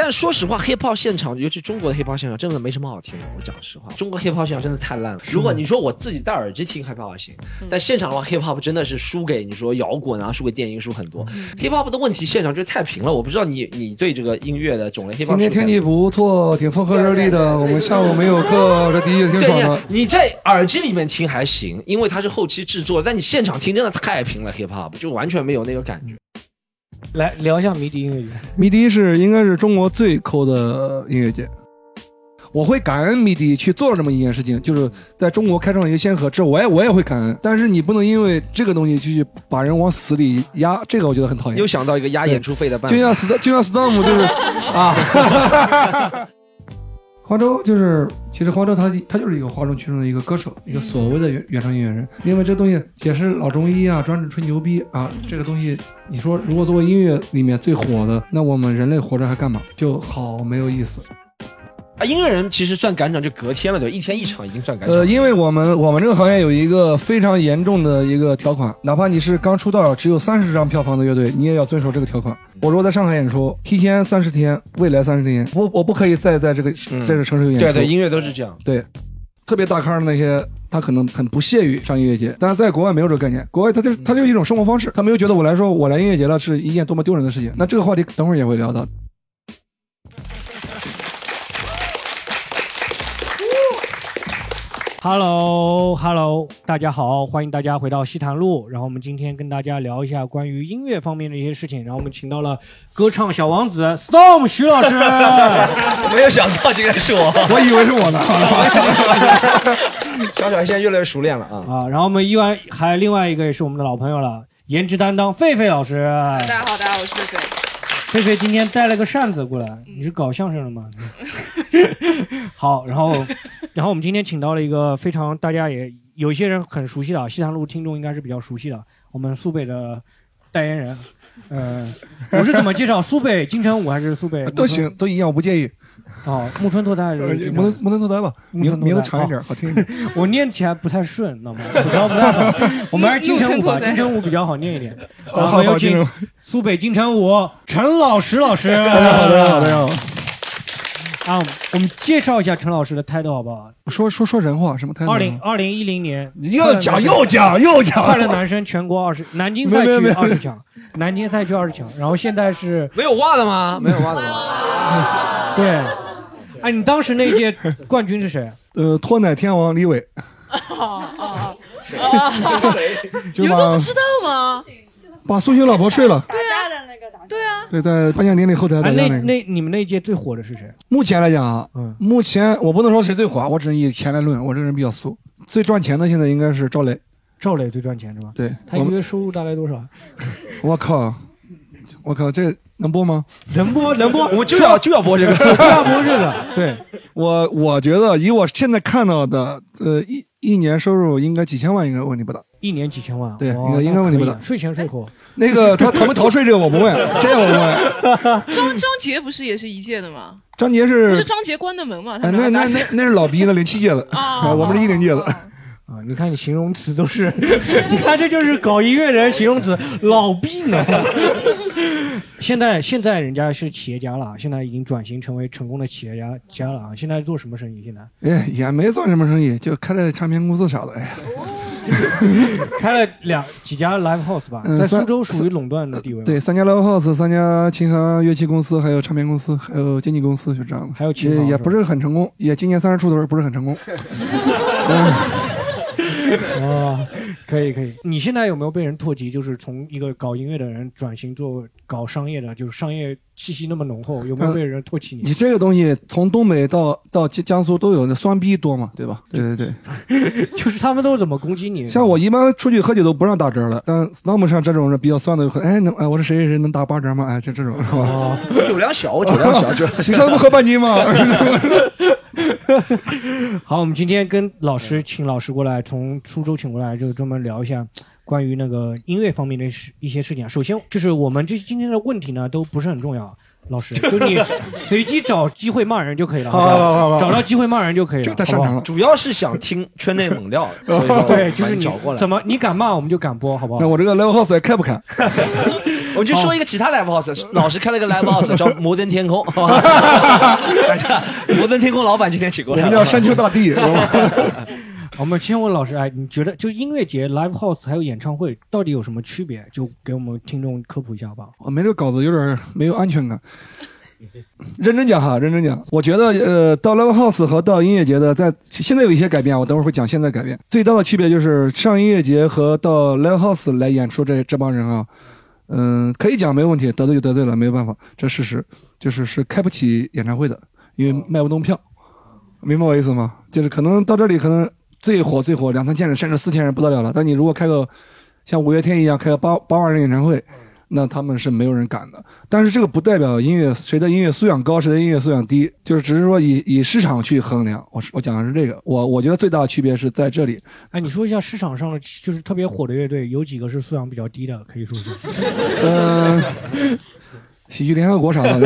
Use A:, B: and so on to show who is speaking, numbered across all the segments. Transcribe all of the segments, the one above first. A: 但说实话，hiphop 现场，尤其中国的 hiphop 现场，真的没什么好听的。我讲实话，中国 hiphop 现场真的太烂了。如果你说我自己戴耳机听 hiphop 还行，
B: 嗯
A: 但现场的话，hiphop 真的是输给你说摇滚啊，输给电音，输很多。hiphop
B: 嗯
A: 的问题现场就是太平了。我不知道你你对这个音乐的种类 hiphop
B: 今天天气不错，挺风和日丽的。我们下午没有课，这的啊确挺
A: 对
B: 爽
A: 你
B: 的。
A: 你在耳机里面听还行，因为它是后期制作，但你现场听真的太平了，hiphop 就完全没有那个感觉。
C: 来聊一下迷笛音乐节。
B: 迷笛是应该是中国最抠的音乐节，我会感恩迷笛去做这么一件事情，就是在中国开创了一个先河，这我也我也会感恩。但是你不能因为这个东西去把人往死里压，这个我觉得很讨厌
A: 又。想到一个压演出费的办
B: 嗯
A: 法，
B: 就像 st 就像 storm 就是啊， 花粥就是其实花粥他他就是一个哗众取宠的一个歌手，一个所谓的原原创音乐人。因为这东西解释老中医啊，专治吹牛逼啊，这个东西你说如果作为音乐里面最火的，那我们人类活着还干嘛？就好没有意思。
A: 啊，音乐人其实算赶场就隔天了，对吧，一天一场已经算赶场。
B: 呃，因为我们我们这个行业有一个非常严重的一个条款，哪怕你是刚出道只有三十张票房的乐队，你也要遵守这个条款。我如果在上海演出，提前三十天，未来三十天，我我不可以再在这个、
A: 嗯
B: 在这个城市有演出。
A: 对对，音乐都是这样。
B: 特别大咖的那些，他可能很不屑于上音乐节，但是在国外没有这个概念，国外他就是他就是一种生活方式，他没有觉得我来说我来音乐节了是一件多么丢人的事情。那这个话题等会儿也会聊到。
C: Hello，Hello，大家好，欢迎大家回到西坛路。然后我们今天跟大家聊一下关于音乐方面的一些事情。然后我们请到了歌唱小王子 Storm 徐老师。
A: 没有想到竟然是我，
B: 我以为 是我呢，
A: 小小现在越来越熟练了啊。
C: 啊，然后我们依然还另外一个也是我们的老朋友了，颜值担当狒狒老师。
D: 啊大家好，大家好，我是狒狒。
C: 狒狒今天带了个扇子过来，你是搞相声的吗？ 好，然后，然后我们今天请到了一个非常大家也有一些人很熟悉的啊，西塘路听众应该是比较熟悉的，我们苏北的代言人。呃，我是怎么介绍苏北金城武还是苏北
B: 呃都行，都一样，我不介意。
C: 啊？木村拓哉还
B: 呃
C: 是金
B: 摩
C: 城武
B: 登摩登脱单吧，
C: 木
B: 名
C: 村拓哉
B: 名字长一点，好听一点。
C: 我念起来不太顺，你知道吗？口条不太好，我们还是金城武吧，
D: 怒怒
C: 金
D: 沉
C: 城武比较好念一 点。
B: 好
C: 啊，
B: 好
C: 我们有
B: 哦好金城
C: 请
B: 武
C: 苏北金城武陈老师老师。
B: 大家好，大家好，大家好。
C: 啊，我们介绍一下陈老师的 title 好不好？
B: 说说说人话，什么态度？
C: 二零二零一零年
B: 你又讲又讲又
C: 快
B: 讲，
C: 乐男声全国二十，南京赛
B: 没有没
C: 区
B: 有
C: 二十强，南京赛区二十强，然后现在是
A: 没有袜的吗？没有袜的吗？
C: 对。哎，你当时那一届冠军是谁？啊
B: 呃，脱奶天王李伟，
D: 哦哦哦！
B: 就
D: 你们都
B: 把
D: 不知道吗？
B: 把苏醒老婆睡了，
D: 对啊，
B: 对，在颁奖典礼后台
C: 哎，
B: 打架
C: 那
B: 那个。
C: 那你们那一届最火的是谁？
B: 目前来讲啊，
C: 嗯，
B: 目前我不能说谁最火，啊我只能以钱来论，我这个人比较俗。最赚钱的现在应该是赵雷，
C: 赵磊最赚钱是吧？
B: 对
C: 他一
B: 我
C: 个
B: 们，
C: 月收入大概多少？
B: 我靠，我靠，这能播吗？
C: 能播能播，
A: 我就要就要播这个。
C: 不要播这 个。对，
B: 我我觉得以我现在看到的，呃，一一年收入应该几千万，应该问题不大。
C: 一年几千万，
B: 对
C: 哇
B: 应该应该问题不大
C: 税前税后，
B: 那个他逃没逃税这个我不问，这个我不问。
D: 张张杰不是也是一届的吗？
B: 张杰
D: 不
B: 是
D: 是张杰关的门吗？他
B: 哎，
D: 们
B: 那那
D: 大学
B: 那那是老逼，那零七届的，
D: 啊
B: 我们是一零届的。
D: 的。
C: 啊，你看你形容词都是， 你看这就是搞音乐人形容词，老逼呢。 现在现在人家是企业家了啊，现在已经转型成为成功的企业家家了啊。现在做什么生意？现在
B: 哎，也没做什么生意，就开了唱片公司啥的。哎呀，
C: 开了两几家 live house 吧，
B: 嗯
C: 在
B: 三
C: 苏州属于垄断的地位嘛。
B: 对，三家 live house，三家琴行乐器公司，还有唱片公司，还有经纪公司，就这样的。
C: 还有琴
B: 也
C: 行
B: 也
C: 是吧
B: 不是很成功，也今年三十出头，不是很 成功。
C: 嗯哦，可以可以。你现在有没有被人唾弃？就是从一个搞音乐的人转型做搞商业的，就是商业气息那么浓厚，有没有被人唾弃你？
B: 你这个东西从东北到到江江苏都有，那酸逼多嘛，对吧？对对对。
C: 就是他们都是怎么攻击你？
B: 像我一般出去喝酒都不让打折了，但 storm 上这种人比较酸的，就很哎能哎我是谁谁谁能打八折吗？哎就这种是吧？
C: 哦，
A: 我酒量小，我酒量 小，主要
B: 你
A: 是
B: 上次不喝半斤 吗？
C: 好，我们今天跟老师，请老师过来，从苏州请过来，就专门聊一下关于那个音乐方面的事一些事情啊。首先，就是我们这今天的问题呢，都不是很重要，老 师，就 你随机找机会骂人就可以了，
A: 好
C: 不
A: 好好好好
C: 找到机会骂人就可以了，好不好
A: 主要是想听圈内猛料，所以说
C: 对，就是
A: 把你
C: 你
A: 找过来。
C: 怎么你敢骂我们就敢播，好不好？
B: 那我这个 live house 还开不开？
A: 我就说一个其他 live house，老师开了个 live house 叫摩登天空，好吧 摩登天空老板今天请过
B: 我
A: 来了，
B: 们叫山丘大地。
C: 我们先问老师，哎，你觉得就音乐节、live house 还有演唱会到底有什么区别？就给我们听众科普一下吧。
B: 我啊没这个稿子有点儿没有安全感。认真讲哈，认真讲，我觉得呃，到 live house 和到音乐节的，在现在有一些改变，我等会儿会讲现在改变。最大的区别就是上音乐节和到 live house 来演出这这帮人啊，嗯，可以讲没问题，得罪就得罪了，没有办法，这事实就是是开不起演唱会的，因为卖不动票，明白我意思吗？就是可能到这里可能最火最火两三千人甚至四千人不得了了，但你如果开个像五月天一样开个八八万人演唱会，那他们是没有人敢的。但是这个不代表音乐谁的音乐素养高，谁的音乐素养低，就是只是说以以市场去衡量。我是我讲的是这个，我我觉得最大的区别是在这里。
C: 哎，你说一下市场上的就是特别火的乐队，有几个是素养比较低的，可以说 说。
B: 嗯、喜剧联 合 国啥的，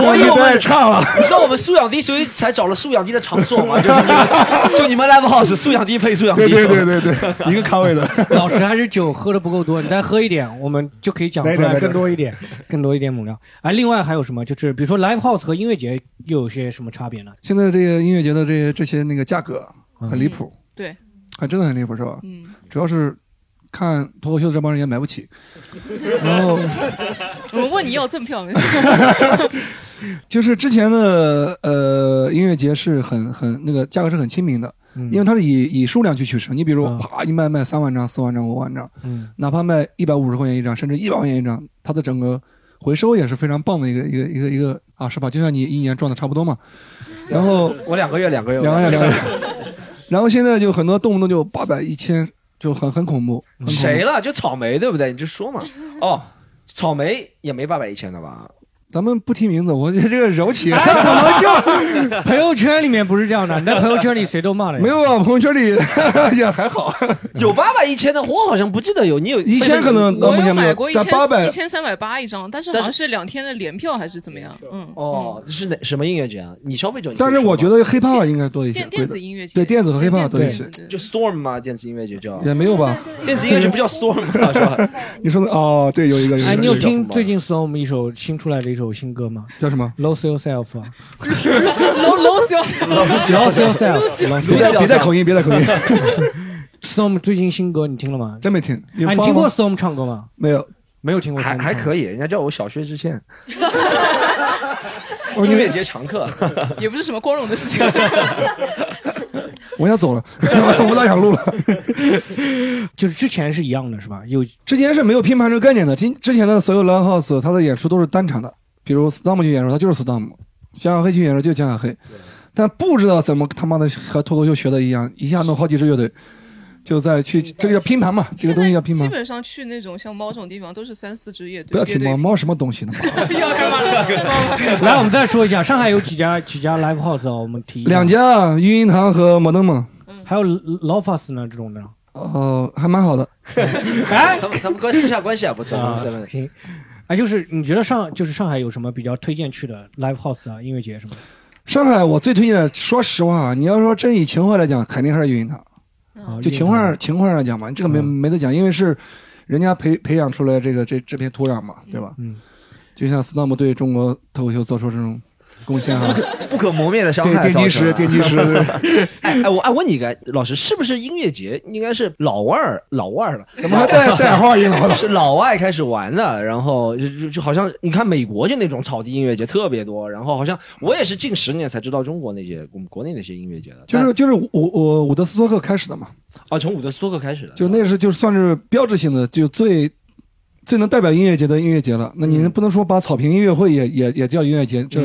A: 所以我们
B: 太差了。
A: 你知道我们素养低，所以才找了素养低的场所吗？就是你 们，就你们 live house 素养低配素养低。
B: 对对对对 对，一个咖位的。
C: 老师还是酒喝的不够多，你再喝一点，我们就可以讲出
B: 来一
C: 来
B: 点
C: 更多一点，更多一点猛料。哎，另外还有什么？就是比如说 live house 和音乐节又有些什么差别呢？
B: 现在这个音乐节的这些这些那个价格很离
C: 嗯
B: 谱，
D: 对，
B: 还真的很离谱是吧？
D: 嗯，
B: 主要是看脱口秀这帮人也买不起，然后。
D: 我们问你要赠票 没事。
B: 就是之前的呃音乐节是很很那个价格是很亲民的，
C: 嗯
B: 因为它是以以数量去取胜。你比如
C: 嗯
B: 啪一卖卖三万张、四万张、五万张，
C: 嗯，
B: 哪怕卖一百五十块钱一张，甚至一百块钱一张，它的整个回收也是非常棒的一个一个一个一个啊，是吧？就像你一年赚的差不多嘛。
D: 嗯
B: 然后
A: 我两个月，两个月，
B: 两个月两个月，然后现在就很多动不动就八百、一千，就很很恐怖。很恐怖
A: 谁了？就草莓对不对？你就说嘛。
B: 嗯
A: 哦，草莓也没八百一千的吧？
B: 咱们不提名字，我这这个惹
D: 哎
B: 起。
C: 朋友圈里面不是这样的，你在朋友圈里谁都骂了呀
B: 没有啊，朋友圈里 也还好，
A: 有八百一千的，我好像不记得有。你有
B: 一千可能到
D: 我
B: 目
D: 有
B: 前没
D: 买过
B: 有，
D: 一
B: 在八百
D: 千一千三百八一张，但是好像是两天的联票还是怎么样？嗯，
A: 哦，是哪什么音乐节啊？你消费者你可以
B: 但是我觉
A: 说
B: 得 hiphop 应该多一些，
D: 电
B: 贵
D: 电
B: 的
D: 子音乐节，
B: 对电子和黑怕
D: 电
B: 多一
D: 子
B: 些，
D: 对对
A: 嘛就 storm 嘛，电子音乐节叫
B: 也没有吧？
A: 电子音乐节不叫 storm 嘛啊是吧？
B: 你说的哦，对，有一个，有一
C: 哎，
B: 个
C: 你有
B: 是的
C: 听最近 Storm 一首新出来的一首新歌吗
B: 叫什么？
C: ？Lose Yourself 啊
D: 楼楼小
C: ，Lose Yourself。
B: 别再别再口音，别 再口音，
C: Storm 最近新歌你听了吗？
B: 真没听。你
C: 哎，你
B: 放
C: 听过
B: 吗
C: Storm 唱歌吗？
B: 没有？
C: 没有听过，
A: 还还可
C: 以。
A: 以，人家叫我小薛之 谦，
B: 我
A: 音
B: 因
A: 乐
B: 为
A: 节常 客。
D: 也不是什么光荣的事 情。
B: 我想走了， 我不大想录了。
C: 就是之前是一样的，是吧？有
B: 之前是没有拼盘这个概念的，今之前的所有 live house 它的演出都是单场的，比如 storm 去演出，它就是 storm；江小黑去演出就江小黑。但不知道怎么他妈的和脱口秀学的一样，一下弄好几支乐队，就在去这个叫拼盘嘛，这个东西叫拼
D: 基
B: 盘。
D: 本上去那种像猫这种地方都是三四支乐队。
B: 不要提
D: 乐队
B: 猫猫什么 东西呢？
D: 要干嘛？
C: 来，我们再说一下，上海有几家几家 live house 啊？我们提一下
B: 两，家育婴堂和摩登梦，
C: 还有 Lofas 呢这种的。
B: 哦、还蛮好的。
C: 哎，
A: 他们他们关私下关系还不错，
C: 啊
A: 私下关系
C: 行。哎，就是你觉得上就是上海有什么比较推荐去的 live house 啊、音乐节什么的？
B: 上海我最推荐的，说实话啊，你要说真以情怀来讲，肯定还是育婴堂。
C: 啊
B: 就情况上情况上来讲嘛，这个没、
C: 嗯
B: 没得讲，因为是人家培培养出来这个这这片土壤嘛，对吧？
C: 嗯，
B: 就像斯诺姆对中国脱口秀做出这种贡献哈，
A: 不可磨灭的伤
B: 啊对
A: 害
B: 奠
A: 造
B: 基
A: 成
B: 石
A: 了。
B: 奠基石，对
A: 哎哎，我哎问你一个老师，是不是音乐节应该是老外老外了？
B: 怎 么还带带花音了？
A: 是老外开始玩的，然后就就就好像你看美国就那种草地音乐节特别多，然后好像我也是近十年才知道中国那些我们国内那些音乐节的，
B: 就是就是我我伍德斯托克开始的嘛，
A: 但啊从伍德斯托克开始的，
B: 就
A: 对吧
B: 那是就算是标志性的，就最最能代表音乐节的音乐节了。那你不能说把草坪音乐会也也也叫音乐节，这、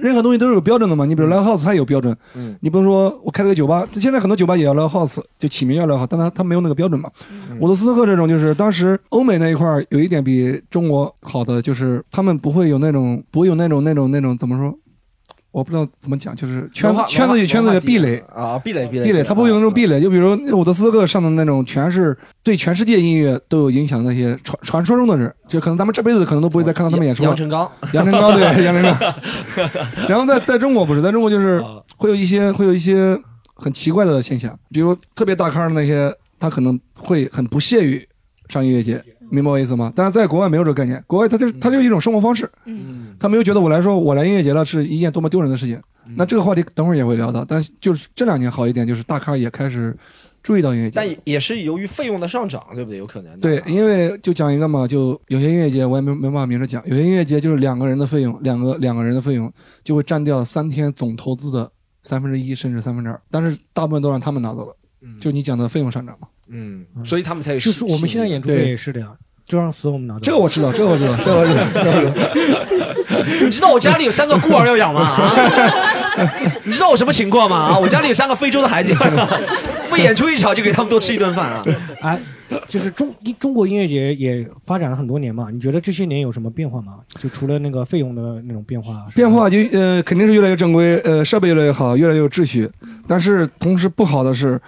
B: 任何东西都是有标准的嘛。你比如 live house 它也有标准，
A: 嗯
B: 你不能说我开了个酒吧，现在很多酒吧也要 live house，就起名叫 live house，但它它没有那个标准嘛。伍德斯托克这种就是当时欧美那一块儿有一点比中国好的，就是他们不会有那种不会有那种那种那种怎么说？我不知道怎么讲，就是圈
A: 文
B: 子
A: 化
B: 圈子有圈子的壁垒，
A: 啊，壁垒壁垒
B: 壁垒，他不会有那种壁垒。就比如伍德斯克上的那种，全是对全世界音乐都有影响的那些传传说中的人，就可能咱们这辈子可能都不会再看到他们演出了
A: 杨。成刚，
B: 杨振刚对杨振刚， 然后在在中国不是，在中国就是会有一些会有一些很奇怪的现象，比如特别大咖的那些，他可能会很不屑于上音乐节，明白我意思吗？但是在国外没有这个概念，国外他就是他就是一种生活方式，
D: 嗯，
B: 他没有觉得我来说我来音乐节了是一件多么丢人的事情。那这个话题等会儿也会聊到，但是就是这两年好一点，就是大咖也开始注意到音乐节
A: 但
B: 了。
A: 也也是由于费用的上涨，对不对？有可能的
B: 对，因为就讲一个嘛，就有些音乐节我也没没办法明着讲，有些音乐节就是两个人的费用，两个两个人的费用就会占掉三天总投资的三分之一甚至三分之二，但是大部分都让他们拿走了，就你讲的费用上涨嘛。
A: 嗯，所以他们才有
C: 就
A: 吸。
C: 是我们现在演出的也是这样，就让所有我们拿走。
B: 这个我知道，这个我知道，这个我知道，这个 我
A: 吸引
B: 知道。
A: 力 你知道我家里有三个孤儿要养吗？啊， 你知道我什么情况吗？啊，我家里有三个非洲的孩子要养， 不演出一场就给他们多吃一顿饭啊。
C: 哎，就是中一中国音乐节也发展了很多年嘛，你觉得这些年有什么变化吗？就除了那个费用的那种变化，
B: 变化就呃肯定是越来越正规，呃设备越来越好，越来越有秩序，但是同时不好的是，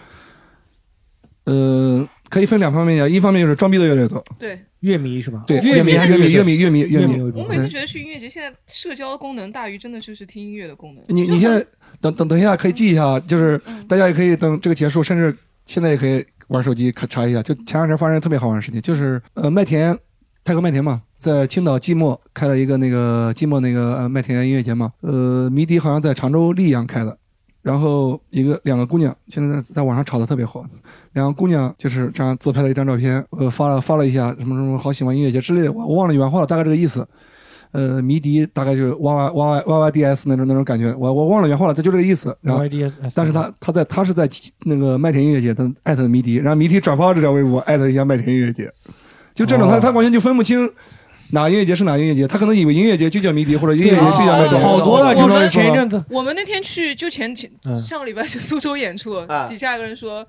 B: 呃可以分两方面讲，一方面就是装逼的越来越多，
D: 对
C: 乐迷是吧？
B: 对，
D: 乐
B: 越迷
D: 迷
B: 越迷越迷
C: 乐
B: 越迷越迷
C: 迷，为主
D: 我每次觉得去音乐节，现在社交功能大于真的就是听音乐的功能。
B: 你你现在等等等一下，可以记一下，啊就是大家也可以等这个结束，甚至现在也可以玩手机看查一下。就前两天发生一个特别好玩的事情，就是呃麦田泰国麦田嘛，在青岛即墨开了一个那个即墨那个呃麦田音乐节嘛，呃迷笛好像在常州溧阳开的。然后一个两个姑娘现在在在网上炒的特别火，两个姑娘就是这样自拍了一张照片，呃发了发了一下什么什么好喜欢音乐节之类的，我我忘了原话了，大概这个意思。呃，迷笛大概就是哇哇哇哇哇哇 D S 那种那种感觉，我我忘了原话了，他就这个意思。然后
C: YDS，
B: 但是他他在他是在那个麦田音乐节，他艾特的迷笛，然后迷笛转发这条微博，艾特一下麦田音乐节，就这
C: 哦
B: 种他他完全就分不清哪音乐节是哪音乐节，他可能以为音乐节就叫迷笛，或者音乐节就叫麦
C: 对啊
B: 田，
C: 好多了，
D: 我
C: 就
D: 们
C: 是
A: 嗯
C: 前一阵子
D: 我们那天去就前前
C: 嗯
D: 上个礼拜去苏州演出
A: 啊，
D: 底下有个人说，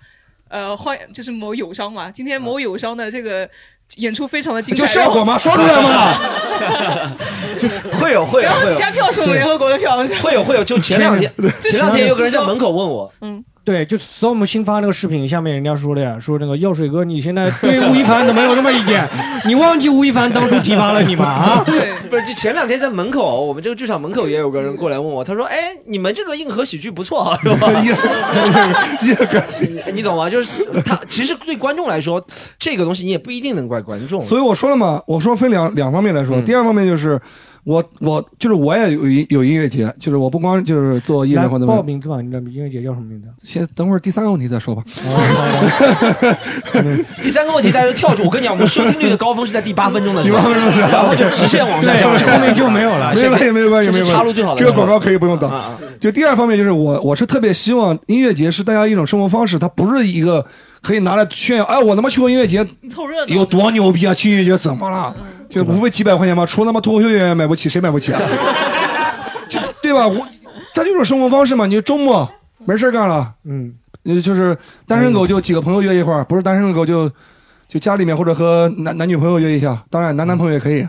D: 呃，欢就是某友商嘛，今
A: 啊
D: 天某友商的这个演出非常的精彩，
B: 就
D: 然
B: 效
D: 后
B: 果嘛，说出来嘛。
A: 会有会有
D: 然后
A: 会
D: 底
A: 有
D: 下票是我们联合国的票，我想
A: 会有会有，就前两天前两天有个人在门口问我，
D: 嗯
C: 对，就 storm 新发那个视频，下面人家说的呀，说那个药水哥，你现在对吴亦凡怎么有这么意 见？你忘记吴亦凡当初提拔了你吗？啊？
D: 对，
A: 不是，就前两天在门口，我们这个剧场门口也有个人过来问 我，他说：“哎，你们这个硬核喜剧不错啊，是吧？
B: 也也感谢。
A: 你你懂吗？就是他其实对观众来说，这个东西你也不一定能怪观众。
B: 所以我说了嘛，我说分两两方面来说，
A: 嗯
B: 第二方面就是我我就是我也有一有音乐节，就是我不光就是做艺
C: 来
B: 人或者怎么
C: 报
B: 样
C: 名字吧，你的音乐节叫什么名字？
B: 先等会儿第三个问题再说吧。
C: 哦 嗯
A: 第三个问题，大家就跳出。我跟你讲，我们收听率的高峰是在第八分钟的时 候，
B: 是
A: 然后就直线往下降，
C: 后面就没有了
B: 没有关系，没有关系，
A: 这
B: 没
A: 是
B: 有
A: 插
B: 关
A: 入
B: 系。
A: 最好的
B: 这个广告可以不用
A: 啊
B: 打。
A: 啊
B: 就第二方面就是我，我是特别希望音乐节是大家一种生活方式，它不是一个可以拿来炫耀。哎，我他妈去过音乐节
D: 凑热闹
B: 有多牛逼啊！去音乐节怎么了？就无非几百块钱嘛，除了他妈脱口秀演员买不起，谁买 不起啊？就对吧？我它就是生活方式嘛。你就周末没事儿干了，
C: 嗯，
B: 呃，就是单身狗就几个朋友约一块儿，不是单身狗就就家里面或者和男男女朋友约一下，当然男男朋友也可以，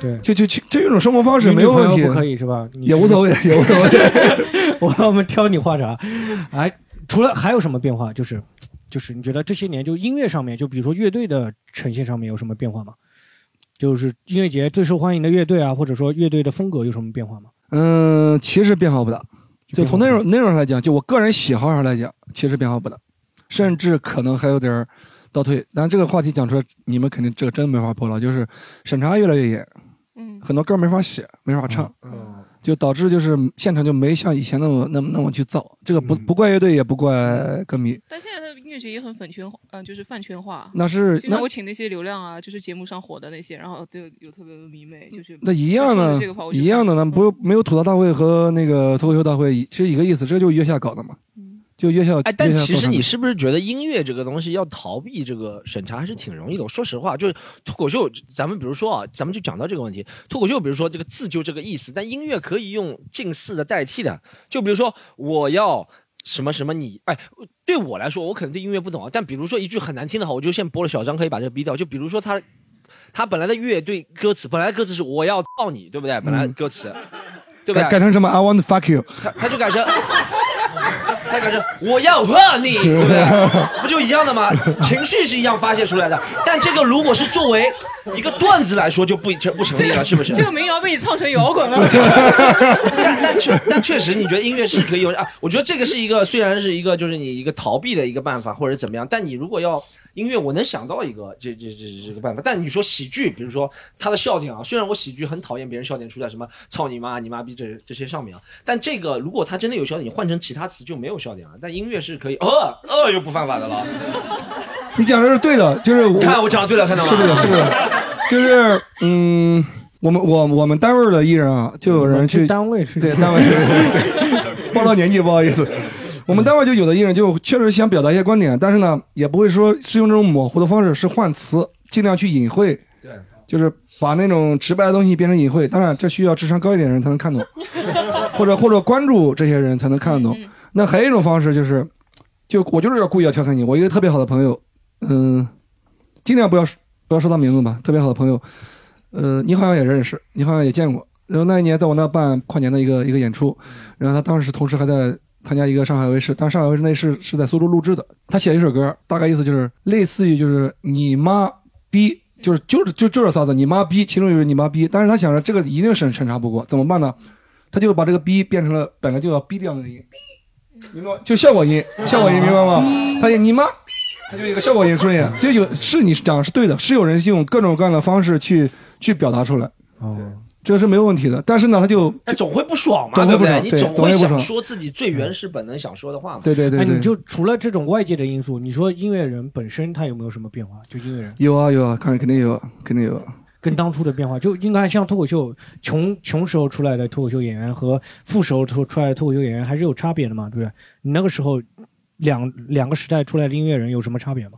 C: 对。
B: 就就去这一种生活方式没有问
C: 女
B: 题
C: 朋友，不可以是吧？你
B: 也无所谓，也无所谓。
C: 我我们挑你话茬。哎，除了还有什么变化？就是就是你觉得这些年就音乐上面，就比如说乐队的呈现上面有什么变化吗？就是音乐节最受欢迎的乐队啊，或者说乐队的风格有什么变化吗？
B: 嗯，其实变化不大，就从内容内容上来讲，就我个人喜好上来讲，其实变化不大，甚至可能还有点儿倒退。但这个话题讲出来，你们肯定这个真没法播了，就是审查越来越严，
D: 嗯，
B: 很多歌没法写，没法唱。
C: 哦
A: 嗯
B: 就导致就是现场就没像以前那么那么那么去造，这个不
C: 嗯
B: 不怪乐队，也不怪歌迷，
D: 但现在的音乐节也很粉圈，嗯、就是饭圈化。
B: 那是
D: 经
B: 那
D: 常会请那些流量啊，就是节目上火的那些，然后对有特别的迷妹，就是
B: 嗯那一样
D: 就
B: 的
D: 是这个话我，就
B: 一样的呢，
D: 嗯
B: 不没有吐槽大会和那个脱口秀大会是一个意思，这就是月下搞的嘛
D: 嗯，
B: 就月下。
A: 哎，但
B: 月下
A: 其
B: 做
A: 实
B: 成
A: 你
B: 的
A: 是不是觉得音乐这个东西要逃避这个审查还是挺容易的？我说实话，就是脱口秀，咱们比如说啊，咱们就讲到这个问题，脱口秀，比如说这个字就这个意思，但音乐可以用近似的代替的，就比如说我要。什么什么你哎，对我来说，我可能对音乐不懂啊。但比如说一句很难听的话，我就先播了小张，可以把这个逼掉。就比如说他，他本来的乐队歌词，本来歌词是我要操你，对不对？本来歌词，对吧
B: 嗯改改成什么？I want to fuck you。
A: 他他就改成，他改成我要和你，对不对？不就一样的吗？情绪是一样发泄出来的，但这个如果是作为一个段子来说，就不不成立了，是不是？
D: 这个民谣被你唱成摇滚了。
A: 但但确 但确实，你觉得音乐是可以用啊？我觉得这个是一个虽然是一个就是你一个逃避的一个办法或者怎么样，但你如果要音乐，我能想到一个这这这这个办法。但你说喜剧，比如说他的笑点啊，虽然我喜剧很讨厌别人笑点出在什么“操你妈”“你妈逼这”这些上面啊，但这个如果他真的有笑点，你换成其他词就没有笑点了。但音乐是可以，呃呃又不犯法的了。
B: 你讲的是对的，就是我
A: 看我讲的对了，看到吗？
B: 是对的，是对的，就是嗯，我们我我们单位的艺人啊，就有人去
C: 单位是
B: 对单位报到年纪不好意思，我们单位就有的艺人就确实想表达一些观点，但是呢，也不会说是用这种模糊的方式，是换词，尽量去隐晦，
A: 对，
B: 就是把那种直白的东西变成隐晦。当然，这需要智商高一点的人才能看懂，或者或者关注这些人才能看得懂。那还有一种方式就是，就我就是要故意要调侃你。我一个特别好的朋友，嗯，尽量不要说不要说他名字吧。特别好的朋友，呃，你好像也认识，你好像也见过。然后那一年在我那办跨年的一个一个演出，然后他当时同时还在参加一个上海卫视，但上海卫视那是是在苏州录制的。他写了一首歌，大概意思就是类似于就是你妈逼，就是就是就这仨字，你妈逼，其中就是你妈逼。但是他想着这个一定审审查不过，怎么办呢？他就把这个逼变成了本来就要逼掉的音，明白吗？就效果音，效果音明白吗？他就你妈逼，他就有一个效果音出现，就有是你讲的是对的，是有人用各种各样的方式去去表达出来，
C: 哦，
B: 这是没有问题的。但是呢，他就
A: 但总会不爽嘛，
B: 总
A: 对不
B: 会不
A: 对？
B: 爽
A: 你
B: 对
A: 总
B: 总
A: 会
B: 会不
A: 想
B: 爽
A: 说自己最原始本能想说的话嘛。哎
B: 对对对
C: 那
B: 对
C: 你，就除了这种外界的因素，你说音乐人本身他有没有什么变化？就音乐人
B: 有啊有啊，看肯定有，啊，肯定有。啊。
C: 跟当初的变化，就应该像脱口秀穷穷时候出来的脱口秀演员和富时候出出来的脱口秀演员还是有差别的嘛，对不对？你那个时候两两个时代出来的音乐人有什么差别吗？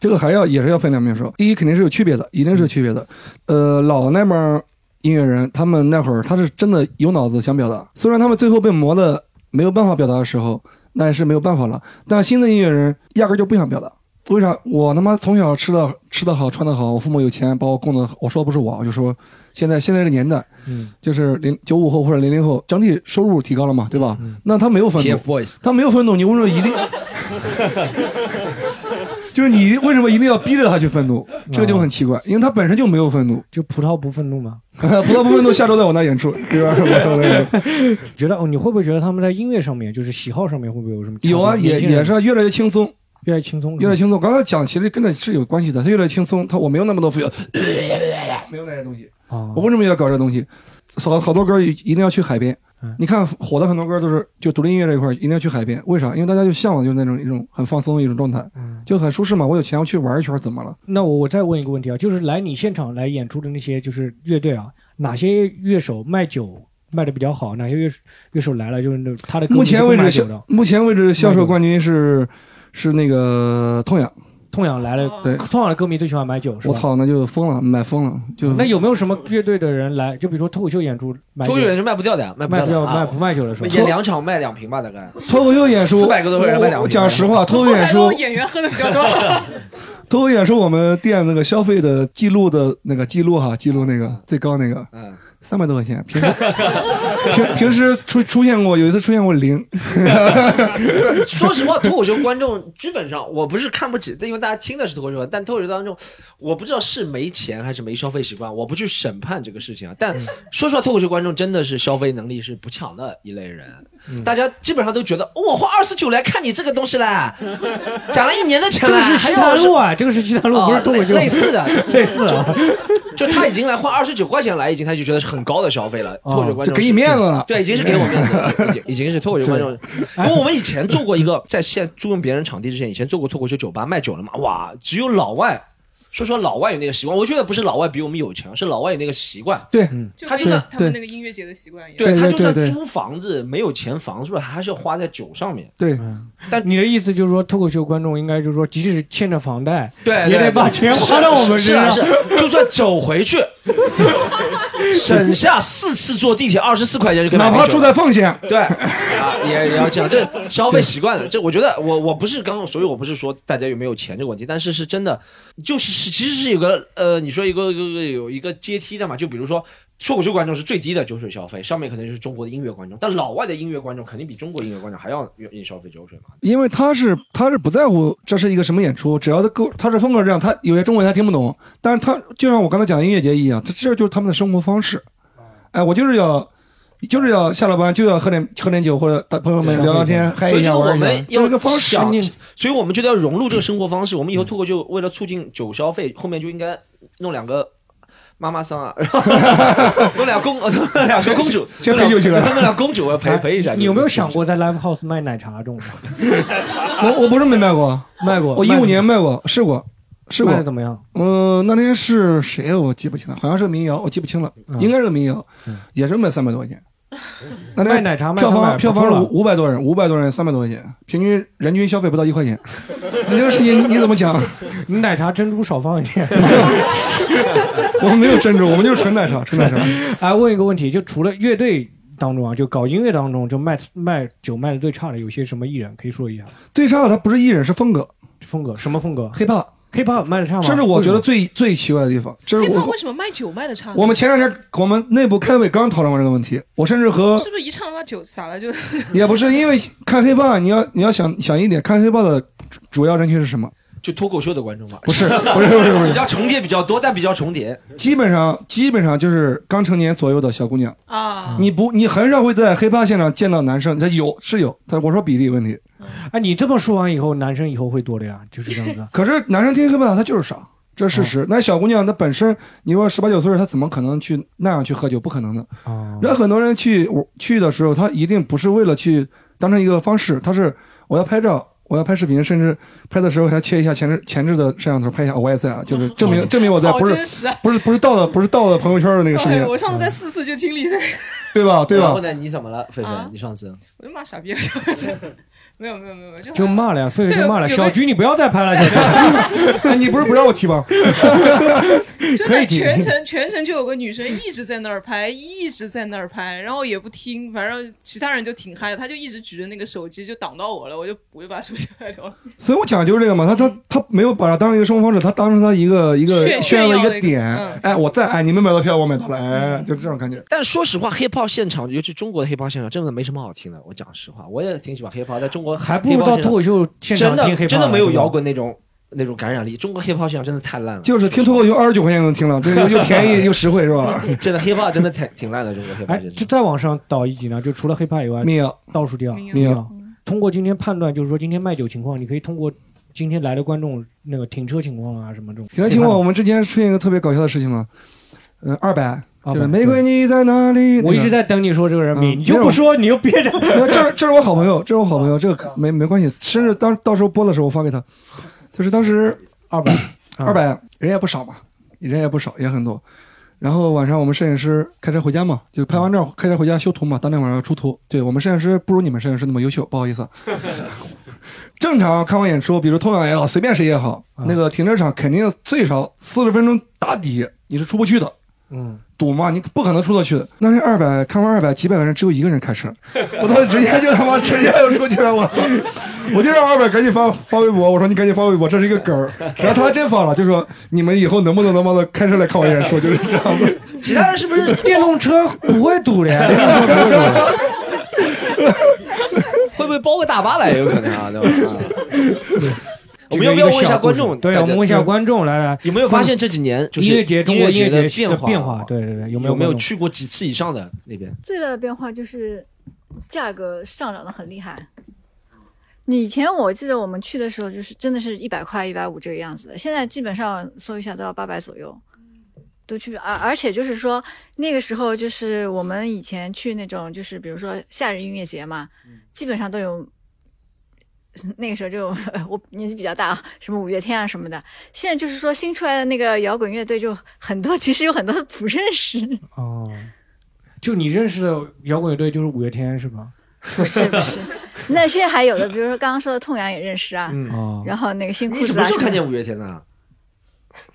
B: 这个还要也是要分两面说。第一，肯定是有区别的，一定是有区别的。呃，老那帮音乐人，他们那会儿他是真的有脑子想表达，虽然他们最后被磨的没有办法表达的时候，那也是没有办法了。但新的音乐人压根儿就不想表达。为啥？我他妈从小吃的吃的好，穿的好，我父母有钱，把我供的。我说不是我，我就说现在现在这个年代，
C: 嗯，
B: 就是零九五后或者零零后，整体收入提高了嘛，对吧？那他没有分
A: TF
B: 懂，
A: Boys，
B: 他没有愤怒，你为什么一定？就是你为什么一定要逼着他去愤怒？
C: 嗯
B: 这个就很奇怪，因为他本身就没有愤怒。
C: 就葡萄不愤怒吗？
B: 葡萄不愤怒，下周在我那演出，对吧？ 我那演出
C: 觉得哦，你会不会觉得他们在音乐上面，就是喜好上面会不会有什么差别？
B: 有啊，也
C: 年轻人
B: 也是越来越轻松，
C: 越来越轻松，
B: 越来越轻松。刚才讲其实跟这是有关系的，他越来越轻松，他我没有那么多负有，没有那些东西。
C: 啊
B: 我，为什么要搞这东西？好好多歌一定要去海边
C: 嗯。
B: 你看火的很多歌都是就独立音乐这一块儿一定要去海边，为啥？因为大家就向往就是那种一种很放松的一种状态，
C: 嗯
B: 就很舒适嘛。我有钱，我去玩一圈怎么了？
C: 那我我再问一个问题啊，就是来你现场来演出的那些就是乐队啊，哪些乐手卖酒卖的比较好？哪些乐乐手来了就是那他的歌
B: 目前为止
C: 不卖
B: 销
C: 酒的，
B: 目前为止销
C: 卖酒
B: 售冠军是是那个痛痒，
C: 痛痒来了，
B: 对
C: 痛痒的歌迷最喜欢买酒是吧？
B: 我！操，那就疯了，买疯了，就
C: 那有没有什么乐队的人来？就比如说脱口秀演出买酒
A: 脱口秀人是卖不掉的呀，卖不
C: 卖
A: 掉
C: 不掉
A: 的
C: 卖
A: 啊。
C: 不卖酒的是吧？
A: 演两场卖两瓶吧，大概。
B: 脱口秀演出，
A: 400个都会人卖两
B: 我我讲实话，脱
D: 后
B: 口秀演
D: 来
B: 出
D: 都，演员喝的比较 多，
B: 脱口秀演出我们店那个消费的记录的那个记录哈，记录那个最高那个
A: 嗯，
B: 三百多块钱，平时平平时出出现过，有一次出现 过零，
A: 说实话，脱口秀观众基本上我不是看不起，但因为大家听的是脱口秀，但脱口秀当中，我不知道是没钱还是没消费习惯，我不去审判这个事情啊。
B: 嗯
A: 但说实话，脱口秀观众真的是消费能力是不强的一类人，
B: 嗯
A: 大家基本上都觉得、哦我花二十九来看你这个东西
B: 嗯
A: 啦，攒了一年的钱
C: 这个
A: 啦，
C: 是
A: 还
C: 西
A: 要哦
C: 塘路啊，这个是西塘路，不是脱口秀，
A: 类类似的，
C: 类似 啊，
A: 就他已经来花二十九块钱来，已经他就觉得是很高的消费了。脱口秀观
B: 哦就
A: 众
B: 给你面子了。哎
A: 对，已经是给我面子了， 已经已经是脱口秀观众。因为我们以前做过一个，在现在租用别人场地之前，以前做过脱口秀酒吧卖酒了嘛，哇，只有老外。说说老外有那个习惯，我觉得不是老外比我们有钱，是老外有那个习惯。
B: 对，
D: 就
A: 他
D: 跟
A: 就算
D: 他们那个音乐节的习惯一样。
B: 对
A: 他就
B: 对
A: 算
B: 对
A: 租房子没有钱，房租了，他还是要花在酒上面。
B: 对，
A: 但
C: 你的意思就是说，脱口秀观众应该就是说，即使欠着房贷，
A: 对，
C: 也
A: 对
C: 得把钱花到我们
A: 是
C: 身
A: 啊
C: 上。
A: 是啊，就算走回去，省下四次坐地铁二十四块钱就可以买
B: 哪
A: 杯酒了。
B: 怕住在奉贤，
A: 对啊，也也要这样，这消费习惯了。这我觉得我我不是刚刚，所以我不是说大家有没有钱这个问题，但是是真的，就是是其实是有个呃，你说一个一个有一个阶梯的嘛，就比如说。脱口秀观众是最低的酒水消费，上面可能就是中国的音乐观众，但老外的音乐观众肯定比中国音乐观众还 要愿意消费酒水嘛。
B: 因为他是他是不在乎这是一个什么演出，只要他够他这风格这样，他有些中文他听不懂，但是他就像我刚才讲的音乐节一样，他这就是他们的生活方式。哎，我就是要就是要下了班就要喝点喝点酒，或者跟朋友们聊聊天，嗨
A: 啊所
B: 一
A: 以
B: 下
A: 就我
B: 玩一下
A: 们，
B: 这
A: 要
B: 是个方式啊
A: 想。所以我们觉得要融入这个生活方式。我们以后脱口秀为了促进酒消费，后面就应该弄两个妈妈桑啊， 弄俩公，呃弄俩小公主，
B: 先先陪酒去了哎
A: 弄俩公主陪陪一下。
C: 哎你有没有想过在 live house 卖奶茶这种？
B: 我我不是没卖过，
C: 卖过，
B: 我一五年卖过，试过，试过
C: 卖的。怎么样？
B: 嗯，那天是谁呀我记不清了，好像是个民谣，我记不清了，
A: 嗯
B: 应该是个民谣，也是卖三百多块钱。那
C: 卖
B: 天
C: 奶茶卖
B: 票
C: 三
B: 房
C: 百
B: 票
C: 不错
B: 房
C: 了
B: 是五五百多人，五百多人三百多块钱，平均人均消费不到一块钱。你这个事情你怎么讲？
C: 你奶茶珍珠少放一点。
B: 我们没有珍珠，我们就是纯奶 茶，纯奶茶。
C: 哎，问一个问题，就除了乐队当中啊，就搞音乐当中，就卖卖酒卖的最差的，有些什么艺人可以说一下？
B: 最差的它不是艺人，是风格
C: 风格什么风格
B: hiphop，
C: ？hiphop 卖的差吗？
B: 这是我觉得
C: 为什
B: 最最奇怪的地方。这是
D: 黑胖
B: 我
D: 哎为什么卖酒卖的差呢？
B: 我们前两天我们内部开会刚讨论过这个问题，我甚至和
D: 是不是一唱把酒洒了就？
B: 也不是因为看黑豹，你要你要想想一点，看黑豹的主主要人群是什么？
A: 就脱口秀的观众嘛？
B: 不 是，不是，不是，不
A: 比
B: 是，
A: 较重叠比较多，但比较重叠。
B: 基本上基本上就是刚成年左右的小姑娘。
D: 啊，
B: 你不，你很少会在黑豹现场见到男生，他有是有，但我说比例问题。。
C: 么？哎，你这么说完以后，男生以后会多的呀，就是哦这样
E: 啊
C: 子
B: 可是男生听黑豹他就是傻，这是事实。那小姑娘她本身，你说十八九岁，她怎么可能去那样去喝酒？不可能的。
C: 哦
B: 人很多人去我去的时候，他一定不是为了去当成一个方式，他是我要拍照，我要拍视频，甚至拍的时候还切一下前置前置的摄像头拍一下，我也在啊，就是证明
C: 哦
B: 证明我在，
D: 好
B: 不是
D: 真实啊！
B: 不是不是盗的，不是盗的朋友圈的那个视频
D: 哎，我上次
C: 嗯
D: 在四次就经历这个，
B: 对吧？啊对
A: 然
B: 吧
A: 后？呢？你怎么了，菲菲
D: 啊？
A: 你上次
D: 我就骂傻逼了，没有没有没有，就
C: 就骂了呀，狒狒就骂了。
D: 对有
C: 小菊，你不要再拍了，小菊。
B: 哎你不是不让我提 吗？
D: 真
C: 可以
D: 的
C: 提
D: 全程全程就有个女生一直在那儿拍，一直在那儿拍，然后也不听，反正其他人就挺嗨的，她就一直举着那个手机就挡到我了，我就我就把手机拍掉了。
B: 所以我讲的就是这个嘛，他他他没有把它当成一个生活方式，他当成他一个一个
D: 炫
B: 嗯炫耀
D: 炫耀的
B: 的一个
D: 一个
B: 点
D: 嗯。
B: 哎，我在哎，你们买到票，我买到了，哎，就这种感觉。
A: 但说实话，hiphop 现场，尤其中国的 hiphop 现场，真的没什么好听的。我讲实话，我也挺喜欢 hiphop，在中国
C: 还不如到
A: hiphop
C: 脱
A: 现场
C: 口秀现场
A: 真
C: 听
A: 的
C: hiphop，
A: 真的没有
C: 对吧
A: 摇。滚那种那种感染力。中国 hiphop 现场真的太烂 了，
B: 就是听脱口秀二十九块钱就嗯能听了，这个又又便 宜又实惠 是吧？
A: 真的 hiphop 真的挺挺烂的。中国 hiphop
C: 哎，
A: 现
C: 就
A: 场
C: 再往上倒一级呢，就除了 hiphop 以外，
B: 没有，
C: 倒数第二，
D: 民谣
B: 民谣
C: 谣。通过今天判断，就是说今天卖酒情况，你可以通过今天来的观众那个停车情况啊什么这种。
B: 挺来请我，我们之前出现一个特别搞笑的事情嘛，嗯，二百
C: 200
B: 就是玫瑰你在哪 里？
C: 我一直
B: 在，
C: 在等你说这个人名，
B: 嗯
C: 你就不说，你又憋着。
B: 没有这是这是我好朋友，这是我好朋友，这个可没没关系，甚至当到时候播的时候我发给他，就是当时
C: 二百，
B: 二百人也不少嘛，人也不少，也很多。然后晚上我们摄影师开车回家嘛，就拍完照开车回家修图嘛，当天晚上要出图。对我们摄影师不如你们摄影师那么优秀，不好意思啊。正常看完演出，比如痛仰也好，随便谁也好，
C: 嗯
B: 那个停车场肯定最少四十分钟打底，你是出不去的。
C: 嗯，
B: 堵嘛，你不可能出得去的。那那二百看完二百，几百个人只有一个人开车，我当时直接就他妈直接就出去了，我操！我就让二百赶紧发发微博，我说你赶紧发微博，这是一个梗儿。然后他还真发了，就说你们以后能不能他妈的开车来看我演出，就是这样子。
A: 其他人是不是
C: 电动车不会堵的呀。
A: 会不会包个大巴来？也有可能啊，对吧？我
C: 这
A: 们
C: 个
A: 要不要
C: 个
A: 问一
C: 小
A: 下
C: 故
A: 观
C: 事
A: 众？
C: 对，我们问一下观众，来来，
A: 有没有发现这几年就是
C: 音乐节中国音
A: 音
C: 乐节
A: 的
C: 的
A: 化？啊
C: 变化，，对对对，有没有
A: 有没
C: 观
A: 有
C: 众
A: 去过几次以上的那边？
F: 最大的变化就是价格上涨的很厉害。你以前我记得我们去的时候，就是真的是一百块、一百五这个样子的，现在基本上搜一下都要八百左右。都去，而而且就是说，那个时候就是我们以前去那种，就是比如说夏日音乐节嘛，基本上都有。那个时候就我年纪比较大啊，什么五月天啊什么的。现在就是说新出来的那个摇滚乐队就很多，其实有很多不认识。
C: 哦，就你认识的摇滚乐队就是五月天是吧？
F: 不是不是， 那些还有的，比如说刚刚说的痛痒也认识啊，
C: 嗯，
B: 啊，
F: 然后那个新裤
A: 你什
F: 子
A: 么
F: 啊
A: 时候
F: 什么
A: 看
F: 的，
A: 见五月天的？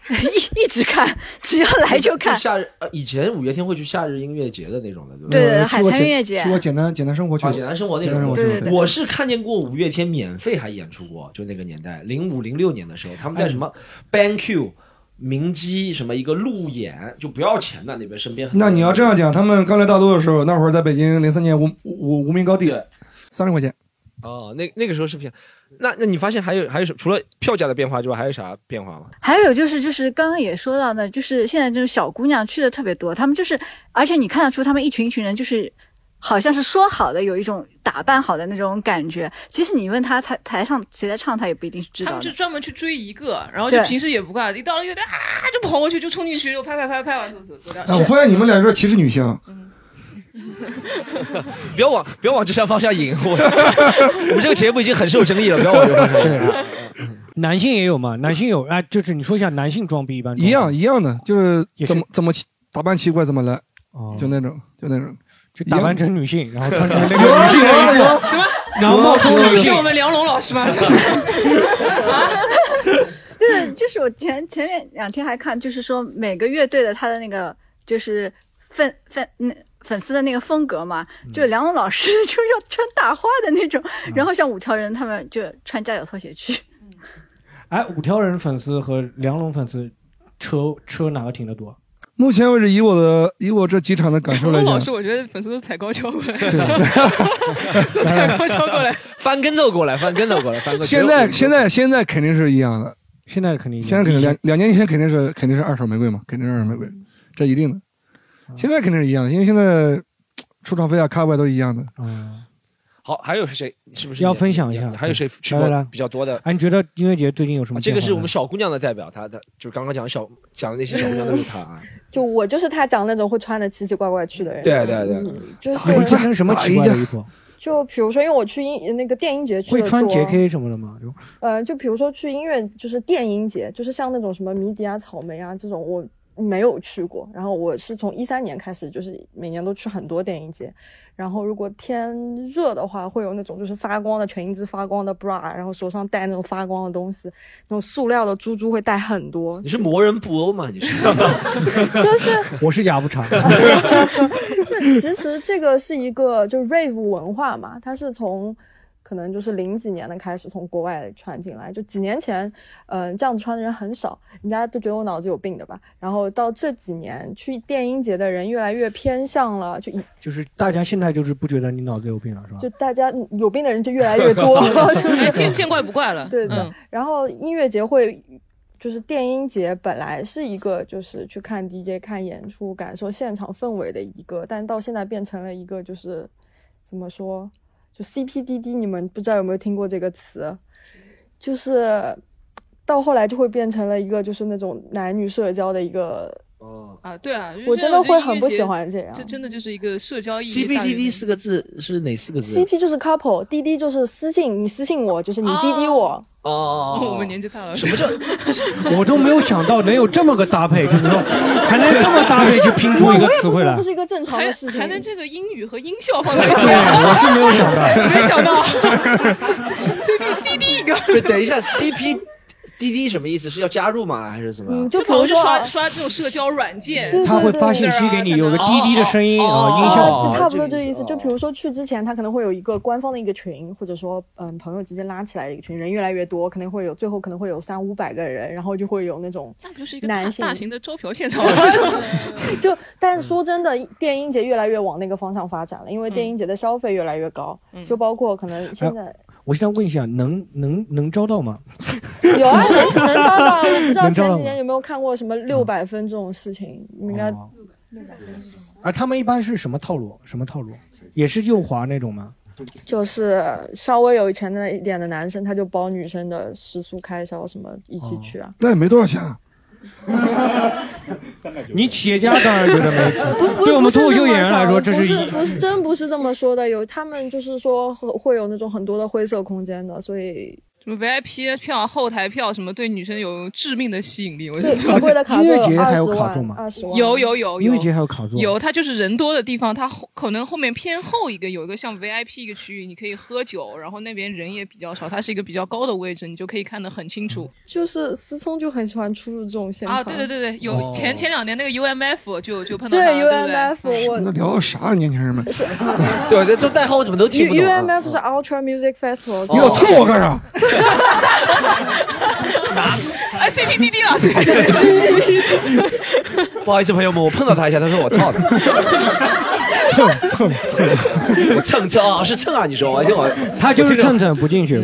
F: 一一直看，只要来就看。
A: 夏日呃，以前五月天会去夏日音乐节的那种的，对吧？
F: 对
B: 嗯
F: 对，
B: 去
F: 海
B: 过
F: 滩
B: 简
F: 音乐节
B: 去，过简单简单生活去
A: 啊，
B: 过，
A: 简单生活那
B: 简单生活
A: 种
B: 去
F: 对
B: 过。
F: 对对
A: 我是看见过五月天免费还演出过，就那个年代，零五零六年的时候，他们在什么 BanQ 明基什么一个路演，就不要钱的那边身边很。
B: 那你要这样讲，他们刚来大陆的时候，那会儿在北京零三年无无无名高地
A: 对，
B: 三十块钱。
A: 哦，那那个时候是不是？那那你发现还有还有什除了票价的变化之外，还有啥变化吗？
F: 还有就是，就是刚刚也说到呢，就是现在这种小姑娘去的特别多，她们就是，而且你看得出她们一群一群人就是，好像是说好的有一种打扮好的那种感觉。其实你问她台台上谁在唱，她也不一定是知
D: 他
F: 道
D: 们就
F: 的。
D: 专门去追一个，然后就
F: 对
D: 平时也不挂，一到了乐队啊就跑过去就冲进去就拍拍拍拍完走走走掉。
B: 哎，我发现你们俩有点歧视女性。
A: 不要往不要往这三方向引，我 我们这个节目已经很受争议了，不要往这个方向
C: 对
A: 引。
C: 啊，男性也有嘛，男性有啊，就是你说一下男性装逼一般装
B: 一样一样的，就是
C: 哦也是
B: 怎么怎么打扮奇怪怎么来，
C: 哦，
B: 就那种就那种。
C: 就打扮成女性，然后穿 成那
B: 有
C: 个
B: 啊
C: 女性的衣服，
B: 有啊
D: 怎么？
C: 然后冒充
D: 这
C: 女
D: 个是
C: 性
D: 我。们梁龙老师 吗？
F: 就是就是我前前面两天还看，就是说每个乐队的他的那个就是粉粉那。粉丝的那个风格嘛，就梁龙老师 就要穿大花的那种，然后像五条人他们就穿夹脚拖鞋去。
C: 哎，五条人粉丝和梁龙粉丝，车车哪个挺得多？
B: 目前为止，以我的以我这几场的感受
D: 梁
B: 来
D: 龙
B: 讲
D: 老，师，我觉得粉丝都踩高跷过来，都踩高跷过来。
A: 翻跟头过来，翻跟头过来，翻跟头。
B: 现在现在现在肯定是一样的，
C: 现在肯定
B: 现在肯定两两年前肯定是肯定是二手玫瑰嘛，肯定是二手玫
C: 嗯
B: 瑰，这一定的。现在肯定是一样的，因为现在出场费啊、卡位都是一样的。
C: 嗯，
A: 好，还有谁？是不是
C: 要
A: 你
C: 分享一下
A: 你还有谁去
C: 来来
A: 过
C: 来
A: 比较多的？
C: 哎，你觉得音乐节最近有什
A: 啊，
C: 么
A: 这
C: 变
A: 个
C: 化呢？
A: 是我们小姑娘的代表，她她就是刚刚讲的小讲的那些小姑娘都 是她啊。
G: 就我就是他讲那种会穿的奇奇怪怪去的人。
A: 对啊对对，
G: 嗯，就
C: 你会
G: 是
C: 穿成什么奇
B: 哎
C: 怪的衣服？
G: 就比如说，因为我去音那个电音节去
C: 会
G: 的
C: 穿
G: 多，
C: JK 什么的吗？
G: 呃，就比如说去音乐就是电音节，就是像那种什么迷笛啊、草莓啊这种，我没有去过。然后我是从一三年开始，就是每年都去很多电音节。然后如果天热的话，会有那种就是发光的全英姿、发光的 bra，然后手上戴那种发光的东西，那种塑料的珠珠会戴很多
A: 你，是魔人布欧吗？你是？
G: 就是。
C: 我是牙不 长，
G: 就其实这个是一个就是 rave 文化嘛，它是从可能就是零几年的开始从国外传进来，就几年前，嗯、这样子穿的人很少，人家都觉得我脑子有病的吧。然后到这几年去电音节的人越来越偏向了，就以
C: 就是大家现在就是不觉得你脑子有病了，是吧？
G: 就大家有病的人就越来越多，就是
D: 哎见见怪不怪 了。
G: 对的。
D: 嗯
G: 然后音乐节会，就是电音节本来是一个就是去看 DJ 看演出，感受现场氛围的一个，但到现在变成了一个就是怎么说，就 CPDD，你们不知道有没有听过这个词？就是到后来就会变成了一个就是那种男女社交的一个，
A: 哦
D: 啊，对啊，就是
G: 我真
D: 现在
G: 的
D: 觉得
G: 会
D: 音乐
G: 很不
D: 节
G: 喜。欢这样。
D: 这真的就是一个社交意义大于
A: ，CPTV 四个字是哪四个字？
G: CP 就是 couple，滴滴就是私信，你私信我就是你滴滴我，
A: 哦哦哦哦，
C: 啊
D: 我们年纪大了，
A: 什么 叫
C: 我都没有想到能有这么个搭配，就是说还能这么搭配就拼出
G: 我
C: 一个
G: 我也
C: 词
G: 不
C: 汇
G: 觉
C: 来
G: 得这。是一个正常
D: 还
G: 的事情。
D: 还能这个英语和音效 放在一
C: 对，
D: 起，
C: 我是没有想到。
D: 没想到 CPTV 一个。
A: 不是等 一下，CP DD 什么意思？是要加入吗？还是怎么样？
G: 嗯，就比
D: 可能
G: 如
D: 是
G: 说啊
D: 刷刷这种社交软件，
G: 对
C: 他会发信息给你有个滴滴的声音啊，音效
G: 就
C: 啊
G: 差不多这
A: 个
G: 个
A: 意
G: 意
A: 思
G: 思。就比如说去之前，他可能会有一个官方的一个群，或者说嗯朋友之间拉起来的一个群，人越来越多，可能会有最后可能会有三五百个人，然后就会有那种
D: 那不就是一个大
G: 男性
D: 大型的招嫖现场
G: 就。但是说真的，电音节越来越往那个方向发展了，因为电音节的消费越来越高，就包括可能现在
C: 我想问一下，能能能招到吗？
G: 有啊，能能招到，我不
C: 能
G: 知道
C: 招到
G: 前
C: 吗
G: 几年有没有看过什么六百分这种事情，你应该
C: 哦啊，他们一般是什么套路？什么套路？也是右滑那种吗？
G: 就是稍微有钱的一点的男生，他就包女生的食宿开销什么一起去啊。
B: 那也没多少钱啊，
C: 你企业家当然觉得没问题
G: 不不
C: 对我们
G: 不是
C: 脱口秀
G: 那么
C: 演员来
G: 想
C: 说
G: 的
C: 这
G: 不
C: 是
G: 是
C: 一
G: 不是真不是这么说的，有他们就是说会会有那种很多的灰色空间的，所以
D: 什么 VIP 票、后台票什么，对女生有致命的吸引力。我
G: 最
D: 跟你
G: 最
D: 说，
G: 贵的卡
C: 音乐
G: 座
C: 节
G: 二
C: 还
G: 十
C: 有卡座
G: 万
C: 吗，
G: 二十万
D: 有有有
C: 音乐节
D: 有
C: 还有卡座，
D: 有，它就是人多的地方，它后可能后面偏后一个有一个像 VIP 一个区域，你可以喝酒，然后那边人也比较少，它是一个比较高的位置，你就可以看得很清楚
G: 就是思聪就很喜欢出入这种
A: 嗯
G: 现场
D: 啊。对对对对，有
C: 哦
D: 前前两年那个 UMF 就就碰到
G: 对
D: 它，
G: U
D: 对不
G: M
D: 对？
A: 哦
G: F 我
B: 那聊的啥？年轻人们，
G: 是
A: 对，这这代号我怎么都听
G: U
A: 不懂
G: U
A: 啊。
G: 哦
A: 哦
G: M F 是 Ultra Music Festival，
B: 你老蹭我干啥？
D: 哎，CPDD 老师，CPDD，
A: 不好意思，朋友们，我碰到他一下，他说我操 的，
C: 蹭蹭蹭，
A: 我蹭蹭啊，是蹭啊，你说，我听我，
C: 他就是蹭蹭不进 去。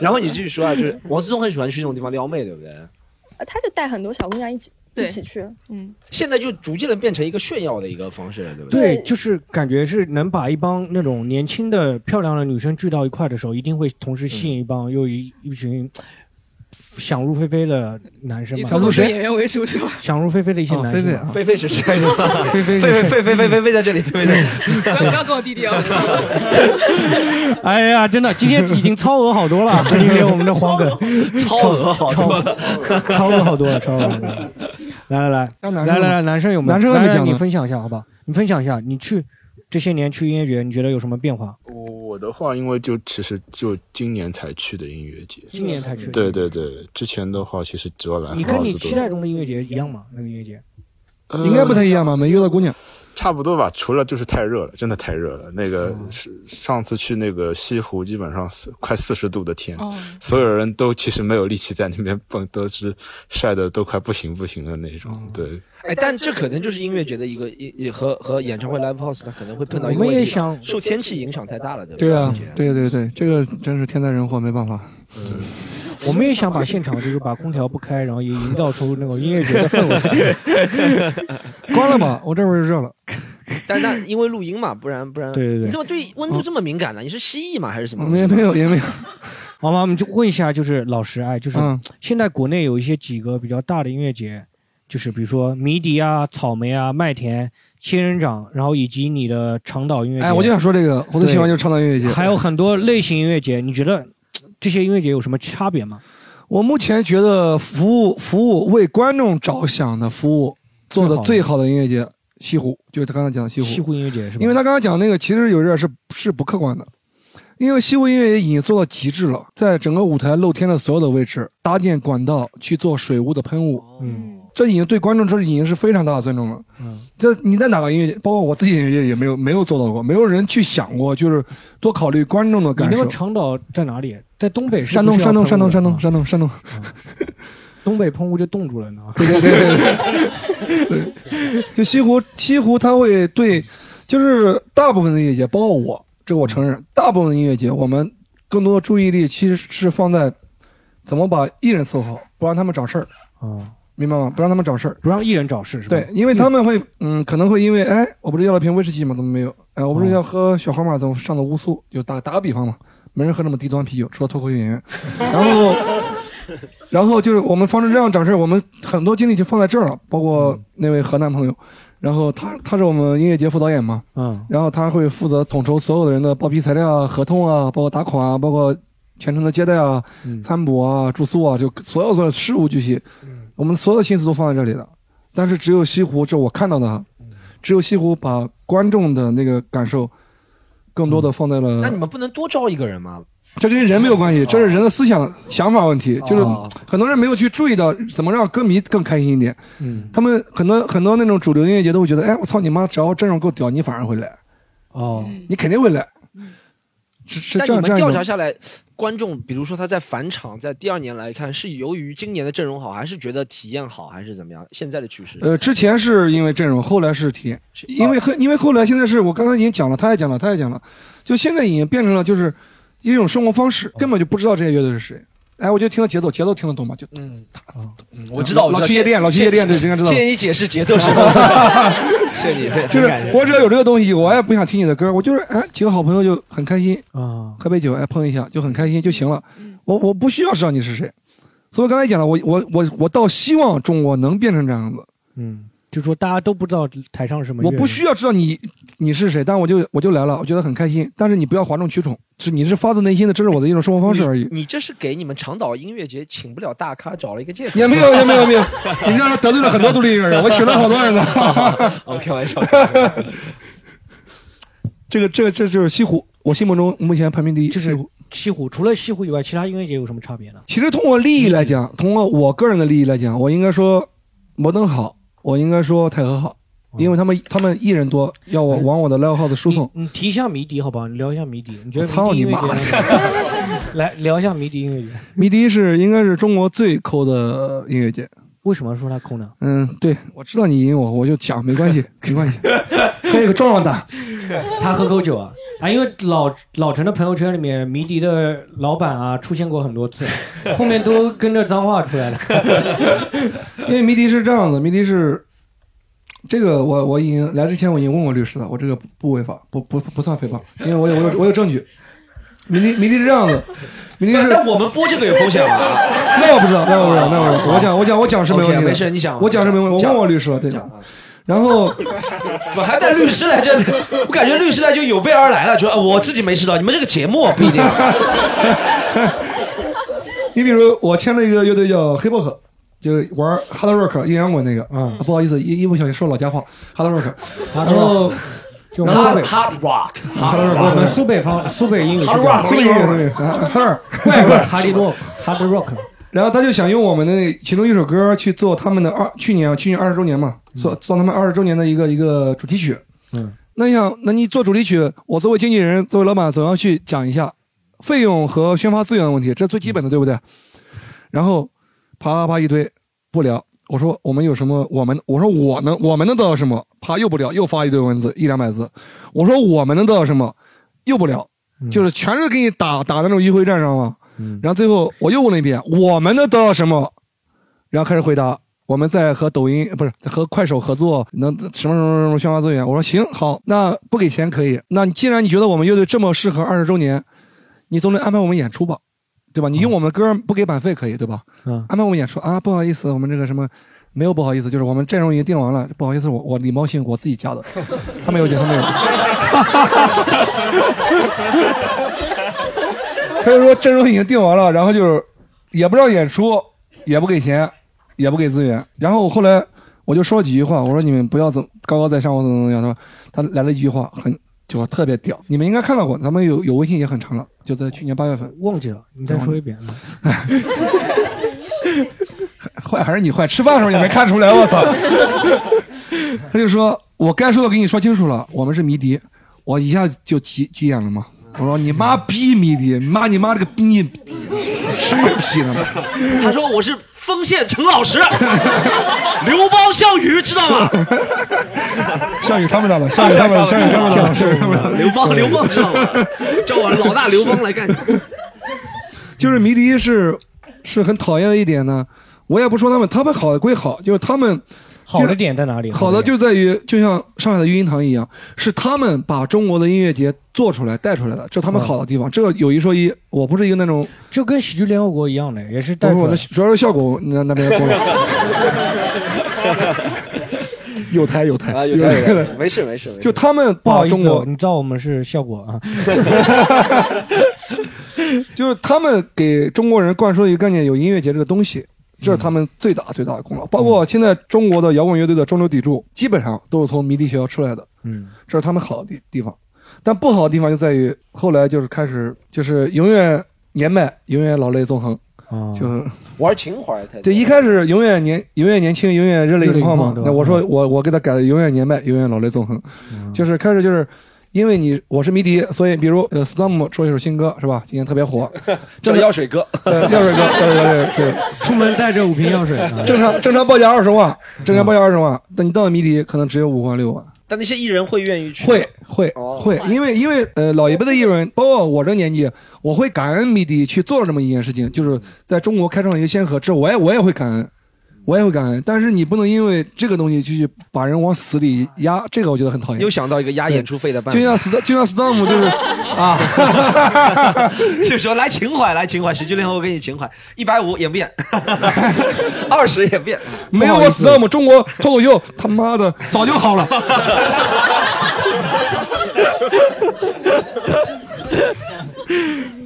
A: 然后你继续说啊，就是王思聪很喜欢去这种地方撩妹，对不对？
G: 呃他就带很多小姑娘一起
D: 对
G: 一起去，
D: 嗯，
A: 现在就逐渐的变成一个炫耀的一个方式了，对不对？
C: 对，就是感觉是能把一帮那种年轻的、漂亮的女生聚到一块的时候，一定会同时吸引一帮又一一群想入非非的男生
D: 以
C: 吧。
D: 脱口秀演员为主是 吧？
C: 想入非非的一些
H: 哦
C: 男
H: 菲
C: 生
H: 菲
C: 吧。
H: 啊，
A: 菲菲是谁？
C: 菲菲
A: 菲
C: 是
A: 菲菲菲菲菲菲在这里，菲菲在这里。
D: 不要不要跟我弟弟啊！
C: 哎呀，真的，今天已经超额好多 了，因为我们的黄梗
A: 超额好
C: 超
A: 多了，
C: 超额好多了，超额好多了。来来来，
B: 让男
C: 来
B: 生
C: 来来，男生有没有？
B: 男生还没
C: 来来
B: 讲呢
C: 你分享一下好不好？你分享一下，你去这些年去音乐节，你觉得有什么变化？
I: 我我的话，因为就其实就今年才去的音乐节，
C: 今年才去，
I: 对对对，之前的话其实只
A: 啊
I: 要来
C: 你
I: 福
C: 跟
I: 奥
C: 你
I: 斯多
C: 期待中的音乐节一样吗？那个音乐节，
I: 呃
B: 应该不太一样吧？没约到姑娘，
I: 差不多吧，除了就是太热了，真的太热了。那个是上次去那个西湖，基本上四快四十度的天，
D: 哦，
I: 所有人都其实没有力气在那边蹦，都是晒的都快不行不行的那种。对，
A: 哎，但这可能就是音乐节的一个一一和和演唱会 live house，它可能会碰到
C: 我
A: 一个
C: 们
A: 问
C: 也
A: 题，
C: 想
A: 受天气影响太大了，对不
B: 对啊
A: 音乐节，
B: 对对对，这个真是天灾人祸，没办法。
A: 嗯
C: 我们也想把现场就是把空调不开，然后也营造出那种音乐节的氛围。
B: 关了吧，我这边儿热了。
A: 但但因为录音嘛，不然不然。
C: 对对对
A: 你怎么对温度这么敏感啊呢？你是蜥蜴吗？还是什么？
B: 也没有也没有，
C: 好吗？我们就问一下，就是老实哎，就是
B: 嗯，
C: 现在国内有一些几个比较大的音乐节，就是比如说迷笛啊、草莓啊、麦田、仙人掌，然后以及你的长岛音乐节，
B: 哎，我就想说这个，我最喜欢就是唱到音乐节。
C: 还有很多类型音乐节，你觉得嘖这些音乐节有什么差别吗？
B: 我目前觉得服务服务为观众着想的服务做的最好的音乐节，西湖，就是他刚才讲的西湖，
C: 西湖音乐节是吧？
B: 因为他刚刚讲那个其实有点是是不客观的，因为西湖音乐节已经做到极致了，在整个舞台露天的所有的位置搭建管道去做水雾的喷雾，
C: 嗯
B: 这已经对观众这已经是非常大的尊重了。
C: 嗯，
B: 这你在哪个音乐节，包括我自己的音乐节也没有没有做到过，没有人去想过，就是多考虑观众的
C: 你
B: 感
C: 那
B: 受
C: 个。长岛在哪里？在东北是
B: 山
C: 不
B: 东，
C: 是要
B: 山东，
C: 喷
B: 山
C: 雾的
B: 东，山东，
C: 啊嗯
B: 山东，山东。
C: 东北喷雾就冻住了呢。
B: 对对对对对对， 就西湖，西湖它会对，就是大部分的音乐节，包括我，这个我承认，大部分的音乐节，我们更多的注意力其实是放在怎么把艺人伺候，不让他们找事儿，
C: 啊，
B: 明白吗？不让他们找事儿。
C: 不让艺人找事是吧？
B: 对，，因为他们会，嗯，可能会因为，哎，我不是要了瓶威士忌吗？怎么没有？哎，我不
C: 哦
B: 是要喝小黄马怎么上的乌苏？就打打个比方嘛，没人喝那么低端啤酒，除了脱口秀演员。然 后，然后就是我们方式这样展示，我们很多精力就放在这儿了，包括
C: 嗯
B: 那位河南朋友。然后他他是我们音乐节副导演嘛，
C: 嗯，
B: 然后他会负责统筹所有的人的报批材料啊、合同啊，包括打款啊，包括全程的接待啊、
C: 嗯
B: 餐补啊、住宿啊，就所有的事无巨细，我们所有的心思都放在这里了。但是只有西湖，这我看到的啊，
C: 嗯
B: 只有西湖把观众的那个感受更
C: 嗯
B: 多的放在了，
A: 那你们不能多招一个人吗？
B: 这跟人没有关系，这是人的思想、想法问题，就是
A: 哦
B: 很多人没有去注意到怎么让歌迷更开心一点。
C: 嗯，
B: 他们很多很多那种主流音乐节都会觉得，哎，我操你妈，只要阵容够屌，你反而会来。
C: 哦，
B: 你肯定会来。是
A: 嗯
B: 是
A: 但
B: 这
A: 你
B: 样
A: 们
B: 这样
A: 调
B: 一
A: 查
B: 种
A: 下来，观众比如说他在返场，在第二年来看，是由于今年的阵容好，还是觉得体验好，还是怎么样？现在的趋势，
B: 呃，之前是因为阵容，后来是体验，
A: 是哦
B: 因为后因为后来现在是我刚才已经讲了，他也讲了，他也讲了，就现在已经变成了就是一种生活方式，根本就不知道这些乐队是谁。哎，我就听到节奏，节奏听得懂吗？就
A: 嗯
C: 哦
A: 嗯我知道，我知
B: 老
A: 道
B: 去夜店，老去夜店，这应该知道。
A: 建议解释节奏是吧？ 谢谢你，谢谢
B: 就是我只要有这个东西，我也不想听你的歌，我就是哎几个好朋友就很开心，
C: 啊，
B: 喝杯酒，哎碰一下就很开心就行了
D: 嗯。
B: 我我不需要知道你是谁，所以我刚才讲了，我我我我倒希望中国能变成这样子。
C: 嗯，就说大家都不知道台上是什么乐
B: 我
C: 队，
B: 不需要知道你你是谁，但我就我就来了，我觉得很开心。但是你不要哗众取宠，是你是发自内心的，这是我的一种生活方式 而已。
A: 你这是给你们长岛音乐节请不了大咖找了一个借口
B: 也没有 也没有也没有，你这样得罪了很多独立音 乐人，我请了好多人呢。
A: 哦，开玩笑。
B: 这个这个这就是西湖，我心目中目前排名第一。
C: 就是
B: 西湖
C: 西湖，除了西湖以外，其他音乐节有什么差别呢？
B: 其实通过利益来讲，通过我个人的利益来讲，我应该说摩登好，我应该说太和好，因为他们他们艺人多，要我往我的 live house 输送。
C: 你嗯提一下迷笛好不好？你聊一下迷笛，你觉得
B: 操
C: 迷笛
B: 你妈
C: 音乐节 来聊一下迷笛音乐节，
B: 迷笛是应该是中国最抠的音乐节。
C: 为什么说它空呢？
B: 嗯，对，我知道你赢我，我就讲，没关系，没关系，喝一个壮壮胆。
C: 他喝口酒啊 啊！因为老老陈的朋友圈里面，迷笛的老板啊出现过很 多次，后面都跟着脏话出来了。
B: 因为迷笛是这样子，迷笛是这个我我已经来之前我已经问过律师了，我这个不违法，不不不算诽谤，因为我有我有我有证据。迷笛迷笛是这样子，迷笛是
A: 但我们播这个有风险吗？
B: 那我不知道，那我不知道，那我不知道我讲我讲我讲是没问题的
A: OK，没事你讲
B: 我讲是没问题，我
A: 讲啊
B: 问我律师了，对的。然后
A: 我还带律师来这，我感觉律师来就有备而来了，说啊我自己没吃到，你们这个节目不一 定。
B: 你比如我签了一个乐队叫黑薄荷，就是玩 hard rock 阴阳滚那个，啊，不好意思，一一不小心说老家话 hard rock，然后
C: 就
B: 然后
A: Hard hard rock，
B: hard rock，
C: 我们苏北方苏北英语是
A: Hard
C: 这
A: rock
C: 样，
B: 苏北英语，苏 北英语啊 hard rock。
C: 怪味哈利洛哈利 rock，
B: 然后他就想用我们的其中一首歌去做他们的二去年去年二十周年嘛，做做他们二十周年的一个一个主题曲。
C: 嗯，
B: 那你想，那你做主题曲，我作为经纪人，作为老板，总要去讲一下费用和宣发资源的问题，这最基本的，对不对？然后啪啪啪一堆，不聊。我说我们有什么？我们我说我能我们能得到什么？啪又不聊，又发一堆文字，一两百字。我说我们能得到什么？又不聊，就是全是给你打打那种迂回战上嘛。然后最后我又问了一遍，我们能得到什么？然后开始回答，我们在和抖音不是在和快手合作，能什么什么什么宣发资源。我说行好，那不给钱可以。那你既然你觉得我们乐队这么适合二十周年，你总得安排我们演出吧， 对吧？你用我们歌不给版费可以，对吧？
C: 嗯
B: 安排我们演出啊，不好意思，我们这个什么。没有不好意思，就是我们阵容已经定完了，不好意思，我我礼貌性我自己 加的，他没有钱，他没有。 他就说阵容已经定完了，然后就是也不让演出，也不给钱，也不给资源。然后后来我就说了几句话，我说你们不要怎么高高在上，我怎么怎么样。他说他来了一句话，很就特别屌，你们应该看到过，咱们有有微信也很长了，就在去年八月份。
C: 忘记了，你再说一遍。
B: 坏还是你坏？吃饭的时候你没看出来，我操！ 他就说我该说的给你说清楚了，我们是迷笛，我一下就急急眼了嘛。我说你妈逼迷笛，妈你妈这个逼笛，什么逼呢？
A: 他说我是丰县陈老师， 刘邦项羽知道 吗？
B: 项羽他们到了，项羽他们，项羽他们到了， 项羽他们到了。
A: 刘邦 刘邦知道吗？叫我老大刘邦来干。
B: 就是迷笛是是很讨厌的一点呢，我也不说他们，他们好归好，就是他们
C: 好的点在哪里？
B: 好的
C: 点
B: 就在于，就像上海的育婴堂一样，是他们把中国的音乐节做出来、带出来的，这是他们好的地方。这个有一说一，我不是一个那种，
C: 就跟喜剧联合国一样的，也是
B: 我
C: 带
B: 说
C: 出
B: 我
C: 来
B: 的
C: 的。
B: 主要是效果那那边的功能。 有台有台
A: 啊，有
B: 台
A: 点有点，没事没事没事。
B: 就他们
C: 不好
B: 把
C: 意
B: 中
C: 思
B: 国，
C: 你知道我们是效果 啊，
B: 就是他们给中国人灌输了一个概念，有音乐节这个东西，这是他们最大最大的
C: 嗯
B: 功劳。包括现在中国的摇滚乐队的中流砥柱，基本上都是从迷笛学校出来的，
C: 嗯，
B: 这是他们好的地地方。但不好的地方就在于后来就是开始就是永远年迈，永远老泪纵横，
C: 啊，
B: 就是
A: 嗯玩情怀才
B: 哦对一开始永远年永远年轻，永远热泪盈眶嘛
C: 热泪盈眶对。吧嗯
B: 那我说我我给他改的永远年迈，永远老泪纵横，就是开始就是。因为你我是迷笛，所以比如呃，Storm 出一首新歌是吧？今年特别火，
A: 叫 药水哥，
B: 呃，药水哥，对对 对对，
C: 出门带着五瓶药水，嗯啊
B: 正常正常报价二十万，正常报价二十万，但你到了谜底可能只有五万六万，
A: 但那些艺人会愿意去。
B: 会会
A: 哦
B: 会，因为因为呃老一辈的艺人，包括我这个年纪，我会感恩谜底去做了这么一件事情，就是在中国开创了一个先河，这我也我也会感恩。我也会感恩，但是你不能因为这个东西就去把人往死里压，这个我觉得很讨厌
A: 又。想到一个压演出费的办
B: 就
A: 法，
B: 像 Storm，就像 Storm 就是啊，
A: 就说来情怀，来情怀，喜剧联合国给你情怀，一百五演不 演？二十演不演？
B: 没有
C: 不好
B: 我
C: 意思
B: Storm，中国脱口秀他妈的早就好了。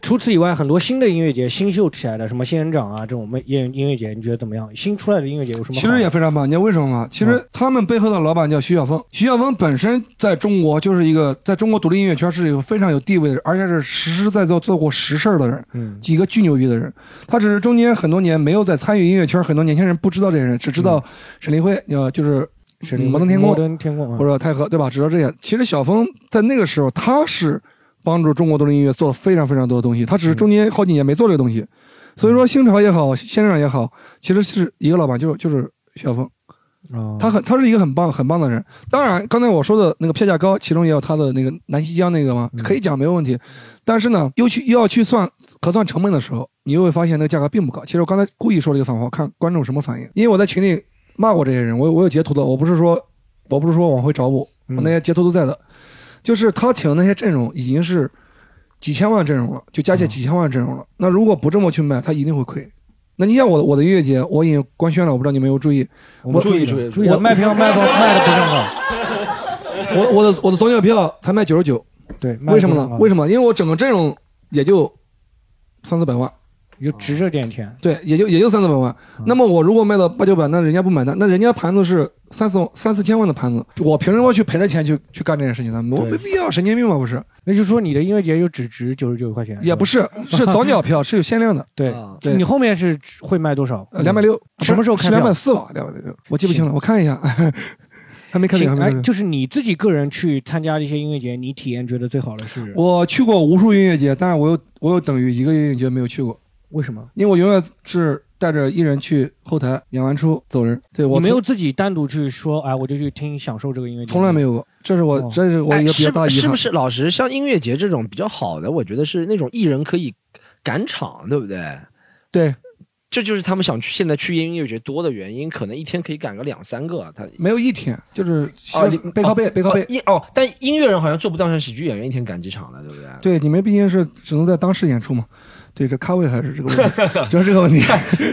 C: 除此以外，很多新的音乐节新秀起来的，什么仙人掌啊这种音音乐节，你觉得怎么样？新出来的音乐节有什么好？
B: 其实也非常棒，你知道为什么吗？其
C: 嗯
B: 实他们背后的老板叫徐小凤，徐小凤本身在中国就是一个在中国独立音乐圈是一个非常有地位的人，而且是实实在在做过实事儿的人，
C: 嗯
B: 一个巨牛逼的人。他只是中间很多年没有在参与音乐圈，很多年轻人不知道这些人，只知道沈立辉，呃，就是
C: 是
B: 摩登天空
C: 摩嗯登天空啊
B: 或者太和，对吧？只到这些。其实小峰在那个时候，他是帮助中国独立音乐做了非常非常多的东西，他只是中间好几年没做这个东西。所以说，新潮也好，先生也好，其实是一个老板，就是就是小峰。
C: 哦
B: 他很，他是一个很棒、很棒的人。当然，刚才我说的那个票价高，其中也有他的那个南溪江那个嘛，可以讲没有问题。但是呢，又去又要去算核算成本的时候，你又会发现那个价格并不高。其实我刚才故意说了一个反话，看观众什么反应。因为我在群里骂过这些人，我有我有截图的，我不是说我不是说往回找补，
C: 嗯
B: 我那些截图都在的。就是他请的那些阵容已经是几千万阵容了，就加
C: 嗯
B: 起来几千万阵容了。那如果不这么去卖，他一定会亏。那你像我的我的音乐节，我已经官宣了，我不知道你们有没有注意。
C: 我们注意注意注意了卖票卖 票卖得非常好。
B: 我我的我的总奖票才卖九十九，
C: 对，卖得
B: 为什么
C: 非常好
B: 呢？为什么？因为我整个阵容也就三四百万，
C: 你就值这点钱。
B: 对，也就也就三四百万。
C: 嗯
B: 那么我如果卖到八九百，那人家不买单，那人家盘子是三四三四千万的盘子，我凭什么去赔着钱去去干这件事情呢？我没必要，神经病吗？不是，
C: 那就说你的音乐节就只值九十九块钱，
B: 也不是，是早鸟票，是有限 量的。
C: 对
A: 啊
B: 对
C: 你后面是会卖多少？
B: 两百六，
C: 什么时候
B: 是
C: 开？
B: 两百四吧？两百六，我记不清了，我看一下， 还没开始，还
C: 行，
B: 没开
C: 哎
B: 始，。
C: 就是你自己个人去参加一些音乐节，你体验觉得最好的是
B: 我去过无数音乐节，但是我有我有等于一个音乐节没有去过，
C: 为什么？
B: 因为我永远是带着艺人去后台演完出走人。对我
C: 你没有
B: 从
C: 自己单独去说，哎，我就去听享受这个音乐节，
B: 从来没有过，这是我、这是我一个比较大
A: 哎
B: 的遗
A: 是
B: 憾。
A: 是 不是？老实，像音乐节这种比较好的，我觉得是那种艺人可以赶场，对不对？
B: 对，
A: 这就是他们想去现在去音乐节多的原因，可能一天可以赶个两三个。他
B: 没有一天，就是
A: 哦，
B: 是
A: 你
B: 背靠背，
A: 哦
B: 背靠
A: 哦
B: 背。
A: 音哦，但音乐人好像做不到像喜剧演员一天赶几场了，对不对？
B: 对，你们毕竟是只能在当时演出嘛。对，这咖位还是这个 问 题，主要是这个问题。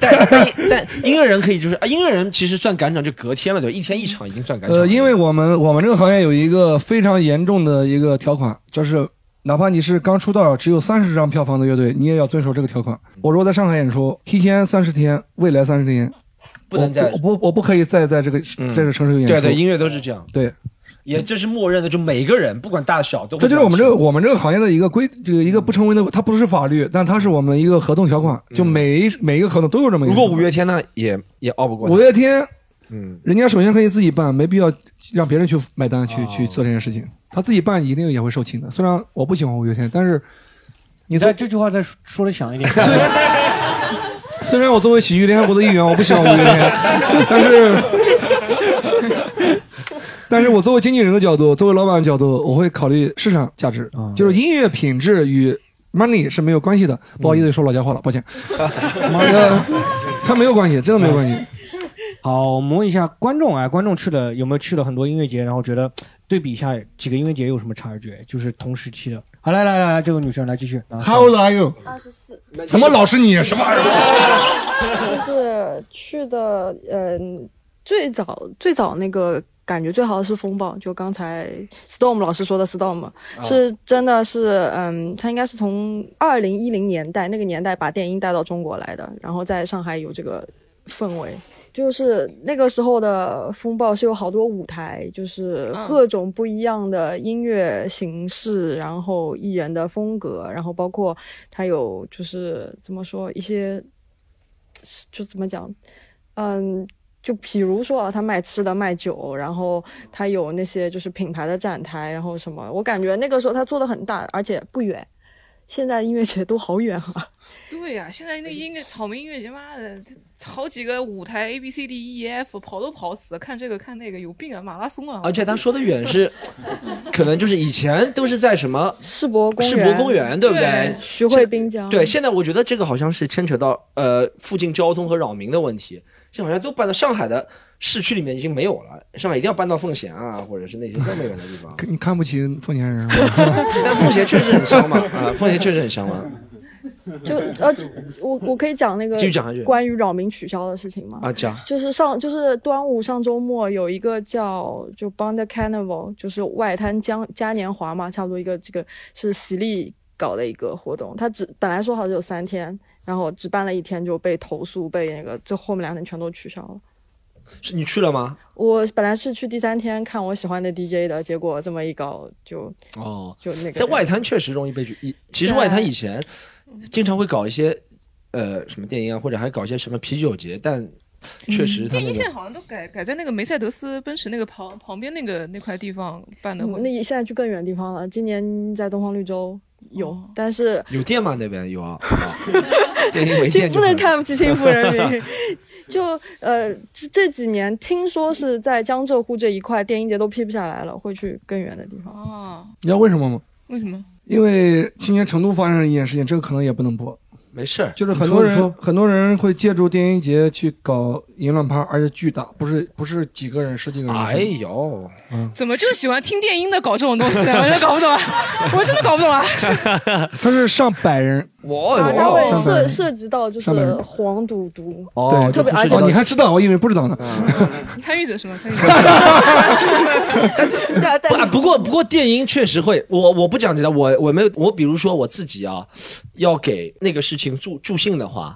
A: 但但但音乐人可以就是啊，音乐人其实算赶场就隔天了，对吧，一天一场已经算赶场了。
B: 呃，因为我们我们这个行业有一个非常严重的一个条款，就是哪怕你是刚出道只有三十张票房的乐队，你也要遵守这个条款。
A: 嗯
B: 我如果在上海演出，提前三十天，未来三十天，
A: 不能再
B: 我我不我不可以再在这个、
A: 嗯
B: 在这个城市演出。
A: 对对，音乐都是这样，
B: 对，
A: 也这是默认的，就每个人不管大小都会
B: 这就是我们这
A: 样
B: 个我们这个行业的一个规，这个一个不成文的，它不是法律，但它是我们一个合同条款，就每一、每一个合同都有这么
A: 嗯
B: 一
A: 如
B: 个。
A: 果五月天呢，也也熬不过他。
B: 五月天，
A: 嗯，
B: 人家首先可以自己办，没必要让别人去买单去、去做这件事情。他自己办一定也会受罄的。虽然我不喜欢五月天，但是你
C: 你在
B: 在
C: 这句话再说说的响一点，
B: 虽然我作为喜剧联合国的一员，我不喜欢五月天，但是。但是我作为经纪人的角度，作为老板的角度，我会考虑市场价值，就是音乐品质与 money 是没有关系的。不好意思，说老家话了，抱歉。妈的，它没有关系，真的没有关系。
C: 好，我们问一下观众啊，观众去了有没有去了很多音乐节，然后觉得对比一下几个音乐节有什么差距，就是同时期的。好，来来来来，这个女生来继续。啊
B: How old are you？
G: 二十四，
B: 怎么老是你？什么玩意儿？
G: 就是去的，嗯，最早最早那个感觉最好的是风暴，就刚才 Storm 老师说的 Storm，、是真的是，嗯，他应该是从二零一零年代那个年代把电音带到中国来的，然后在上海有这个氛围。就是那个时候的风暴是有好多舞台，就是各种不一样的音乐形式，然后艺人的风格，然后包括它有就是怎么说一些是就怎么讲，嗯，就比如说啊，他卖吃的、卖酒，然后他有那些就是品牌的展台，然后什么，我感觉那个时候他做的很大，而且不远。现在音乐节都好远啊！
D: 对呀、现在那个音乐草莓音乐节，妈的，好几个舞台 A B C D E F 跑都跑死，看这个看那个，有病啊，马拉松啊！
A: 而且他说的远是，可能就是以前都是在什么
G: 世博公园
A: 世博公园，对不
D: 对
G: 徐汇滨江，
A: 对，现在我觉得这个好像是牵扯到呃附近交通和扰民的问题，现在好像都搬到上海的市区里面已经没有了，上海一定要搬到奉贤啊，或者是那些更远的地方。
B: 你看不起凤年人吗？ 啊
A: 但奉贤确实很香嘛，啊，奉贤确实很香嘛。
G: 就呃，我我可以讲那个
A: 继续讲下去
G: 关于扰民取消的事情吗？
A: 啊，讲
G: 就是上就是端午上周末有一个叫就 Bond Carnival，就是外滩江嘉年华嘛，差不多一个这个是喜力搞的一个活动，他只本来说好只有三天，然后只办了一天就被投诉，被那个最后面两天全都取消了。
A: 是你去了吗？
G: 我本来是去第三天看我喜欢的 DJ 的，结果这么一搞就
A: 哦，
G: 就那个
A: 在外滩确实容易被举。一其实
G: 对
A: 外滩以啊前经常会搞一些呃什么电影啊，或者还搞一些什么啤酒节，但确
G: 嗯
A: 实他
D: 嗯电
A: 那
D: 音现在
A: 个
D: 好像都改改在那个梅赛德斯奔驰那个旁旁边那个那块地方办的
G: 我嗯
D: 婚
G: 们那
D: 礼。
G: 现在去更远地方了，今年在东方绿洲有，但是
A: 有店吗？那边有 啊，啊电影没
G: 这
A: 见就
G: 不能
A: 好
G: 看不起幸福人 民。就呃，这这几年听说是在江浙沪这一块电音节都批不下来了，会去更远的地方。
D: 哦，
B: 你知道为什么吗？
D: 为什么？
B: 因为今年成都发生了一件事情，这个可能也不能播，
A: 没事儿，
B: 就是很多
H: 你说
B: 人
H: 你
B: 很多人会借助电音节去搞淫乱趴，而且巨大，不是不是嗯几个人，十几个人。
A: 哎呦，
D: 怎么就喜欢听电音的搞这种东西啊？我 真的搞不懂啊！我真的搞不懂啊！
B: 他是上百人，
A: 我
G: 啊，它会
B: 上班
G: 涉涉及到就
B: 上班
G: 是黄赌毒，
A: 哦，
B: 对
A: 就
G: 特别
A: 不是嗯
G: 而且
B: 哦，你还知道？我以为不知道呢。
D: 参与者是吗？参与者。
F: 对啊，但
A: 不啊，不过不过电音确实会，我我不讲其他，我我没有我比如说我自己啊，要给那个事情助助兴的话，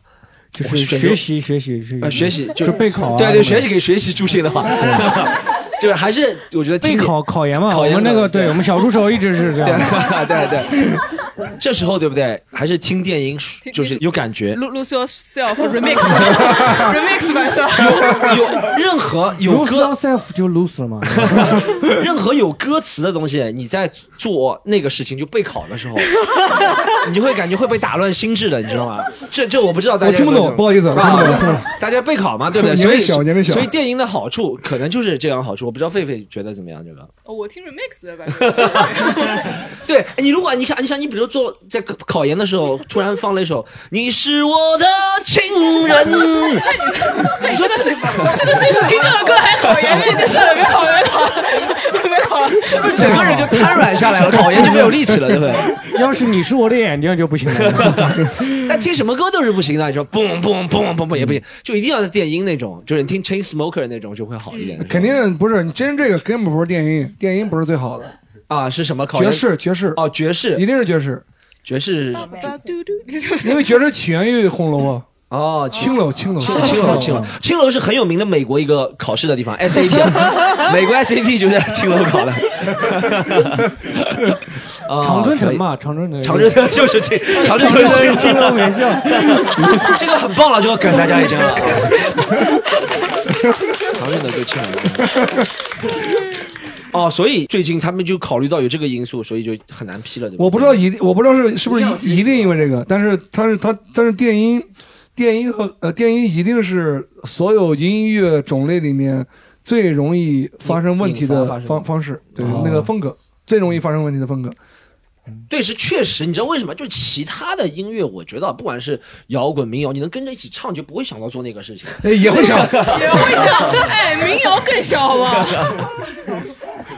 C: 就是
A: 我选择
C: 学习学习学
A: 呃
C: 习
A: 学习就
C: 就备考啊，
A: 对对，学习给学习助兴的话，就是还是我觉得
C: 备
A: 听
C: 考考研嘛，
A: 考研
C: 我们那
A: 嘛
C: 个
A: 对
C: 对我们小助手一直是这
A: 对
C: 样。
A: 对对，这时候对不对？还是听电音就是有感觉，
D: Lo- Lose yourself remix，remix 版是吧？
A: 有任何有
C: Lose
A: 歌
C: yourself 就 lose 了嘛，
A: 任何有歌词的东西，你在做那个事情就备考的 时候，你就会感觉会被打乱心智的，你知道吗？这这我不知道大家
B: 我听不
A: 有没有
B: 懂，不好意思，我听不懂，我听不懂。
A: 大家备考嘛，对不对？
B: 年
A: 所以
B: 龄小年龄小
A: 所以电音的好处可能就是这样好处。我不知道狒狒觉得怎么样这个？
D: 哦我听 remix 的版本。
A: 对哎你，如果你想你想你比如做在考考研的时候，突然放了一首《你是我的情人》，
D: 哎，这个岁这个岁数听这个歌还考研，那就算了，别考了，别考了，别考了。
A: 是不是整个人就瘫软下来了？考研就没有力气了，对不对？
C: 要是你是我的眼睛就不行了。
A: 但听什么歌都是不行的，你说嘣嘣嘣嘣嘣也不行，就一定要是电音那种，就是你听 Chain Smoker 那种就会好一点。
B: 肯定不是，你真这个根本不是电音，电音不是最好的，
A: 啊，是什么考
B: 爵
A: 研？
B: 士爵士，
A: 哦，爵士
B: 一，定是爵士，
A: 爵士
D: 嘟嘟
B: 因为爵士起源于红楼啊，
A: 哦，
B: 青楼青楼
A: 青楼，青楼，青楼是很有名的美国一个考试的地方，SAT，美国 SAT 就在青楼考的。啊
C: 长春藤，嘛，长春藤，
A: 可以长春藤就是 这，长春
C: 长
A: 藤
C: 春
A: 是
C: 藤金融名校。
A: 这个很棒了，这个梗大家已经了。 长春藤就青楼。哦，所以最近他们就考虑到有这个因素，所以就很难批了。对吧
B: 我不知道一定，我不知道是是不是一一定因为这个，但是它是它，但是电音，电音和呃电音一定是所有音乐种类里面最容易发生问题
A: 引发发
B: 的
A: 生
B: 方方式，对、
C: 哦
B: 那个风格最容易发生问题的风格。
A: 对，是确实，你知道为什么？就其他的音乐，我觉得不管是摇滚、民谣，你能跟着一起唱，你就不会想到做那个事情。
B: 哎，也会想
D: 也会笑，哎，民谣更笑好不
A: 啊
D: 好？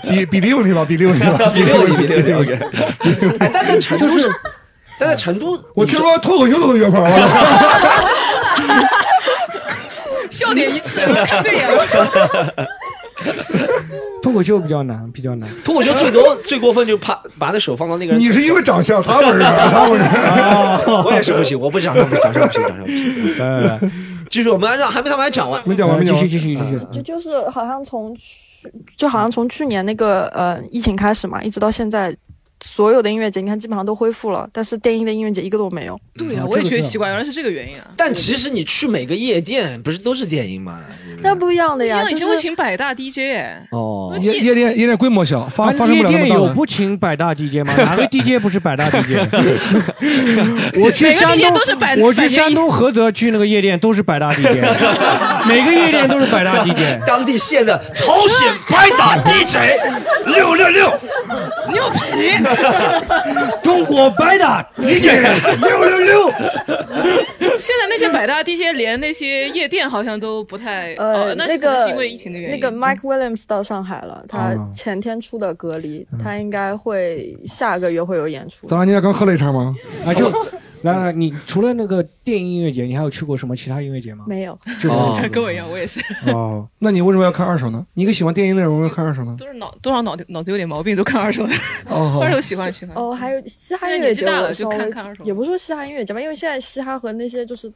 B: 比比例问题吧，比例问题吧，
A: 比六一比六一，OK。哎，但在成都是，但在成都，
B: 我听说脱口秀都能约炮，完了
D: 笑点一致，我看对眼了。
C: 脱口秀比较难，比较难。
A: 脱口秀最多最过分就怕把那手放到那个，
B: 你是因为长相，他不 是， 他不是。
C: 啊
A: 我也是不行，我不想，我不想，不行，不行。
C: 来来来，
A: 就是我们按照还没他们还讲完，啊
B: 没讲完，没讲
C: 哎继续继续
B: 完。
C: 继续。
G: 就就是好像从去，就好像从去年那个呃疫情开始嘛，一直到现在，所有的音乐节你看基本上都恢复了，但是电音的音乐节一个都没有。
D: 对
B: 嗯
D: 呀，我也觉得奇怪，原来是这个原因啊。
A: 但其实你去每个夜店，不是都是电音吗？
G: 那不一样的
D: 因
G: 呀，
D: 为以前
G: 就
D: 会
G: 是
D: 请百大 DJ 哎，
A: 哦
B: 夜夜店夜店规模小，发发生
C: 夜
B: 不了那
C: 店
B: 么大
C: 有
B: 的。
C: 不请百大 DJ 吗？哪个 DJ 不是百大 DJ？我去
D: 每个
C: 山
D: DJ
C: 东
D: 都是百，
C: 我
D: 百
C: 去
D: 年
C: 山
D: 一
C: 东菏泽去那个夜店都是百大 DJ，每个夜店都是百大 DJ。
A: 当地现的朝鲜百打 DJ 六六六
D: 牛皮，
C: 中国百大 DJ
B: 六六六，
D: 现在那些百大 DJ 连那些夜店好像都不太，
G: 呃
D: 哦，那
G: 那
D: 是可能
G: 个
D: 是因为疫情的原
G: 那
D: 因。嗯
G: 个 Mike Williams 到上海了，他
B: 哦
C: 嗯
G: 前天出的隔离，他应该会下个月会有演出
B: 早。嗯上你俩刚喝了一场吗？
C: 啊，就来来，你除了那个电影音乐节，你还有去过什么其他音乐节吗？
G: 没有，
C: 就
A: 哦
D: 跟我一样，我也是，
C: 哦，
B: 那你为什么要看二手呢？你一个喜欢电音的人，为什么要看二手呢？
D: 都是 脑多少脑脑子有点毛病，都看二手的，
B: 哦，
D: 二手喜欢喜欢。
G: 哦，还有嘻哈
D: 现在
G: 音
D: 年
G: 乐
D: 纪
G: 节，
D: 大
G: 我
D: 了就
G: 稍微
D: 看看二手
G: 也不是说嘻哈音乐节吧，因为现在嘻哈和那些就是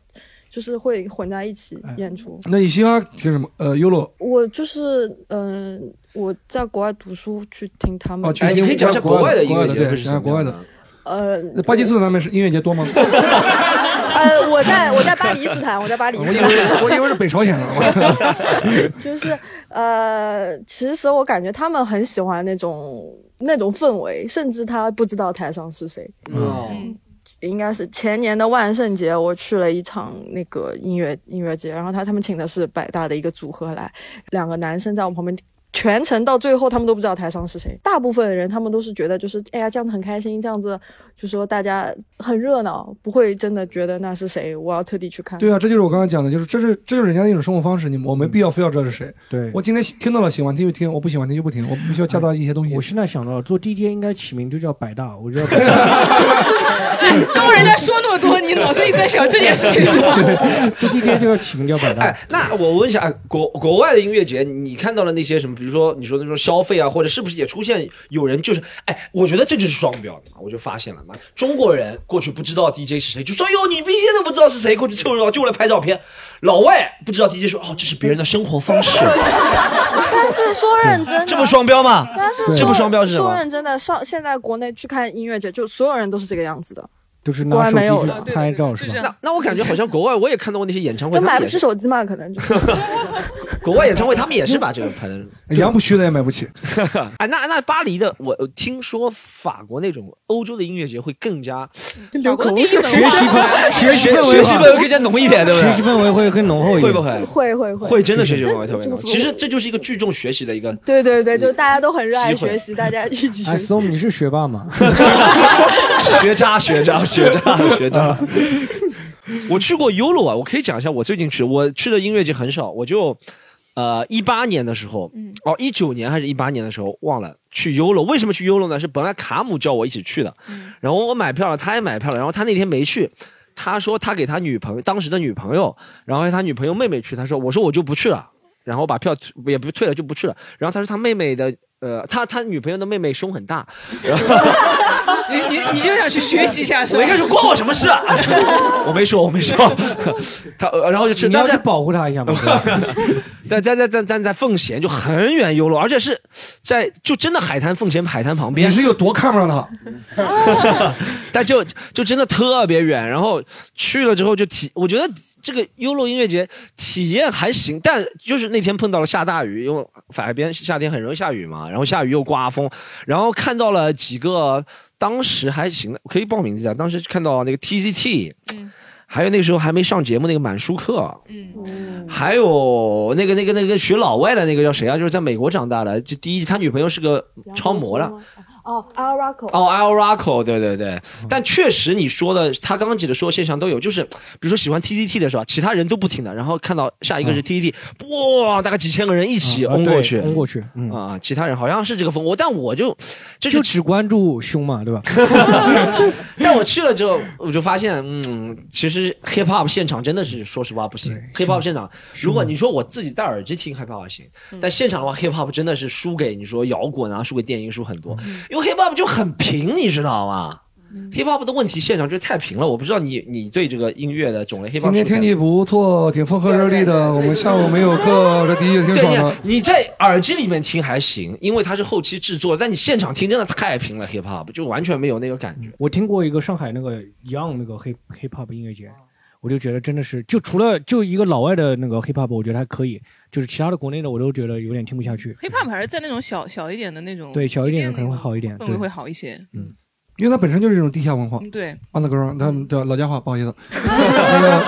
G: 就是会混在一起
B: 哎
G: 演出。
B: 那你嘻哈听什么？呃，Ulo
G: 我就是嗯、我在国外读书去听他们，
B: 哦去
A: 哎，你可以讲一下国外的音乐节，
B: 国外的对讲一下国外的
A: 的。
G: 呃，
B: 那巴基斯坦那边是音乐节多吗？
G: 呃，我在我在巴黎斯坦，我在巴黎
B: 我
G: 斯
B: 以
G: 坦。
B: 为我以为是北朝鲜呢。
G: 就是呃，其实我感觉他们很喜欢那种那种氛围，甚至他不知道台上是谁。
B: 哦
A: 嗯，
G: 应该是前年的万圣节，我去了一场那个音乐音乐节，然后他他们请的是百大的一个组合来，两个男生在我旁边。全程到最后，他们都不知道台上是谁。大部分人他们都是觉得，就是哎呀，这样子很开心，这样子就说大家很热闹，不会真的觉得那是谁，我要特地去看。
B: 对啊，这就是我刚才讲的，就是这是这就是人家的一种生活方式，你我没必要非要知道是谁。
C: 对
B: 我今天喜听到了喜欢听就听，我不喜欢听就不听，我必须要加大一些东西。
C: 我现在想到做 DJ 应该起名就叫百 大，我知道。
D: 当人家说那么多，你脑子里在想这件事情是吧？
C: 做 DJ 就要起名叫百大
A: 哎。，那我问一下，哎国国外的音乐节，你看到了那些什么？比如说你说那种消费啊，或者是不是也出现有人就是，哎，我觉得这就是双标的嘛，我就发现了嘛。中国人过去不知道 DJ 是谁，就说哟你 DJ 都不知道是谁，过去凑热闹就来拍照片。老外不知道 DJ 说哦这是别人的生活方式，
G: 但是说认真的，
A: 这不双标吗？
G: 但是
C: 对
A: 这不双标是什么
G: 说认真的，上现在国内去看音乐节，就所有人都是这个样子的，
C: 都是
G: 国
C: 拿
G: 外
C: 手
G: 没有
C: 机
G: 了
D: 对对
C: 去
D: 对
C: 拍照
D: 就是这
C: 吧？
D: 样
A: 那那 我感觉好像国外我也看到过那些演唱
G: 就
A: 会，他
G: 买
A: 们
G: 不
A: 也
G: 起
A: 是
G: 手机嘛，可能就是。
A: 国外演唱会他们也是把这个拍的。
B: 羊不虚的也买不起。
A: 哎，那那巴黎的，我我听说法国那种欧洲的音乐节会更加
G: 流口水
D: 学
C: 学习氛，学习氛围
A: 学习
C: 吧
A: 氛围更加浓一点，对不
C: 学习
A: 对？
C: 氛围会更浓厚一
A: 会
C: 点。
A: 不会？
G: 会会 会
A: 会真的学习氛围特别
G: 这
A: 浓。
G: 个
A: 其实这就是一个聚众学习的一个，
G: 对对对，就大家都很热爱
A: 机会
G: 学习，大家一起
C: 哎
G: 学习。
C: ，Storm，你是学霸 吗？
A: 学渣，学渣，学渣，学渣。 我去过 Ulu 啊，我可以讲一下我最近去，我去的音乐节很少，我就呃一八年的时候，
D: 嗯
A: 哦一九年还是一八年的时候忘了去 Ulu，为什么去 Ulu 呢？是本来卡姆叫我一起去的，然后我买票了，他也买票了，然后他那天没去。他说他给他女朋友当时的女朋友，然后他女朋友妹妹去，他说我说我就不去了，然后把票退也不退了就不去了。然后他说他妹妹的呃他他女朋友的妹妹胸很大，
D: 你你你就想去学习一 下是
A: 我
D: 吧
A: 一？开始关我什么 事啊？我没说，我没说。 他呃然后就吃，
C: 你
A: 但
C: 要去
A: 在
C: 保护他一下嘛。对吧
A: 但但但但但在奉贤就很远游路，而且是在就真的海滩奉贤海滩旁
B: 你
A: 边，
B: 是有多看不上他？
A: 但就就真的特别远。然后去了之后就体，我觉得这个优乐音乐节体验还行，但就是那天碰到了下大雨，因为法海边夏天很容易下雨嘛，然后下雨又刮风，然后看到了几个当时还行的，可以报名字啊，当时看到那个 TCT，
D: 嗯
A: 还有那个时候还没上节目那个满舒克，
D: 嗯，
A: 还有那个那个那个学老外的那个叫谁啊？就是在美国长大的，就第一他女朋友是个超模了。
G: 哦 a r a c o
A: 哦 a l r a c o 对对对。
C: 嗯
A: 但确实你说的，他刚刚记得说线上都有，就是比如说喜欢 TCT 的是吧？其他人都不听的，然后看到下一个是 TCT，哇，大概几千个人一起
C: 嗯啊
A: 嗡
C: 对
A: 过去。
C: 嗡过去，嗯，
A: 啊、其他人好像是这个风，我但我就这
C: 就
A: 就
C: 只关注胸嘛，对吧？
A: 但我去了之后，我就发现，嗯，其实 hip hop 现场真的是说实话不行。hip hop 现场，如果你说我自己戴耳机听 hip hop 还行，但现场的话，hip hop 真的是输给你说摇滚啊，输给电音，输很多。因为 hip hop 就很平，你知道吗？hip hop 的问题现场就是太平了。我不知道你你对这个音乐的种类 hip hop
B: 今天天气不错，挺风和日丽的。我们下午没有 课，这的确挺
A: 对
B: 爽的。
A: 你，你在耳机里面听还行，因为它是后期制作，但你现场听真的太平了，hip hop 就完全没有那个感觉。
C: 我听过一个上海那个 Young 那个 hip hip hop 音乐节，我就觉得真的是，就除了就一个老外的那个 hip hop，我觉得还可以，就是其他的国内的我都觉得有点听不下去。
D: 黑怕还是在那种小小一点的那
A: 嗯
D: 种，
C: 对，小一点的
D: 那
C: 可能会
D: 种
C: 好一点。
D: 氛围
C: 对，
D: 会好一些。
B: 因为它本身就是一种地下文化
D: 嗯，对，
B: ，underground，他们对老家话不好意思， 那个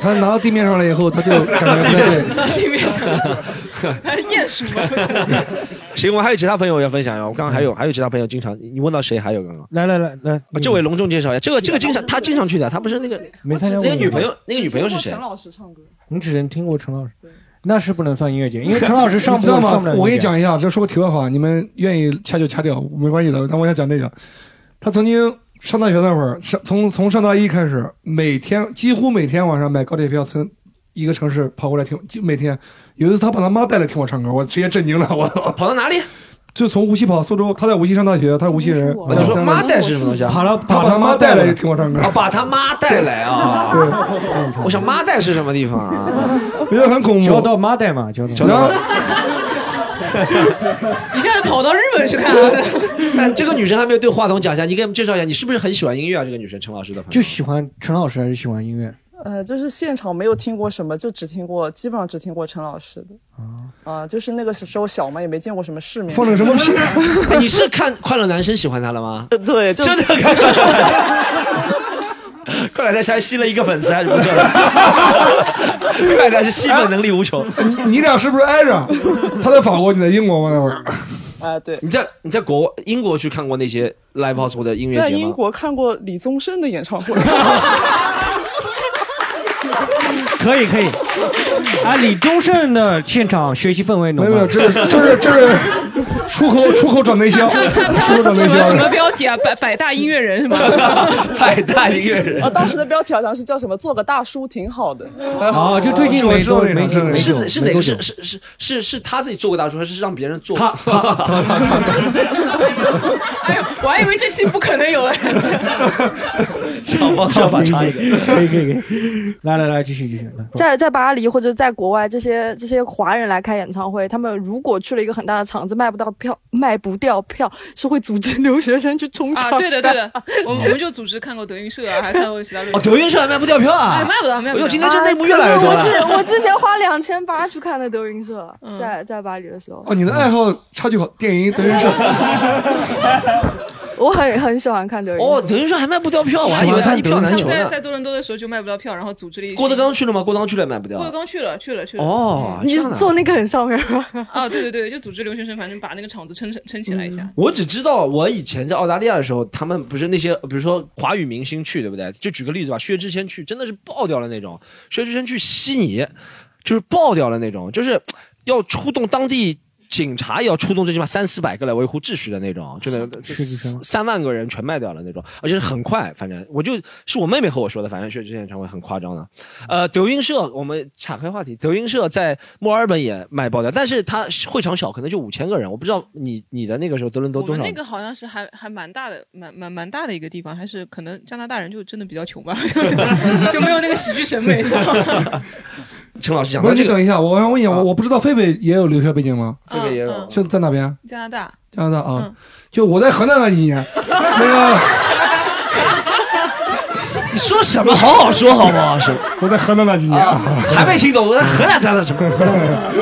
B: 他拿到地面上来以后，他就感觉不
D: 嗯
B: 太对。
D: 地面上还是鼹鼠吗？
A: 行，我还有其他朋友要分享啊呀。我刚刚还有、还有其他朋友经常，你你问到谁还有刚刚？
C: 来来来来，
A: 啊这位隆重介绍一下，这个这个经常他经常去的，他不是那个
C: 没参加
A: 那
C: 过
A: 个女朋，友，那个女朋友是谁
J: 陈？老师唱歌，
C: 你只能听过陈老师，那是不能算音乐节，因为陈老师上
B: 你
C: 不
B: 知道
C: 了上不
B: 吗
C: 了。？
B: 我给你，讲一下，这说个题外话，你们愿意掐就掐掉，没关系的。但我想讲这个，他曾经上大学那会儿，上从从上大一开始，每天几乎每天晚上买高铁票从一个城市跑过来听，就每天有一次他把他妈带来听我唱歌，我直接震惊了，我操！
A: 跑到哪里？
B: 就从无锡跑苏州，他在无锡上大学，他是无锡人，
J: 我
A: 我
B: 在
A: 就说
B: 在
A: 妈带是什么东西啊？
C: 好了，
B: 他把他妈带来听我唱歌，
A: 啊，把 他妈带来啊！我想
B: 嗯
A: 妈带是什么地方啊？
B: 我觉得很恐
C: 交
B: 怖。
C: 到妈带嘛，交到
A: 交
B: 然后，
D: 一下子跑到日本去
A: 啊
D: 看了。
A: 但这个女生还没有对话筒讲一下，你给我们介绍一下，你是不是很喜欢音乐啊？这个女生，陈老师的朋友，
C: 就喜欢陈老师还是喜欢音乐？
J: 呃，就是现场没有听过什么，就只听过，基本上只听过陈老师的。啊、就是那个时候小嘛，也没见过什么世面。？
A: 放了个什么屁 你是看《快乐男生》喜欢她了吗？
J: 对，就
A: 真的看到 快乐男生还吸了一个粉丝，还是不 错的。快乐男生吸粉能力无穷。
B: 你你俩是不是挨着？他在法国，你在英国吗？那会儿
J: 啊、对。
A: 你在你在国外英国去看过那些 live house 或者音乐
J: 在
A: 节
J: 英
A: 吗？
J: 国看过李宗盛的演唱会，
C: 可以可以。啊，李宗盛的现场学习氛围浓
B: 没有没有，这是这是 这是出口出口转内 销，
D: 他他他
B: 出口
D: 们
B: 转
D: 是
B: 内
D: 什么什么
B: 销。
D: 标题啊？百百大音乐人是吗？
A: 百大音乐人
J: 啊，当时的标题好像是叫什么“做个大叔挺好的”。
C: 哦，就最近
B: 这我
C: 没
B: 知道
C: 多
B: 那
C: 没
B: 场
C: 久
B: 这个
C: 没
B: 是
C: 久
A: 是
C: 没
A: 是哪
C: 多
A: 个？
C: 久
A: 是是是是是他自己做过大厨，还是让别人做？
D: 哎呦，我还以为这期不可能 有人。
A: 小方小法差一点。
C: 可以可以可以，来来来，继续继续。来
G: 在在巴黎或者在国外，这些这些华人来开演唱会，他们如果去了一个很大的场子，卖不到票，卖不掉票，是会组织留学生去冲场
D: 啊，对的对 的，我们我们就组织看过德云社啊，还看过其他路。
A: 哦，德云社还卖不掉票啊！
D: 哎卖不掉卖不掉
A: 我今天这内幕越来越多
G: 我
A: 了。
G: 之我之前花两千八去看的德云社，
A: 嗯
G: 在在巴黎的时候，
B: 哦，你的爱好差距好，电影等于是。
G: 我很很喜欢看德云社。
A: 哦，德云社还卖不掉票，我啊还以为他一票哦难求
D: 在
A: 呢。
D: 在多伦多的时候就卖不到票，然后组织了一群
A: 郭德纲去了吗？郭德纲去了也卖不掉啊
D: 郭。德纲去了去了去了。
A: 哦，
G: 你是
A: 这样啊
G: 坐那个很上面吗？
D: 啊，对对对，就组织留学生，反正把那个场子撑撑撑起来一下。
A: 我只知道我以前在澳大利亚的时候，他们不是那些，比如说华语明星去，对不对？就举个例子吧，薛之谦去真的是爆掉了那种，薛之谦去悉尼就是爆掉了那种，就是要出动当地。警察也要出动最起码三四百个来维护秩序的那种，真
B: 啊
A: 的
C: 之谦
A: 三万个人全卖掉了那种，而且是很快。反正我就是我妹妹和我说的，反正薛之谦演唱会很夸张的。呃，德云社我们岔开话题，德云社在墨尔本也卖爆掉，但是它会场小，可能就五千个人。我不知道你你的那个时候德伦多
D: 我
A: 多
D: 们
A: 少？
D: 那个好像是还还蛮大的，蛮蛮蛮大的一个地方，还是可能加拿大人就真的比较穷吧， 就没有那个喜剧审美，知道吗？
A: 陈老师讲
B: 不
A: 到这
B: 是你
A: 个，啊
B: 等一下，我想问一下，我我不知道菲菲也有留学背景吗？
A: 这个也有。
B: 是在哪边？
D: 啊嗯
B: 啊
D: 加拿大嗯
B: 加拿大啊，就我在河南 那一年，那个
A: 你说什么？好好说好不好？是
B: 我在河南那几年，啊
A: 还没听懂，我在河南站的什么？ 啊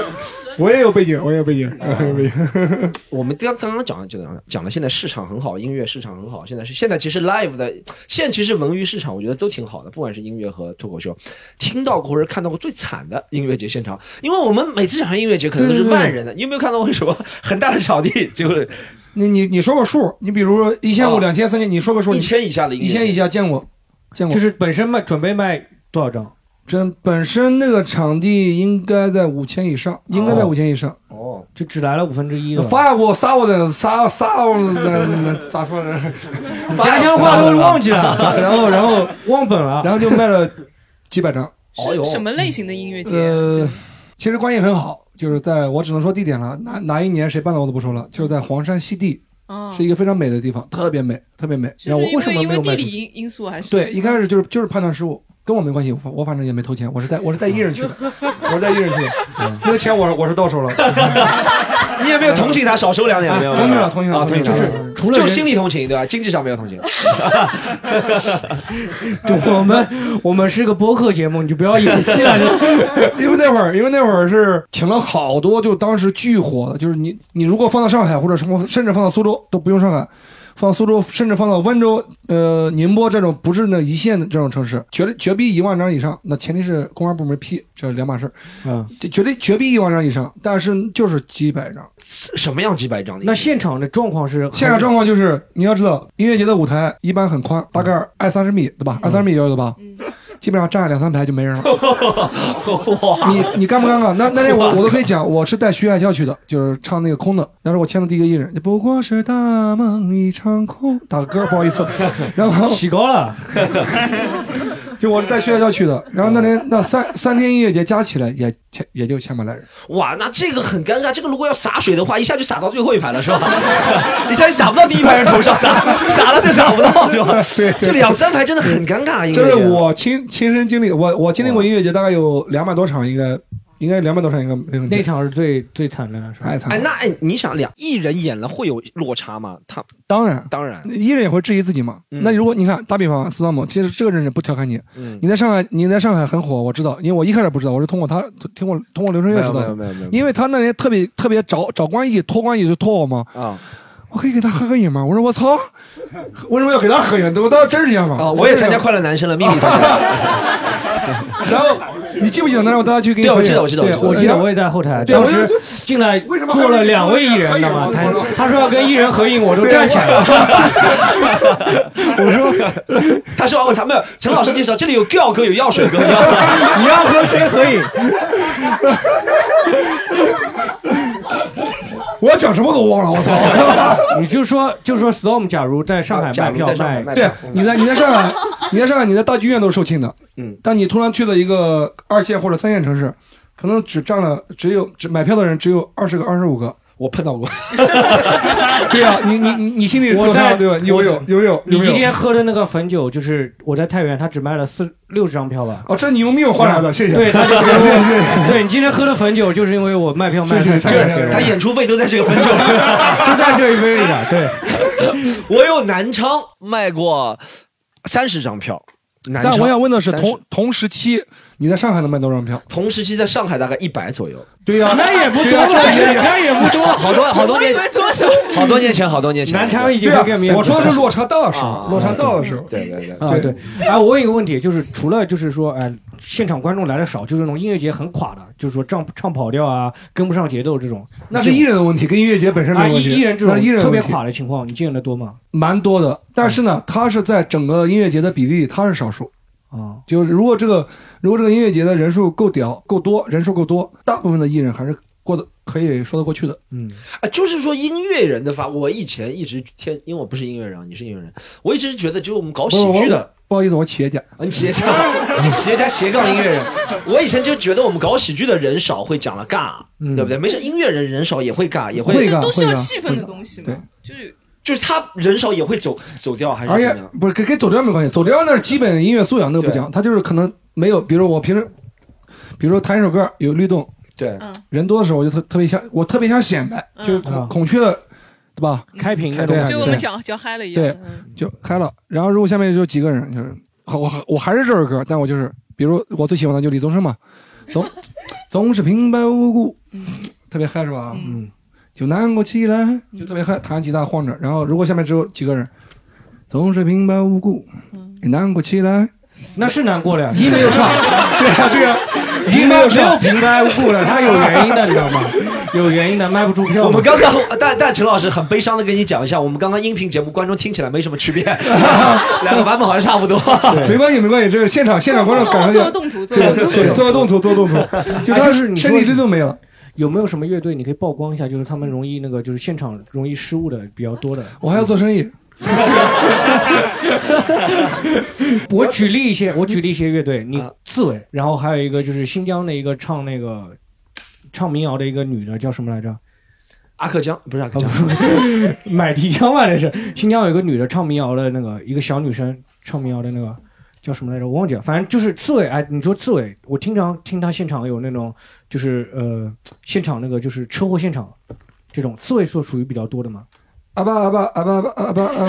B: 我也有背景，我也有背景，我也有背景。
A: 我们刚刚刚讲讲讲了，现在市场很好，音乐市场很好。现在是现在其实 live 的，现在其实文娱市场我觉得都挺好的，不管是音乐和脱口秀。听到过或者看到过最惨的音乐节现场，因为我们每次讲音乐节可能都是万人的，你有没有看到过什么 很大的场地就是
B: 你你你说个数，你比如说一千
A: 啊
B: 五、两千、三千，你说个数，
A: 一
B: 你
A: 千以下的音乐
B: 一千以下见过，见过。
C: 就是本身卖准备卖多少张？
B: 真本身那个场地应该在五千以上，应该在五千以上。
A: 哦，
C: 就只来了五分之一了。
B: 法国啥我的啥啥我的咋说呢？
C: 家乡话都忘记了，
B: 然后然后
C: 忘本了。
B: 然后就卖了几百张。
A: 哎呦
D: 是什么类型的音乐节？
B: 呃，其实关系很好，就是在我只能说地点了，哪哪一年谁办的我都不说了，就是在黄山西地，
D: 啊，
B: 呃是一个非常美的地方，特别美，特别美。
D: 是
B: 然后
D: 不
B: 我
D: 是因
B: 为什么
D: 因
B: 没
D: 为
B: 有
D: 地
B: 卖
D: 理
B: 出去？
D: 因因素还是
B: 对，一开始就是就是判断失误，跟我没关系，我我反正也没投钱，我是带我是带一人去的，我是带一人去的， 那个钱我是我是到手了，
A: 你也没有同情他，少收两点，没有
B: 同情了同情了
A: 啊，同情
B: 就是
A: 了
B: 除了
A: 就
B: 人
A: 心理同情对吧？经济上没有同情。
C: 就我们我们是个播客节目，你就不要演戏了。
B: 因为那会儿因为那会儿是请了好多，就当时巨火的，就是你你如果放到上海或者什么，甚至放到苏州都不用上海。放苏州，甚至放到温州、呃宁波这种不是那一线的这种城市，绝绝逼一万张以上，那前提是公安部门批，这是两码事儿。
C: 嗯，
B: 这绝对绝逼一万张以上，但是就是几百张。
A: 什么样几百张 的？
C: 那现场的状况是
B: 现场状况就是，你要知道，音乐节的舞台一般很宽，大概二三十米，对吧？二三十米左右的吧，基本上站两三排就没人了。你你尴不尴尬？那那天我我都可以讲，我是带徐海啸去的，就是唱那个空的，那是我签的第一个艺人，不过是大梦一场空。打个歌，不好意思。 然后
C: 起高了，
B: 就我是带徐海啸去的，然后那天那三三天音乐节加起来也千也就千把来人。
A: 哇，那这个很尴尬。这个如果要洒水的话，一下就洒到最后一排了，是吧？ 一下就洒不到第一排人头上，洒洒了就洒不到，是吧？
B: 对
A: 这两三排真
C: 嗯
A: 的很尴尬，因为
B: 这是我亲亲身经历，我我经历过音乐节大概有两百多场，应该应该两百多场应该没问题。
C: 那场是最最惨的，
B: 太惨
A: 哎，
B: 了。
A: 那哎，你想两艺人演了会有落差吗？他
B: 当然，
A: 当然，
B: 艺人也会质疑自己嘛。
A: 哎嗯
B: 那如果你看打比方，斯汤姆，其实这个人也不调侃你。
A: 嗯
B: 你在上海，你在上海很火，我知道，因为我一开始不知道，我是通过他，通过通过刘震岳
A: 没
B: 知
A: 有
B: 道
A: 没
B: 的
A: 有。没有没有，
B: 因为他那天特别特别找找关系，托关系就托我嘛，
A: 啊
B: 我可以给他合个影吗？我说我操，为什么要给他合影？我当时真是这样嘛。
A: 啊，我也参加快乐男生了，秘
C: 哦
A: 密参加。
B: 然后你记不记得那让我大家去给你
A: 对我
B: 合影
A: 记得我记得
B: 对
A: 我
C: 我记
A: 记得
C: 得我也在后台，
B: 对
C: 哎当
B: 我
C: 时
B: 就
C: 进来坐了两位艺人的嘛，
B: 啊
C: 他他说要跟艺人合影，我都
B: 对
C: 站起来 了。
B: 我说
A: 他说哦我操，没有，陈老师介绍这里有 Giao 哥，有药水哥，你 要
C: 你要和谁 合 影？
B: 我讲什么都忘了，我 操！
C: 你就说就说 Storm，假如在上海
A: 啊假
C: 卖
A: 如
C: 票
A: 在上海卖
C: 卖，
A: 票
B: 对，你在你在上海， 你在上海，你在大剧院都是售罄的，
A: 嗯，
B: 但你突然去了一个二线或者三线城市，可能只占了只有只买票的人只有二十个、二十五个。
A: 我碰到过，
B: 对啊，你你你你心 里
C: 我
B: 落差
C: 在
B: 对吧？有有有有有
C: 你
B: 没
C: 今
B: 有？
C: 天喝的那个汾酒，就是我在太原，他只卖了四六十张票吧？
B: 哦，这你用命换来的，谢谢。
C: 对，他 就
B: 谢谢谢谢。
C: 对你今天喝的汾酒，就是因为我卖票卖
B: 是
C: 的
B: 是
C: 太
B: 是
C: 便宜
B: 是
C: 了
A: 他演出费都在这个分 钟。
C: 就在这一杯里的，对。
A: 我有南昌卖过三十张票，南昌
B: 但我想问的是，
A: 30
B: 同同时期你在上海能卖多少张票？
A: 同时期在上海大概一百左右，
B: 对呀，
C: 那也不
B: 对
C: 多
B: 呀，
C: 了，
B: 这也
C: 那也不多。
A: 好多好多年，
D: 多少？
A: 好多年前，好多年前，
C: 南昌已经
B: 对
C: 被更名
B: 呀，我说的是落差大的时
A: 啊
B: 候，落差大的时候。
A: 对对对，
C: 啊，对，哎，我问一个问题，就是除了就是说，哎，现场观众来的少，就是那种音乐节很垮的，就是说唱唱跑调啊，跟不上节奏这种，
B: 那是艺人的问题，跟音乐节本身
C: 啊，
B: 没问
C: 艺
B: 题。
C: 艺人这种
B: 那是艺人的
C: 特别
B: 问题
C: 垮的情况，你见得多吗？
B: 蛮多的，但是呢，他是在整个音乐节的比例，他是少数。
C: 啊，
B: 就是如果这个如果这个音乐节的人数够屌够多，人数够多，大部分的艺人还是过得可以说得过去的。
C: 嗯，
A: 啊，就是说音乐人的发，我以前一直天，因为我不是音乐人啊，你是音乐人，我一直觉得只有我们搞喜剧的，
B: 不好意思，我企业家，
A: 啊你斜杠，你斜加斜杠音乐人，我以前就觉得我们搞喜剧的人少会讲了尬，
C: 嗯
A: 对不对？没事，音乐人人少也会尬，也
B: 会
A: 会
B: 的
D: 这都是
B: 会
D: 要
B: 的
D: 气
B: 会
D: 氛的
B: 的
D: 东西
B: 对
D: 嘛，就是
A: 就是他人少也会走走掉， 还是
B: 而
A: 怎
B: 且
A: 么样？
B: 不是跟跟走调没关系，走调那是基本音乐素养，那个不
A: 对
B: 讲，他就是可能没有，比如我平时，比如说弹一首歌有律动，
A: 对，
B: 人多的时候我就特特别想，我特别想显摆，就是
D: 嗯
B: 孔、
C: 啊
B: 孔雀，对吧？
C: 开屏
B: 开
C: 的
B: 屏
C: 感
D: 就
C: 觉
D: 我
B: 对
D: 们讲讲嗨了一样。
B: 对
D: 嗯
B: 就嗨了。然后如果下面就几个人，就是好，我还我还是这首歌，但我就是，比如我最喜欢的就是李宗盛嘛， 总总是平白无故， 特别嗨是吧？
D: 嗯，
B: 就难过起来，就特别嗨，弹吉他晃着。然后如果下面只有几个人，总是平白无故，
D: 嗯
B: 也难过起来，
C: 那是难过的呀，
B: 音没 有唱，对呀、对呀、音
C: 没
B: 没
C: 没
B: 有
C: 有
B: 唱，
C: 平白无故的，他有原因的，你知道吗？有原因的，卖不出票嘛。
A: 我们刚刚，呃但但陈老师很悲伤的跟你讲一下，我们刚刚音频节目观众听起来没什么 区别，两个版本好像差不多。
B: 没关系没关系，这是现场现场观众感受一
D: 做
B: 下
D: 个。动图，做
B: 对
D: 个动嗯
B: 对，做个动图，做个动图， 就
C: 哎
B: 当
C: 就是
B: 时
C: 你说
B: 身体力都没有。
C: 有没有什么乐队你可以曝光一下？就是他们容易那个，就是现场容易失误的比较多的。
B: 我还要做生意，
C: 我举例一些，我举例一些乐队，你
A: 啊
C: 刺猬，然后还有一个就是新疆的一个唱那个唱民谣的一个女的叫什么来着？
A: 阿克江不是阿克江，
C: 哦 买提枪吧，这是新疆有一个女的唱民谣的那个一个小女生唱民谣的那个叫什么来着？我忘记了，反正就是刺猬。哎，你说刺猬，我经常听她现场有那种就是呃现场那个就是车祸现场这种刺猬是属于比较多的嘛。
B: 阿巴阿巴阿巴阿巴阿巴阿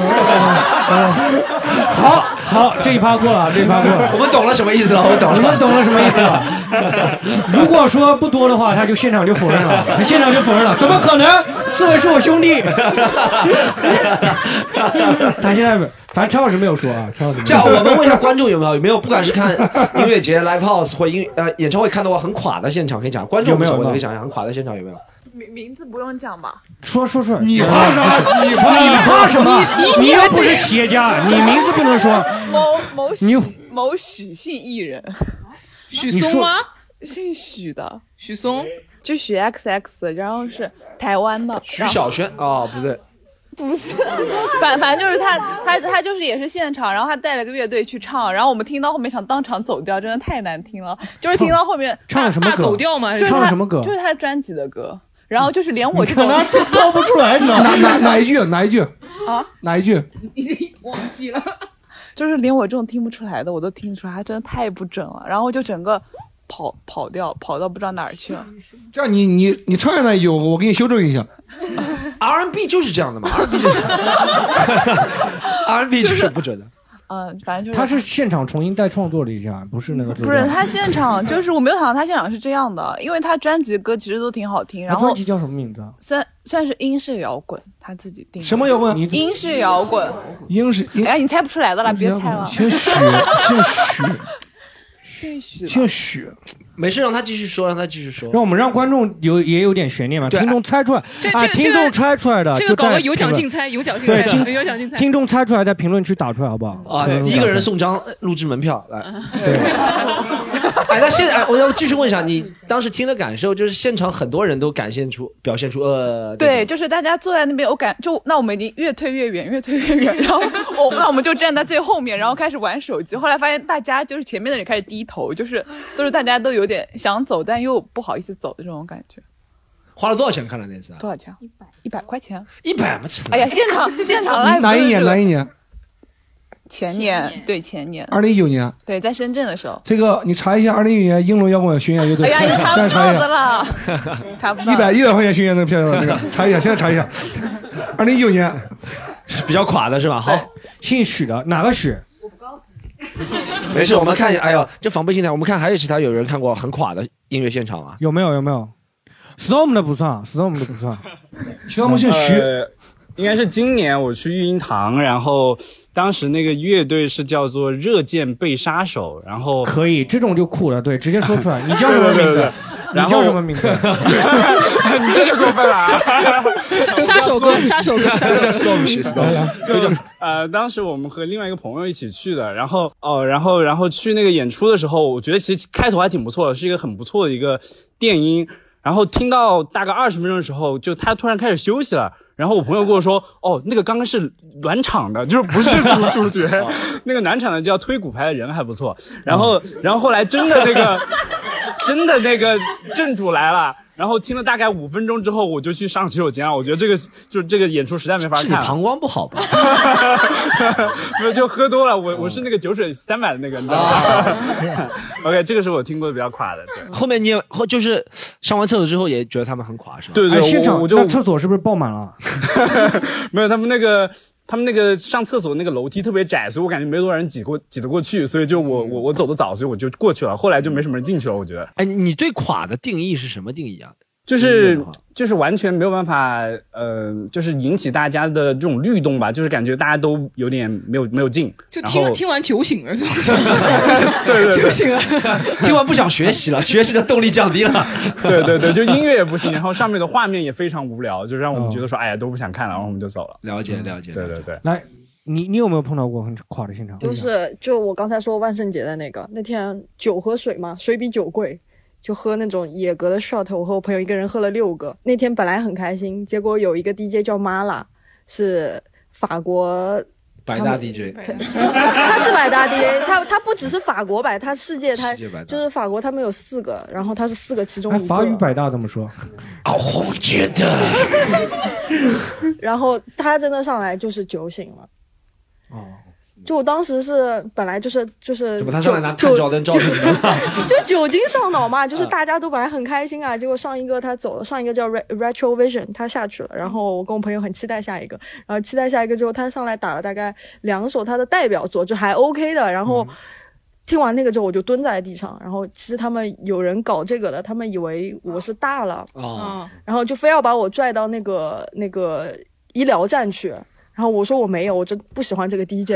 B: 巴，
C: 好，好，这一趴过了， 啊这一趴过了
A: 我。们懂了什么意思了？我们懂
C: 你
A: 了
C: 们。懂了什么意思啊了？ 如果说不多的话，他就现场就否认了， 他现场就否认了，怎么可能？刺猬是我兄弟。他现在没反正陈老师没有说啊，陈老师没有
A: 这样，我们问一下观众有没有有没有，不管是看音乐节、live house 或音呃演唱会看到过很垮的现场，可以讲观众
C: 有没有
A: 无所谓
C: 有没有
A: 可以讲一下很垮的现场有没有？
F: 名名字不用讲吧？
C: 说说说，
B: 你
C: 你
B: 怕什么？你怕
C: 你怕什么？
D: 你
C: 你又不是企业家， 你名字不能说。
F: 某某
C: 你
F: 某许姓艺人，
D: 许嵩吗？
J: 姓许的，
D: 许嵩，
J: 就许 X X，然后是台湾的，
A: 徐
J: 然后
A: 小轩哦，不对，
J: 反反正就是他，他他就是也是现场，然后他带了个乐队去唱，然后我们听到后面想当场走掉，真的太难听了，就是听到后面
C: 唱了什么
D: 大走
C: 歌？
D: 调吗？
J: 就是
C: 唱
J: 他
C: 了什么歌
J: 就是他专辑的歌，然后就是连我这
C: 可
J: 种
C: 能都跳不出来，你知道吗？
B: 哪哪哪一句？哪一句？啊？哪一句？
J: 就是连我这种听不出来的我都听出来，他真的太不准了，然后就整个。跑跑掉，跑到不知道哪儿去了。
B: 这样你你你唱下来一句，我给你修正一下。
A: R&B 就是这样的嘛，R&B 就是
C: R&B 就是不准的。
J: 嗯，反正就是
C: 他是现场重新再创作了一下，不是那个
J: 不是他现场就是我没有想到他现场是这样的，因为他专辑歌其实都挺好听，然
C: 他
J: 后
C: 啊专辑叫什么名字啊？
J: 算算是英式摇滚，他自己定的
C: 什么摇滚你
J: 英式摇滚。
B: 英式英
J: 哎，你猜不出来的啦，别猜了。
B: 姓许，姓许，
J: 姓许
B: 姓许，
A: 没事，让他继续说，让他继续说。
C: 让我们让观众有也有点悬念嘛，听众猜出来，
D: 这
C: 啊
D: 这，个
C: 听
D: 这
C: 众
D: 个
C: 猜出来的，
D: 这
C: 就
D: 个搞
C: 在
D: 个有奖
C: 评论
D: 竞猜，有奖竞猜
C: 对
D: 的，有奖竞猜。
C: 听众猜出来，在评论区打出来好不好？
A: 啊，
C: 评论区
A: 一个人
C: 打出
A: 送张呃录制门票来。 哎，那现在哎我要继续问一下，你当时听的感受，就是现场很多人都感现出表现出呃，
J: 对，就是大家坐在那边，我感就那我们已经越退越远，越退越远，然后 我那我们就站在最后面，然后开始玩手机。后来发现大家就是前面的人开始低头，就是都是大家都有点想走，但又不好意思走的这种感觉。
A: 花了多少钱看了那
B: 嗯
A: 次啊？
J: 多少钱？一百一百块钱。
A: 一百嘛，扯
J: 哎呀，现场现场 live
B: 哪一年？
J: 就是这个
B: 哪一？年？
J: 前年对前年，
B: 二零一九年。
J: 对在深圳的时候。
B: 这个你查一下，二零一九年英伦摇滚巡演乐队。
J: 哎呀，你查
B: 现在
J: 不
B: 查
J: 到
B: 一
J: 的
B: 下，
J: 了，查不到。
B: 一百一百块钱巡演的票，那个查一下，现在查一下， 二零一九年。
A: 比较垮的是吧？好，
C: 姓许的哪个许？
A: 没事，我们看一下。哎呦，这防备心态，我们看还有其他有人看过很垮的音乐现场啊吗？
C: 有没有有没有？Storm 的不算，Storm 的不算。
B: 徐梦姓徐
K: 呃应该是今年我去育婴堂，然后当时那个乐队是叫做热剑被杀手，然后
C: 可以，这种就酷了，对，直接说出 来。你叫什么名
K: 对对对
C: 字
K: 对？
C: 你
K: 然后
C: 叫什么名字？
K: 你这就过分了啊！
D: 杀杀手哥，杀 手哥，杀手哥。
A: Storm 是
C: 哎
A: Storm，
K: 就呃，当时我们和另外一个朋友一起去的，然后哦，然后然后去那个演出的时候，我觉得其实开头还挺不错的，是一个很不错的一个电音。然后听到大概二十分钟的时候，就他突然开始休息了。然后我朋友跟我说：“哦，那个刚刚是暖场的，就是不是主主角， 那个暖场的叫推骨牌的人还不错。”然后，然后后来真的那个，真的那个正主来了。然后听了大概五分钟之后，我就去上洗手间了。我觉得这个就这个演出实在没法
A: 是你
K: 看了。
A: 膀胱不好啊吧？
K: 没有，就喝多了。我我是那个酒水三百的那个，你知道吗 ？OK，这个是我听过的比较垮的。对
A: 啊后面你也后就是上完厕所之后也觉得他们很垮是吧？
K: 对对，
C: 哎，
K: 我
C: 现场那
K: 我就
C: 厕所是不是爆满了？
K: 没有他们那个。他们那个上厕所那个楼梯特别窄，所以我感觉没多少人挤过挤得过去，所以就我我我走的早，所以我就过去了。后来就没什么人进去了，我觉得
A: 嗯哎，你你对垮的定义是什么定义啊？
K: 就是
A: 音乐的话
K: 就是完全没有办法，呃，就是引起大家的这种律动吧，就是感觉大家都有点没有没有劲，
D: 就
K: 然
D: 听
K: 后
D: 听完酒醒了，就
K: 对对
D: 酒
K: 对
D: 醒了。
A: 听完不想学习了，学习的动力降低了。
K: 对对对，就音乐也不行，然后上面的画面也非常无聊，就是让我们觉得说，哎呀都不想看了，然后我们就走了。
A: 哦
K: 嗯
A: 了解了解，
K: 对对对，
C: 来，你你有没有碰到过很垮的现场？
G: 就是就我刚才说万圣节的那个，那天酒和水嘛，水比酒贵，就喝那种野格的 shot。我和我朋友一个人喝了六个。那天本来很开心，结果有一个 DJ 叫 Mala，是法国，
A: 百大 DJ，
G: 他是百搭 DJ，他他不只是法国百，他世界他
A: 世界百搭
G: 就是法国，他们有四个，然后他是四个其中
C: 哎，
G: 一个。
C: 法语百大怎么说？
K: 啊
A: 敖红觉得
G: 然后他真的上来就是酒醒了。哦。就我当时是本来就是就是
A: 怎么他上来拿
G: 就
A: 探照灯照你呢？
G: 就酒精上脑嘛，就是大家都本来很开心啊，结果上一个他走了，上一个叫 Re- Retro Vision，他下去了，然后我跟我朋友很期待下一个，然后期待下一个之后，他上来打了大概两首他的代表作，就还 OK 的，然后。听完那个之后，我就蹲在地上。然后其实他们有人搞这个的，他们以为我是大了，
A: 哦，
D: 嗯，
G: 然后就非要把我拽到那个那个医疗站去。然后我说我没有，我就不喜欢这个 DJ。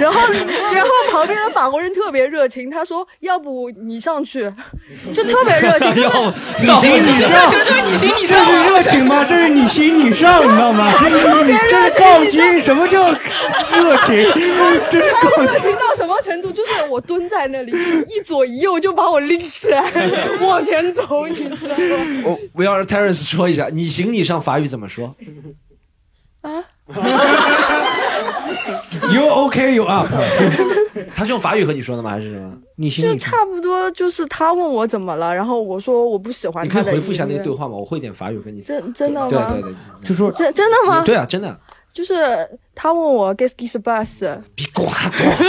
G: 然后 然后旁边的法国人特别热情，他说要不你上去， 就特别热 情。
A: 要
G: 就是
A: 要
D: 这是什么？这就是你行你
C: 这
D: 上
G: 啊
C: 是热情吗？这是你行你上，你知道吗？这是杠精，什么叫热情？这是杠
G: 热
C: 精。
G: 情到什么程度？就是我蹲在那里，一左一右就把我拎起来 往前走，你知道吗？
A: 我我要让 Terence 说一下，你行你上法语怎么说？
G: 啊
C: You OK? You up?
A: 他是用法语和你说的吗？还是什么？
C: 你行
G: 就
C: 你上。
G: 差不多就是他问我怎么了，然后我说我不喜欢
A: 你可
G: 他
A: 以
G: 的音乐。
A: 回复一下那个对话吗？我会点法语跟你。对
G: 真真的吗？
A: 对对，
C: 就说
G: 真真的吗？
A: 对啊，真的。
G: 就是 他问我 “guess guess bus”，
A: 比瓜多，
G: 然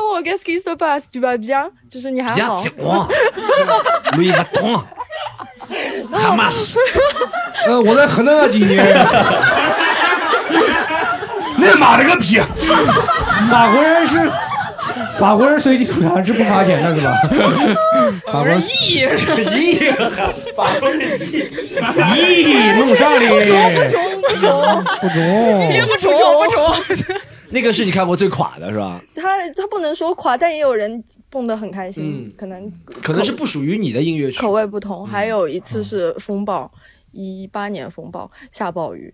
G: 后 Bonjour, qu'est-ce qui se passe? Tu vas bien？就是你还好。
A: 哇，Louis Vuitton，哈马斯，
B: 呃，我在河南
H: 啊
B: 那几年，
C: 那妈了个逼！ 法国人是法国人随地吐痰是不罚钱的是吧？
B: 法
G: 哎
B: 国人
D: 亿是
C: 亿，
D: 法国人亿，
C: 咦，弄上哩，
G: 哎不中，
C: 不中
D: 这不
G: 不
D: 中
G: 中，
D: 不
G: 不
D: 中
G: 中。
A: 那个是你看过最垮的是吧？
G: 他他不能说垮，但也有人蹦得很开心，可能
A: 可能是不属于你的音乐曲
G: 口。味不同。还有一次是风暴，一八年风暴下暴雨，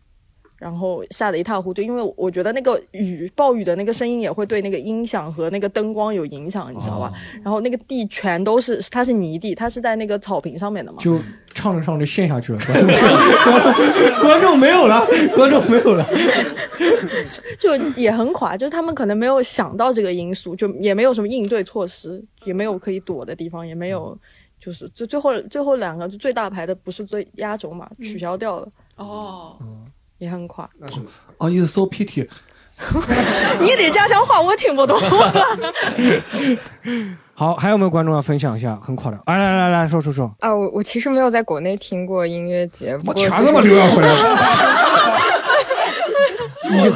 G: 然后下得一塌糊涂。因为我觉得那个雨暴雨的那个声音也会对那个音响和那个灯光有影响，你知道吧？然后那个地全都是，它是泥地，它是在那个草坪上面的嘛。
C: 就唱着唱着陷 下去了，观众 观众没有了，观众没有了。
G: 就也很垮，就是他们可能没有想到这个因素，就也没有什么应对措施，也没有可以躲的地方，也没有，就是最最后最后两个就最大牌的不是最压轴嘛，取消掉了，嗯
D: 哦，
C: 嗯
G: 也很垮。
H: 哦
B: 啊，意思 so pity。
G: 你得家乡话，我 听不懂。
C: 好，还有没有观众要分享一下很垮的？啊，来来来，说说说。
L: 啊，我我其实没有在国内听过音乐节，不过
C: 全
L: 就是
C: 他妈留洋回来
A: 你就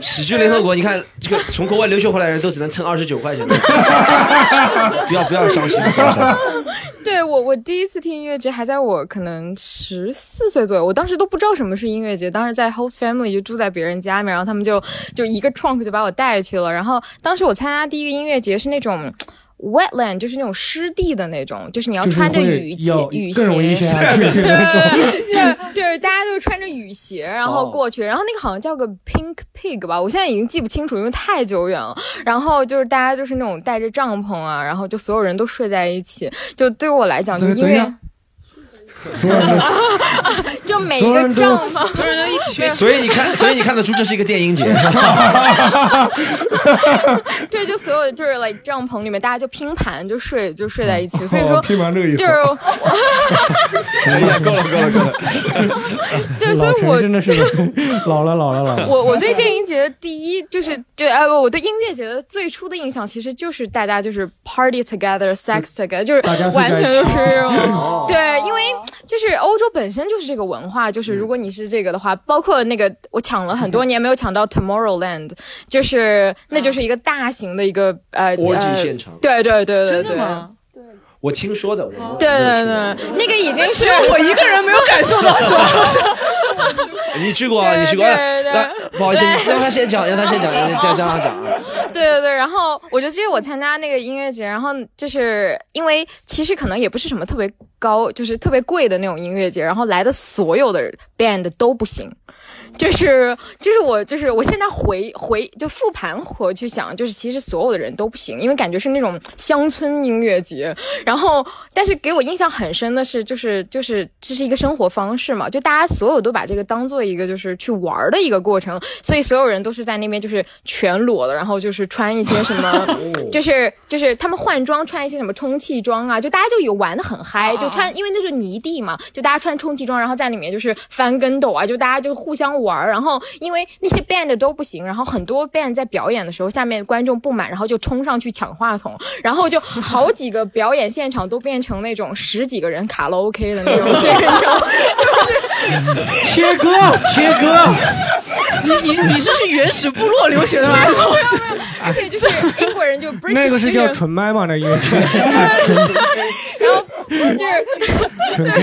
A: 喜剧联合国，你看这个从国外留学回来的人都只能蹭二十九块钱，不要不要伤心。不要伤心
L: 对我，我第一次听音乐节还在我可能十四岁左右，我当时都不知道什么是音乐节。当时在 host family 就住在别人家里面，然后他们就就一个 trunk 就把我带去了。然后当时我参加第一个音乐节是那种 wetland，就是那种湿地的那种，就是你要
C: 就是
L: 穿着
C: 会
L: 雨鞋
C: 要
L: 雨
C: 更容易
L: 鞋，
C: 陷下去
L: 对
C: 是那种
L: 就是就是大家都穿着雨鞋然后
C: 哦
L: 过去，然后那个好像叫个 pink pig 吧，我现在已经记不清楚，因为太久远了。然后就是大家就是那种带着帐篷啊，然后就所有人都睡在一起，就对我来讲就
C: 等
L: 因
C: 等一
L: 为
C: 下。所有人
L: 就每一个帐篷，
D: 所有人都一起学
A: 所以你看，所以你看得出这是一个电音节。
L: 对，就所有就是 like 帐篷里面，大家就拼盘就睡，就睡在一起。所以
B: 哦
L: 说，
B: 拼盘这个意思
L: 就是
B: 哎呀，够了够了 够了！
L: 对，所
C: 老
L: 以我
C: 陈真 的是老了老了老 了。
L: 我我对电影节的第一就是对呃，不我对音乐节的最初的印象其实就是大家就是 party together, sex together，就是
J: 大家
L: 完
J: 睡
L: 全
J: 在
L: 就
J: 一起
L: 是这种
J: 哦
L: 对，因为就是欧洲本身就是这个文化，就是
J: 嗯
L: 如果你是这个的话，包括那个我抢了很多年没有抢到 Tomorrowland，就是那就是一个大型的一个呃
A: 国际
L: 呃
A: 现场
L: 对对对对
A: 真的
L: 对。
A: 吗我听说的，我
L: 对对对，那个已 经是
D: 只有我一个人没有感受到是吧
A: 你去过啊，你去过啊。
L: 对对对
A: 来，不好意思，
L: 来
A: 让他先讲，让他先讲，让他让他讲啊。
L: 对对对，然后我就记得我参加那个音乐节，然后就是因为其实可能也不是什么特别高，就是特别贵的那种音乐节，然后来的所有的 band 都不行，就是就是我就是我现在回回就复盘回去想，就是其实所有的人都不行，因为感觉是那种乡村音乐节，然后但是给我印象很深的是，就是就是这是一个生活方式嘛，就大家所有都把这个当做一个就是去玩儿的一个过程，所以所有人都是在那边就是全裸的，然后就是穿一些什么，就是就是他们换装穿一些什么充气装啊，就大家就有玩的很嗨，就穿因为那是泥地嘛，就大家穿充气装，然后在里面就是翻跟斗啊，就大家就互相玩儿，然后因为那些 band 都不行，然后很多 band 在表演的时候，下面观众不满，然后就冲上去抢话筒，然后就好几个表演现场都变成那种十几个人卡拉 OK 的那种现场。
C: 切割切割，
D: 你你你是去原始部落留学的吗？
L: 而且就是英国人就 British
C: 那个是叫
L: 人
C: 纯麦吗？那音乐 节
L: 就是，
C: 纯 K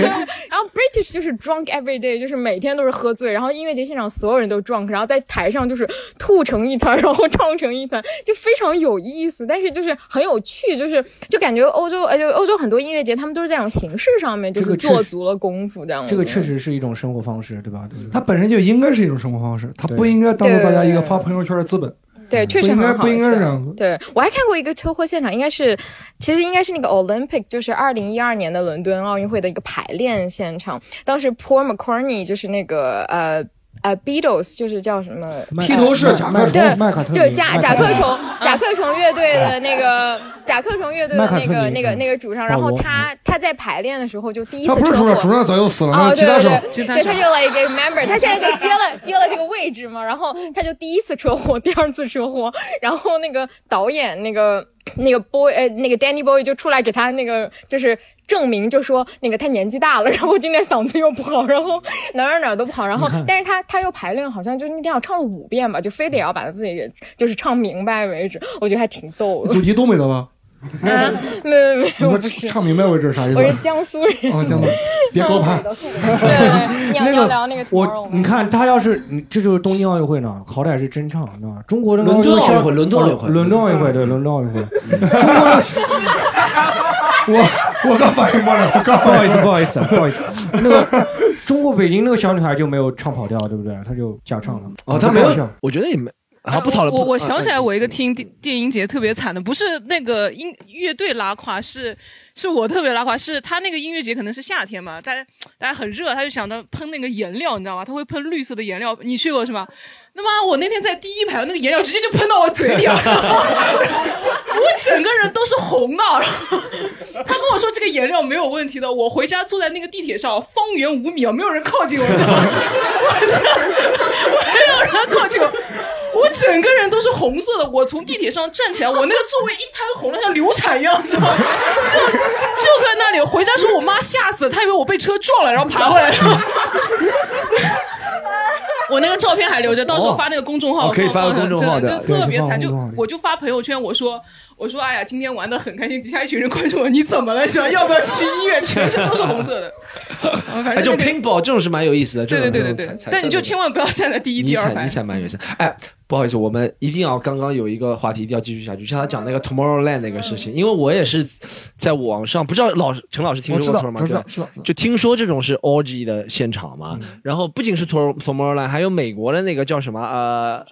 L: 然后 British 就是 drunk every day，就是每天都是喝醉，然后音乐节现场所有人都 drunk，然后在台上就是吐成一团，然后唱成一团，就非常有意思，但是就是很有趣，就是就感觉欧洲呃，就欧洲很多音乐节，他们都是在这种形式上面就
C: 这
L: 是
C: 个确
L: 做
C: 实
L: 足了功夫这样子。
C: 这个确实是一种生活方式，对吧？对
B: 它本身就应该是一种生活方式，它不应该当做大家一个发朋友圈的资本。
L: 对，确实
B: 不应该
L: 很好
B: 不应该
L: 笑
B: 这样子
L: 对我还看过一个车祸现场，应该是，其实应该是那个 Olympic，就是二零一二年的伦敦奥运会的一个排练现场。当时 Paul McCartney 就是那个呃。呃，Beatles 就是叫什么呃
C: 披头士甲壳虫
L: 对
C: 麦卡特尼
L: 对甲
C: 麦
L: 甲
C: 卡特
L: 壳
C: 尼
L: 虫甲壳虫乐队的那个甲壳虫乐队的
H: 麦卡
L: 那
H: 特
L: 个
H: 尼
L: 那个那个主唱，然
H: 保
L: 后
H: 罗
L: 他他在排练的时候就第一
H: 他
L: 次
H: 不是
L: 车
H: 主
L: 祸
H: 唱，主唱早就死了，然
L: 哦，
H: 后吉
L: 对
H: 他
L: 对
H: 手
L: 对，对，他就 like a member，他现在就接了接了这个位置嘛，然后他就第一次车祸，第二次车祸，然后那个导演那个那个 boy 呃那个 Danny Boy 就出来给他那个就是证明，就说那个他年纪大了，然后今天嗓子又不好，然后哪儿哪儿哪儿都不好， 然后
M: 你看
L: 但是他他又排练，好像就那天要唱了五遍吧，就非得要把他自己就是唱明白为止，我觉得还挺逗的
H: 祖。籍东北的吧？
L: 啊，没没没，
H: 你说
L: 我不是，
H: 唱明白为止啥意思？
L: 我是江苏人。
H: 哦，江总，别高 攀。
L: 对，你要你要聊 那个 tomorrow
C: 我，你看他要是你这就是东京奥运会呢，好歹是真唱，对吧？中国的
A: 伦敦
C: 奥
A: 奥运会伦敦奥运会嗯
C: 伦敦奥运会，对，哦伦敦奥运会。
H: 我我刚反应过来，我刚
C: 不好
H: 反
C: 意
H: 应
C: 思，不
H: 过
C: 好
H: 来。
C: 意思，不好意思。那个中国北京那个小女孩就没有唱跑调，对不对？她就假唱了。
A: 哦，他没
C: 假
A: 有
C: 唱，
A: 我觉得也没
L: 哎
A: 啊，不讨论。
D: 我
A: 不
D: 我想起来，
A: 啊
D: 我一个听电电音节特别惨的，不是那个音乐队拉垮，是是我特别拉垮，是他那个音乐节可能是夏天嘛，大家大家很热，他就想到喷那个颜料，你知道吗？他会喷绿色的颜料，你去过是吧？那么我那天在第一排，那个颜料直接就喷到我嘴里了， 我整个人都是红的。然后他跟我说这个颜料没有问题的，我回家坐在那个地铁上，方圆五米啊，没有人靠近我，你知道吗我是没有人靠近我。我整个人都是红色的，我从地铁上站起来，我那个座位一滩红的像流产一样，知道吗？就就在那里，回家说我妈吓死了，她以为我被车撞了，然后爬回来。 我那个照片还留着，到时候发那个公众号，
A: 哦可以发个公众号
D: 真
A: 的
D: 的就特别惨，就
A: 对可以发公众号
D: 我就发朋友圈，我说我说哎呀，今天玩的很开心，底下一群人关注我，你怎么了？想要不要去医院？全身都是红色的， 哦反
A: 哎，
D: 正
A: 就
D: 那个
A: pinball 这种是蛮有意思的，
D: 对对对对对，但你就千
A: 万
D: 万不要站在第一、
A: 尼
D: 第二
A: 采
D: 排
A: 尼。采蛮有意思。哎，不好意思，我们一定要刚刚有一个话题一定要继续下去，像他讲那个 Tomorrowland 那个事
C: 嗯
A: 情，因为我也是在网上不知道老师陈老师听
H: 我
A: 说
H: 知
A: 过
H: 道
A: Tomorrowland
H: 知
A: 吗？，
H: 道
A: 对，
H: 知道。嗯
A: 就听说这种是 orgy 的现场嘛，然后不仅是 Tom Tomorrowland，还有美国的那个叫什么呃，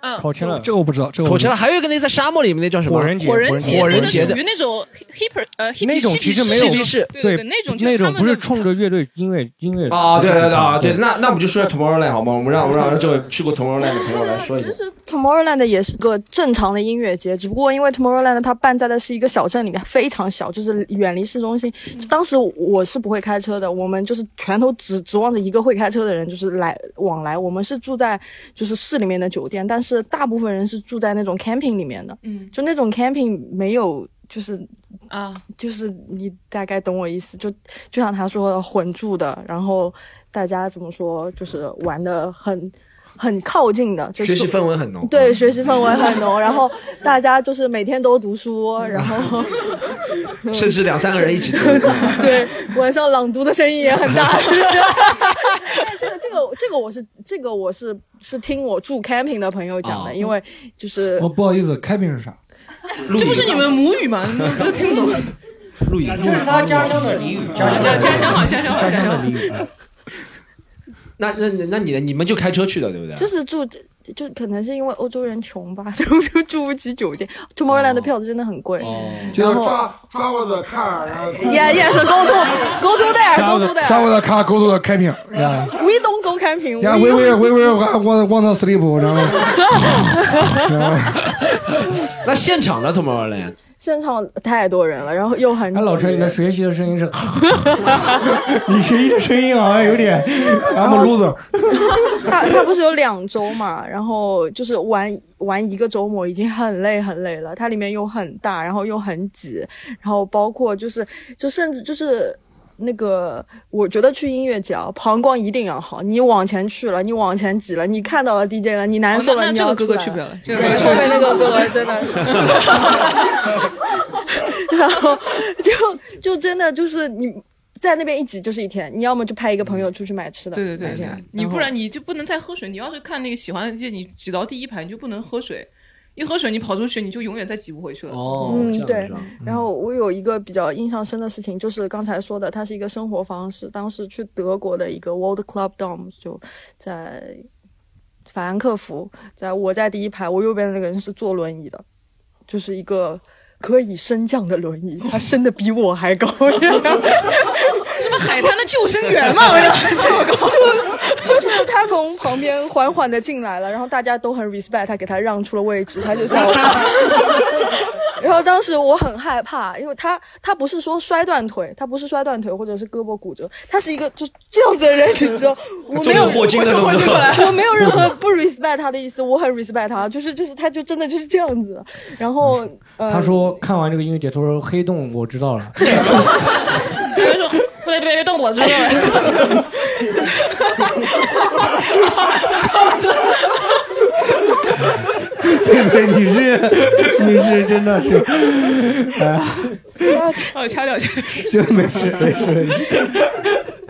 D: 嗯
H: 这个我不知道，这个我
A: 口
H: 不知
A: 前
H: 道
A: 了，还有一个那在沙漠里面那叫什么？
D: 火人节，
A: 火
D: 那
A: 人
D: 个
A: 节
D: 属
A: 的
D: 于那种 hipper 呃 hippie
C: 那种其实没有
A: 嬉皮士
D: 对对对，那种就
C: 那
D: 是他
C: 种
D: 们
C: 不是冲着乐队音乐音乐
A: 啊，对对对啊，对，那那我们就说下 Tomorrowland 好吗？我们让我们让这位去过 Tomorrowland 的朋友来说一下
G: 其。实 Tomorrowland 也是个正常的音乐节，只不过因为 Tomorrowland 它办在的是一个小镇里面，非常小，就是远离市中心。当时我是不会开车的，我们就是全都指指望着一个会开车的人，就是来往来。我们是住在就是市里面的酒店，但是大部分人是住在那种 camping 里面的，
D: 嗯，
G: 就那种 camping 没有就是
D: 啊，
G: 就是你大概懂我意思，就就像他说的混住的，然后大家怎么说，就是玩的很很靠近的，就
A: 学习
G: 是
A: 氛围很浓嗯
G: 对，学习氛围很浓，然后大家就是每天都读书，
A: 嗯
G: 然后
A: 甚至两三个人 一起读。
G: 对晚上朗读的声音也很 大。但这个这个这个我是这个我是是听我住 camping 的朋友讲的，
H: 哦
G: 因为就是
H: 我不好意思，开屏是啥？
D: 这不是你们母语吗？你们不是听不懂？
A: 露营，
C: 这是他家乡的俚语，家乡
D: 啊家乡好家乡好
C: 家
D: 家乡
C: 乡
D: 好
C: 的俚语。
A: 那那那那你呢？你们就开车去的，对不对？
G: 就是住，就可能是因为欧洲人穷吧， 就就住不起酒店。Tomorrowland
A: 哦
G: 的票子真的很贵，然后
H: 抓我的卡，然后
G: Yeah, yes, go to, go to there, go to
H: 抓我
G: there.
H: 的卡，勾住的开屏，呀
G: We don't go camping.
H: 呀
G: we
H: ，we we
G: don't-
H: we we want want sleep，然后然后
A: 那现场呢？Tomorrowland
G: 现场太多人了，然后又很
C: 哎，老
G: 挤
C: 陈，你的学习的声音是，你学习的 声音好像 有点
G: 然
C: I'm
G: 后
C: a loser。
G: 他他不是有两周嘛，然后就是玩玩一个周末已经很累很累了，它里面又很大，然后又很挤，然后包括就是就甚至就是。那个，我觉得去音乐节啊，膀胱一定要好。你往前去了，你往前挤了，你看到了 DJ 了，你难受了，
D: 哦那那
G: 你
D: 这
G: 要
D: 个哥哥
G: 出来
D: 去不了了这个哥
G: 对
D: 哥去
G: 后
D: 不了
G: 面 那个哥哥真的。 然后就就真的就是你在那边一挤就是一天，你要么就派一个朋友出去买吃的，
D: 对对
G: 买
D: 对
G: 进
D: 对
G: 来，
D: 你
G: 后
D: 不然你就不能再喝水。你要是看那个喜欢的剧，你挤到第一排，你就不能喝水。一喝水，你跑出去，你就永远再挤不回去了。
A: 哦
G: 嗯，对。然后我有一个比较印象深的事情，就是刚才说的，它是一个生活方式。当时去德国的一个 World Club Dome，就在法兰克福，在我在第一排，我右边的那个人是坐轮椅的，就是一个可以升降的轮椅，他升的比我还高。
D: 什么海滩的救生员嘛，我
G: 就就是他从从旁边缓缓的进来了，然后大家都很 respect 他，给他让出了位置，他就在我。 然后当时我很害怕，因为他他不是说摔断腿，他不是摔断腿或者是胳膊骨折，他是一个就这样子的人，你知 道，我没有
A: 这么霍金的
G: 我是霍金
A: 动作
G: 过来 我没有任何不 respect 他的意思，我很 respect 他，就是就是他就真的就是这样子的。然后、呃、
C: 他说看完这个音乐节，他说黑洞我知道了，
D: 别说别别别动我，知 道了。
C: 对对，你是你是真的是，哎呀，
D: 哦，掐掉掐
C: 这没事没事没事，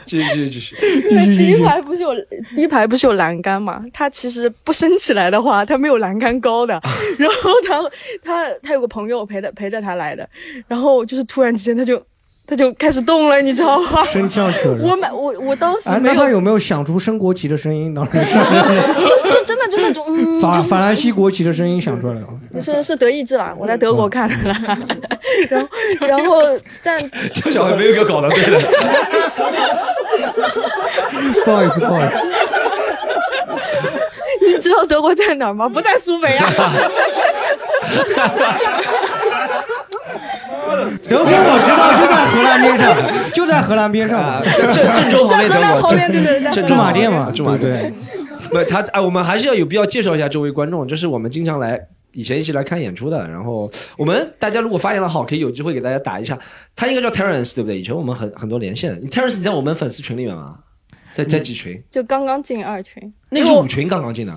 M: 继续继续继续。
G: 对，第一排不是有第一排不是有栏杆嘛？他其实不升起来的话，他没有栏杆高
C: 啊
G: 的。 然后他他他有个朋友陪着陪着他来的，然后就是突然之间他就他就开始动了，你知道吗？
C: 升降去了
G: 我买我我当时
C: 哎，
G: 没
C: 那
G: 有，
C: 他有没有响出升国旗的声音？当
M: 嗯
C: 时
G: 就就真的真的就嗯，
C: 法法兰西国旗的声音响出来了。
G: 是是德意志啦，我在德 国看的啦。然后然后但
C: 这小孩没有一个搞的对的。 不好意思，不好意思。
G: 你知道德国在哪儿吗？不在苏北啊。
C: 德国我知道，就在荷兰边上，就在荷兰边
A: 啊
C: 上，
M: 在郑郑州旁边德国在荷兰旁边对对对
C: 郑
M: 郑
C: 驻
M: 州
C: 马
M: 旁
C: 店
M: 边
C: 嘛，
M: 驻马
C: 对不
M: 店
C: 对。
E: 不，他哎，我们还是要有必要介绍一下这位观众，这是我们经常来以前一起来看演出的。然后我们大家如果发言的好，可以有机会给大家打一下。他应该叫 Terence 对不对？以前我们很很多连线，Terence 你在我们粉丝群里面吗？在在几群？
G: 就刚刚进二群，
E: 那是五群刚刚进的，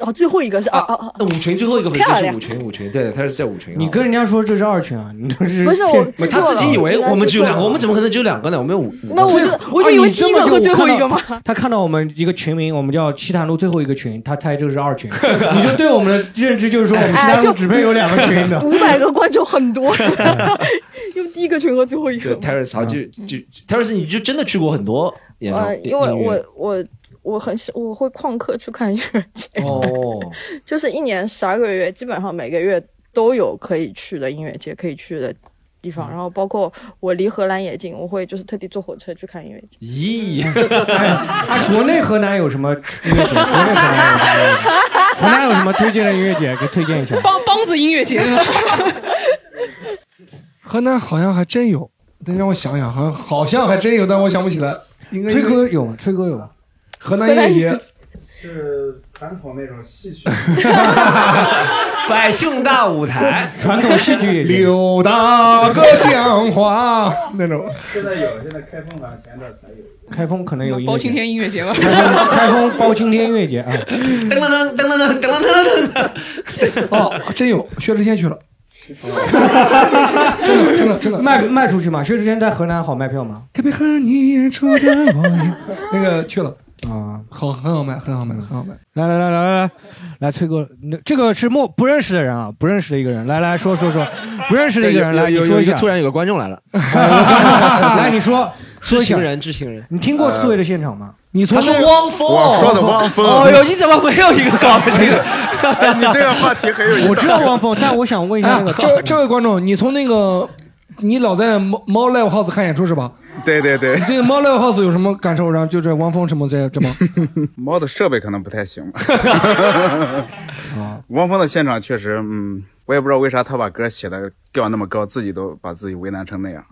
G: 哦，最后一个是哦哦
E: 那五群最后一个粉丝
G: 漂
E: 是
G: 亮
E: 五群五群，对，他是在五群啊。
C: 你跟人家说这是二群啊，你这是
G: 不是我
C: 骗
G: 记
E: 他
G: 错
E: 自己以为我们只有两个，
C: 我
E: 我们怎么可能只有两个呢？我们有五。
G: 那我就我就以为第一个和最后一个嘛。
C: 他看到我们一个群名，我们叫西坦路最后一个群，他猜这个是二 群，你就对我们的认知就是说我们西
G: 哎，
C: 坦
G: 就
C: 路只配有两个 群的。
G: 五百个观众很 多，因为第一个群和最后一
E: 对
G: 个。
E: ，Terence 好像就就 Terence，你就真的去过很多演唱
G: 呃，
E: 会，
G: 因为
E: 音乐
G: 我我我很喜，我会旷课去看音乐节，
E: 哦，
G: 就是一年十二个月，基本上每个月都有可以去的音乐节，可以去的地
A: 嗯
G: 方。然后包括我离荷兰也近，我会就是特地坐火车去看音乐节。
E: 咦，
C: 哎，国内河南有什么音乐节？国内河南有什么？河南有什么推荐的音乐节？给推荐一下。
D: 帮梆子音乐节，
B: 河南好像还真有，得让我想想，好像好像还真有，但我想不起来。应该
C: 崔哥有吗？崔哥有吗？
B: 河南音乐节，
M: 是传统那种戏曲。
E: 百姓大舞台，
C: 传统戏剧
B: 刘大哥讲话那种。
M: 现在有，现在开封好像前段才有。
C: 开封可能有音乐
D: 包
C: 节
D: 青天音乐节吗？
C: 开封开封包青天音乐节啊，
E: 噔噔噔噔噔噔噔噔噔。
B: 哦，真有，薛之谦 去了。
C: 真的真的卖卖出去吗？薛之谦在河南好卖票吗？
B: 特别和你演出的我，那个去了啊，好，很好卖，很好卖，很好卖。
C: 来来来来来来，来崔哥，那这个是陌不认识的人啊，不认识的一个人，来来说说说，不认识的一个人来，
E: 有
C: 你
E: 有
C: 说
E: 有
C: 一
E: 一
C: 下
E: 个，突然有个观众来了，
C: 来你说说一
E: 知
C: 下
E: 情，人，知情人，呃
C: 你听过刺猬的现场吗？你
E: 他说汪峰，哦哟，你怎么没有一个搞得清楚？
B: 哎你这个话
M: 题很
B: 有意思
C: 我知道汪峰，但我想问一下那个
B: 啊，这这位观众，你从那个你老在猫猫 live house 看演出是吧？
M: 对对对
B: 你，对猫 live house 有什么感受？然后就是汪峰什么这这帮，
M: 猫的设备可能不 太行。
E: 哦
M: 汪峰的现场确实，嗯，我也不知道为啥他把歌写的调那么高，自己都把自己为难成那样。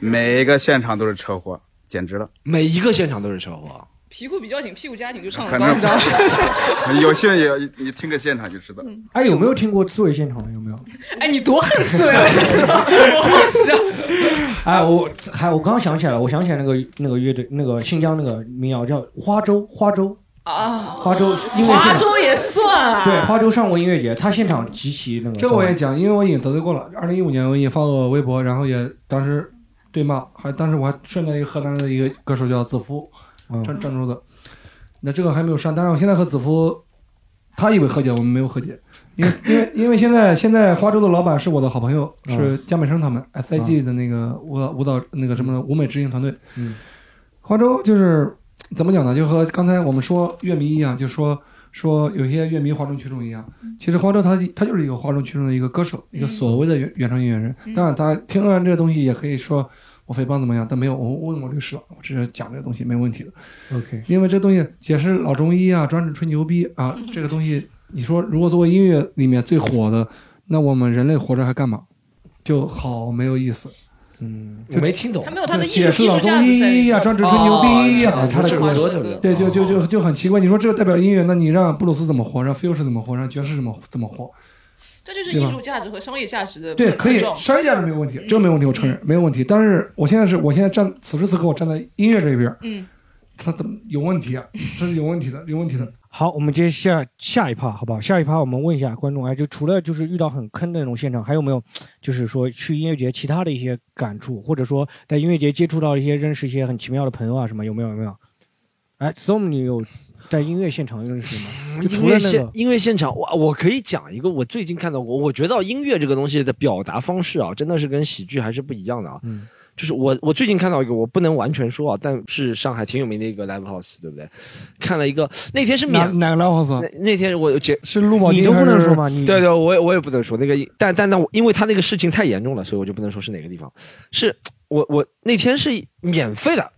M: 每一个现场都是车祸，简直了！
E: 每一个现场都是车祸，
D: 屁股比较紧，屁股夹紧就上了
M: 反
D: 高，
M: 正
D: 你知道吗？
M: 有幸也你听个现场就知 道。
C: 哎，有没有听过刺猬现场？有没有？
D: 哎，你多恨刺猬啊！我 想知道，我好奇啊。
C: 哎，我还我刚刚想起来了，我想起来那个那个乐队，那个新疆那个民谣叫花州，花州，
D: 啊，
C: 花州音乐现场
D: 华州也算啊。
C: 对，花州上 过音乐节，他现场极其那个。
B: 这我也讲，因为我已经得罪过了。二零一五年我已经发过微博，然后也当时对骂，还当时我还顺了一个河南的一个歌手叫子夫，
C: 嗯
B: 郑郑州的。那这个还没有删，但是我现在和子夫，他以为和解，我们没有和解，因为因为因为现在现在花州的老板是我的好朋友，
C: 嗯
B: 是江美生他们 SIG 的那个舞蹈舞蹈那个什么舞美执行团队。花州就是怎么讲呢？就和刚才我们说乐迷一样，就说说有些乐迷哗众取宠一样。其实花州他他就是一个哗众取宠的一个歌手，一个所谓的原原创音乐人。当然，他听完这个东西也可以说
H: 我诽谤怎么样？但没有，我问过律师了，我直接讲这个东西没问题的。
C: OK，
H: 因为这东西解释老中医啊，专治吹牛逼啊，
D: 嗯
H: 这个东西，你说如果作为音乐里面最火的，那我们人类活着还干嘛？就好没有意思。
C: 嗯，
E: 我没听懂
D: 他没有他的艺术
H: 解释老
D: 艺术价
H: 中
D: 值在
H: 医呀，
D: 里
H: 专治吹牛逼呀
E: 哦，
H: 他的
E: 这
H: 歌
E: 歌特别
H: 对，就就就就很奇怪。你说这个代表音乐，那你让布鲁斯怎么活？让 Fusion 怎么活？让爵士怎么怎么活？
D: 这就是
H: 对
D: 艺
H: 吧
D: 术价值和商业价值的
H: 对，可以
D: 碰撞
H: 商业价值没有问题，
D: 嗯
H: 这个没有问题，我承认没有问题。但是我现在是我现在站此时此刻我站在音乐这边儿，
D: 嗯，
H: 他怎么有问 题啊？这是有问题的，有问题的。
C: 好，我们接下下一趴，好不好？下一趴我们问一下观众，哎，就除了就是遇到很坑的那种现场，还有没有就是说去音乐节其他的一些感触，或者说在音乐节接触到一些认识一些很奇妙的朋友啊什么，有没有？有没有？哎，Storm，你有在音乐现场认识吗？就
A: 音
C: 除了
A: 乐
C: 那
A: 现
C: 个，
A: 音乐现场，哇，我可以讲一个我最近看到过，我觉得音乐这个东西的表达方式啊，真的是跟喜剧还是不一样的啊。
C: 嗯，
A: 就是我我最近看到一个，我不能完全说啊，但是上海挺有名的一个 live house，对不对？看了一个那天是
H: 哪
A: 免
H: 哪个 live house？啊
A: 那那天我姐
H: 是陆宝
C: 你
H: 金
C: 都
H: 还
C: 不能
H: 是
C: 说吗你
A: 对对，我也我也不能说那个，但但但我因为他那个事情太严重了，所以我就不能说是哪个地方。是我我那天是免费的，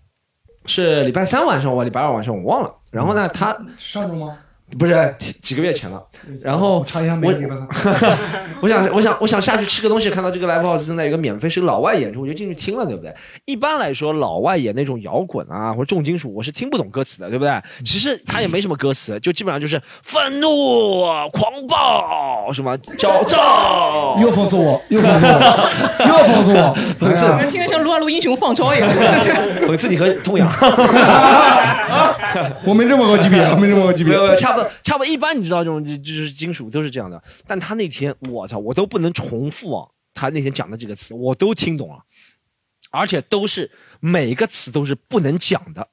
A: 是礼拜三晚上，我礼拜二晚上我忘了。然后呢，他
H: 上周吗？
A: 不是几几个月前了，然后
H: 查一下每
A: 我
H: 个礼拜三
A: 我想我想我想下去吃个东西，看到这个 live house 正在有个免费是个老外演出，我就进去听了，对不对？一般来说，老外演那种摇滚啊或者重金属，我是听不懂歌词的，对不对？其实他也没什么歌词，就基本上就是愤怒、狂暴、什么焦躁，
H: 又讽刺我，又讽刺我，又讽刺我， 哎
A: 讽刺
H: 嗯
D: 感觉听着像《撸啊撸英雄放招》一样。
A: 讽刺你和痛 痒。
H: 我没这么高级别， 我没这么高级别
A: 没有没有，差不多差不多。一般你知道这种就就是金属都是这样的，但他那天我操，我都不能重复啊，他那天讲的几个词我都听懂了，而且都是每个词都是不能讲的。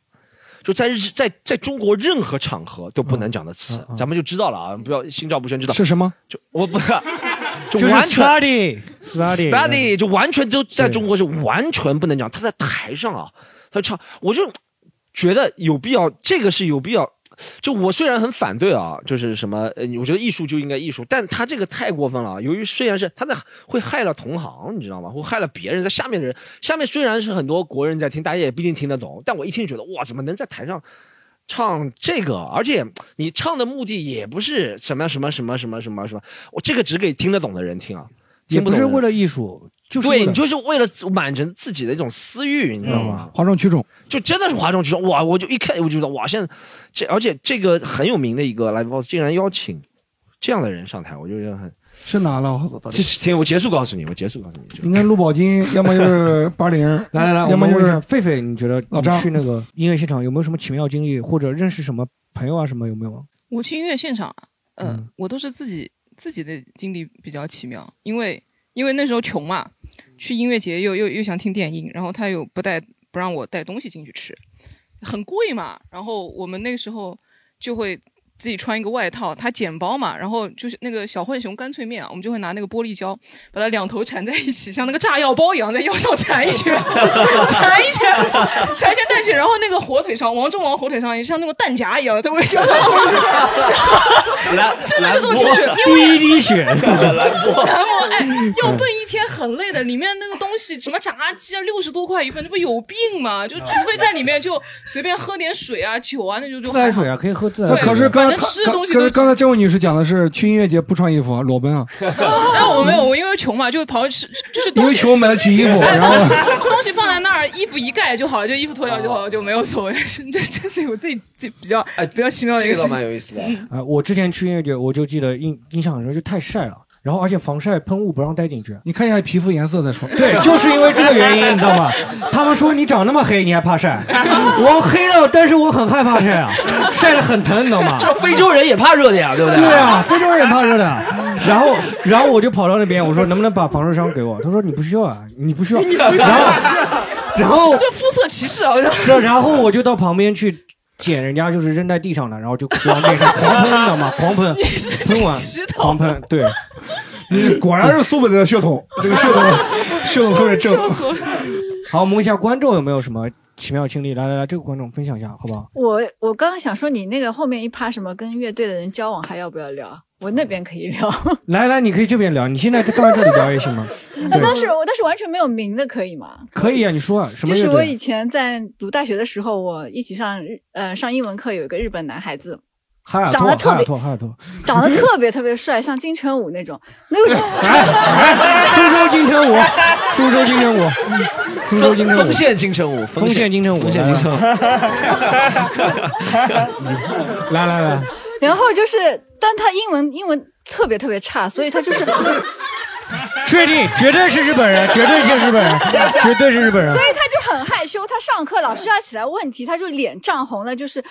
A: 就在日在在中国任何场合都不能讲的
H: 嗯
A: 词，咱们就知道了啊！不要心照不宣，知道
C: 是什么？
A: 就我不，
C: 就是
A: 完全
C: study study
A: study 就完全都在中国是完全不能讲。他在台上啊，他唱，我就觉得有必要，这个是有必要。就我虽然很反对啊，就是什么，呃，我觉得艺术就应该艺术，但他这个太过分了啊。由于虽然是他在会害了同行，你知道吗？会害了别人，在下面的人，下面虽然是很多国人在听，大家也不一定听得懂，但我一听就觉得哇，怎么能在台上唱这个，而且你唱的目的也不是什么什么什么什么什么什么，我这个只给听得懂的人听啊，
C: 也
A: 听
C: 不
A: 懂
C: 是
A: 的人
C: 为了艺术，就是为
A: 对
C: 了
A: 你就是为了自满足自己的一种私欲，
C: 嗯
A: 你知道吗？
H: 哗众取宠。
A: 就真的是哗众取宠哇！我就一看我就知道哇，现在这而且这个很有名的一个 live house 竟然邀请这样的人上台，我就觉得很
H: 是哪 live house？到底
A: 这是天。我结束告诉你，我结束告诉你，
H: 应该陆宝金，要么就是八零，
C: 来来来，
H: 要
C: 我
H: 么
C: 们
H: 就
C: 问一下
H: 是
C: 狒狒，你觉得
H: 老
C: 你
H: 张
C: 去那个音乐现场有没有什么奇妙经历，或者认识什么朋友啊什么有没有？
D: 我去音乐现场，呃，我都是自己自己的经历比较奇妙，因为因为那时候穷嘛，去音乐节又又又想听电音，然后他又不带不让我带东西进去吃，很贵嘛，然后我们那个时候就会。自己穿一个外套，他剪包嘛，然后就是那个小浣熊干脆面啊，我们就会拿那个玻璃胶把它两头缠在一起，像那个炸药包一样在腰上缠一圈， 缠一圈， 缠一圈带去，然后那个火腿肠，王中王火腿肠也像那个弹夹一样，在我腰上包一圈，真的就这么进去，因为
C: 第一滴血，
D: 然后哎，要炖一天很累的，里面那个东西什么炸鸡啊，六十多块一份，这不有病吗？
B: 啊
D: 就除非在里面就随便喝点水啊、酒啊，那就就
C: 自来水啊，可以喝自来
D: 对
C: 水。
D: 可
B: 是刚
D: 反
B: 才
D: 正吃的
B: 刚
D: 东西
B: 可
D: 都
B: 是刚才这位女士讲的是去音乐节不穿衣服啊，裸奔啊，
D: 然后我没有，我因为穷嘛，就跑去吃，就是
B: 因
D: 东
B: 为
D: 西
B: 穷买得起衣服，
D: 哎
B: 然后
D: 东西东西放在那儿，衣服一盖就好了，就衣服脱掉就好
B: 啊
D: 了，就没有所谓。 这这是我自己这比较
B: 哎
D: 比较奇妙的一个
A: 这个
D: 事
A: 倒
D: 情。
A: 蛮有意思的。
D: 嗯
C: 啊，我之前去音乐节，我就记得印印象很深，就太晒了，然后而且防晒喷雾不让带进去。
B: 你看一下皮肤颜色再说。
C: 对，就是因为这个原因，你知道吗？他们说你长那么黑，你还怕晒？我黑了，但是我很害怕晒啊，晒得很疼，你知道吗？
A: 这 非洲人也怕热 的呀，对不对？
C: 对啊，非洲人也怕热的。然后，然后我就跑到那边，我说能不能把防晒霜给我？他说你不需要啊，你不需要。然后，然后
D: 这肤色歧视啊！
C: 这然后我就到旁边去捡人家就是扔在地上的，然后就往脸上狂喷，你知道吗？狂喷，喷完狂喷，对。
B: 你果然是苏北的血统，这个血统血统特别正。
C: 好，我们问一下观众有没有什么奇妙经历，来来来，这个观众分享一下好不好？
F: 我我刚刚想说，你那个后面一趴什么跟乐队的人交往还要不要聊？我那边可以聊，
C: 来来，你可以这边聊，你现在放在这里聊也行吗？
F: 那
C: 嗯 对
F: 当时我当时完全没有名的，可以吗？
C: 可以啊，你说啊，什么乐
F: 就是我
C: 队
F: 以？前在读大学的时候，我一起上日呃上英文课，有一个日本男孩子，
C: 哈尔
F: 长
C: 托，
F: 得特
C: 哈尔
F: 别
C: 托，哈尔托，
F: 长得 特别特别帅，像金城武那种。 那个时候
C: 哎苏州金城武，苏州金城武，苏州金城武，
A: 锋线金城
N: 哦
A: 武，
C: 锋线金城武，啊
A: 锋线金城武。
C: 来来来，
F: 然后就是，但他英文英文特别特别差，所以他 就是，
C: 确定，绝对是日本人，啊绝对是日本 人，绝对是日本人
F: 所。以他就很害羞。他上课老师叫他起来问题，他就脸涨红了，就是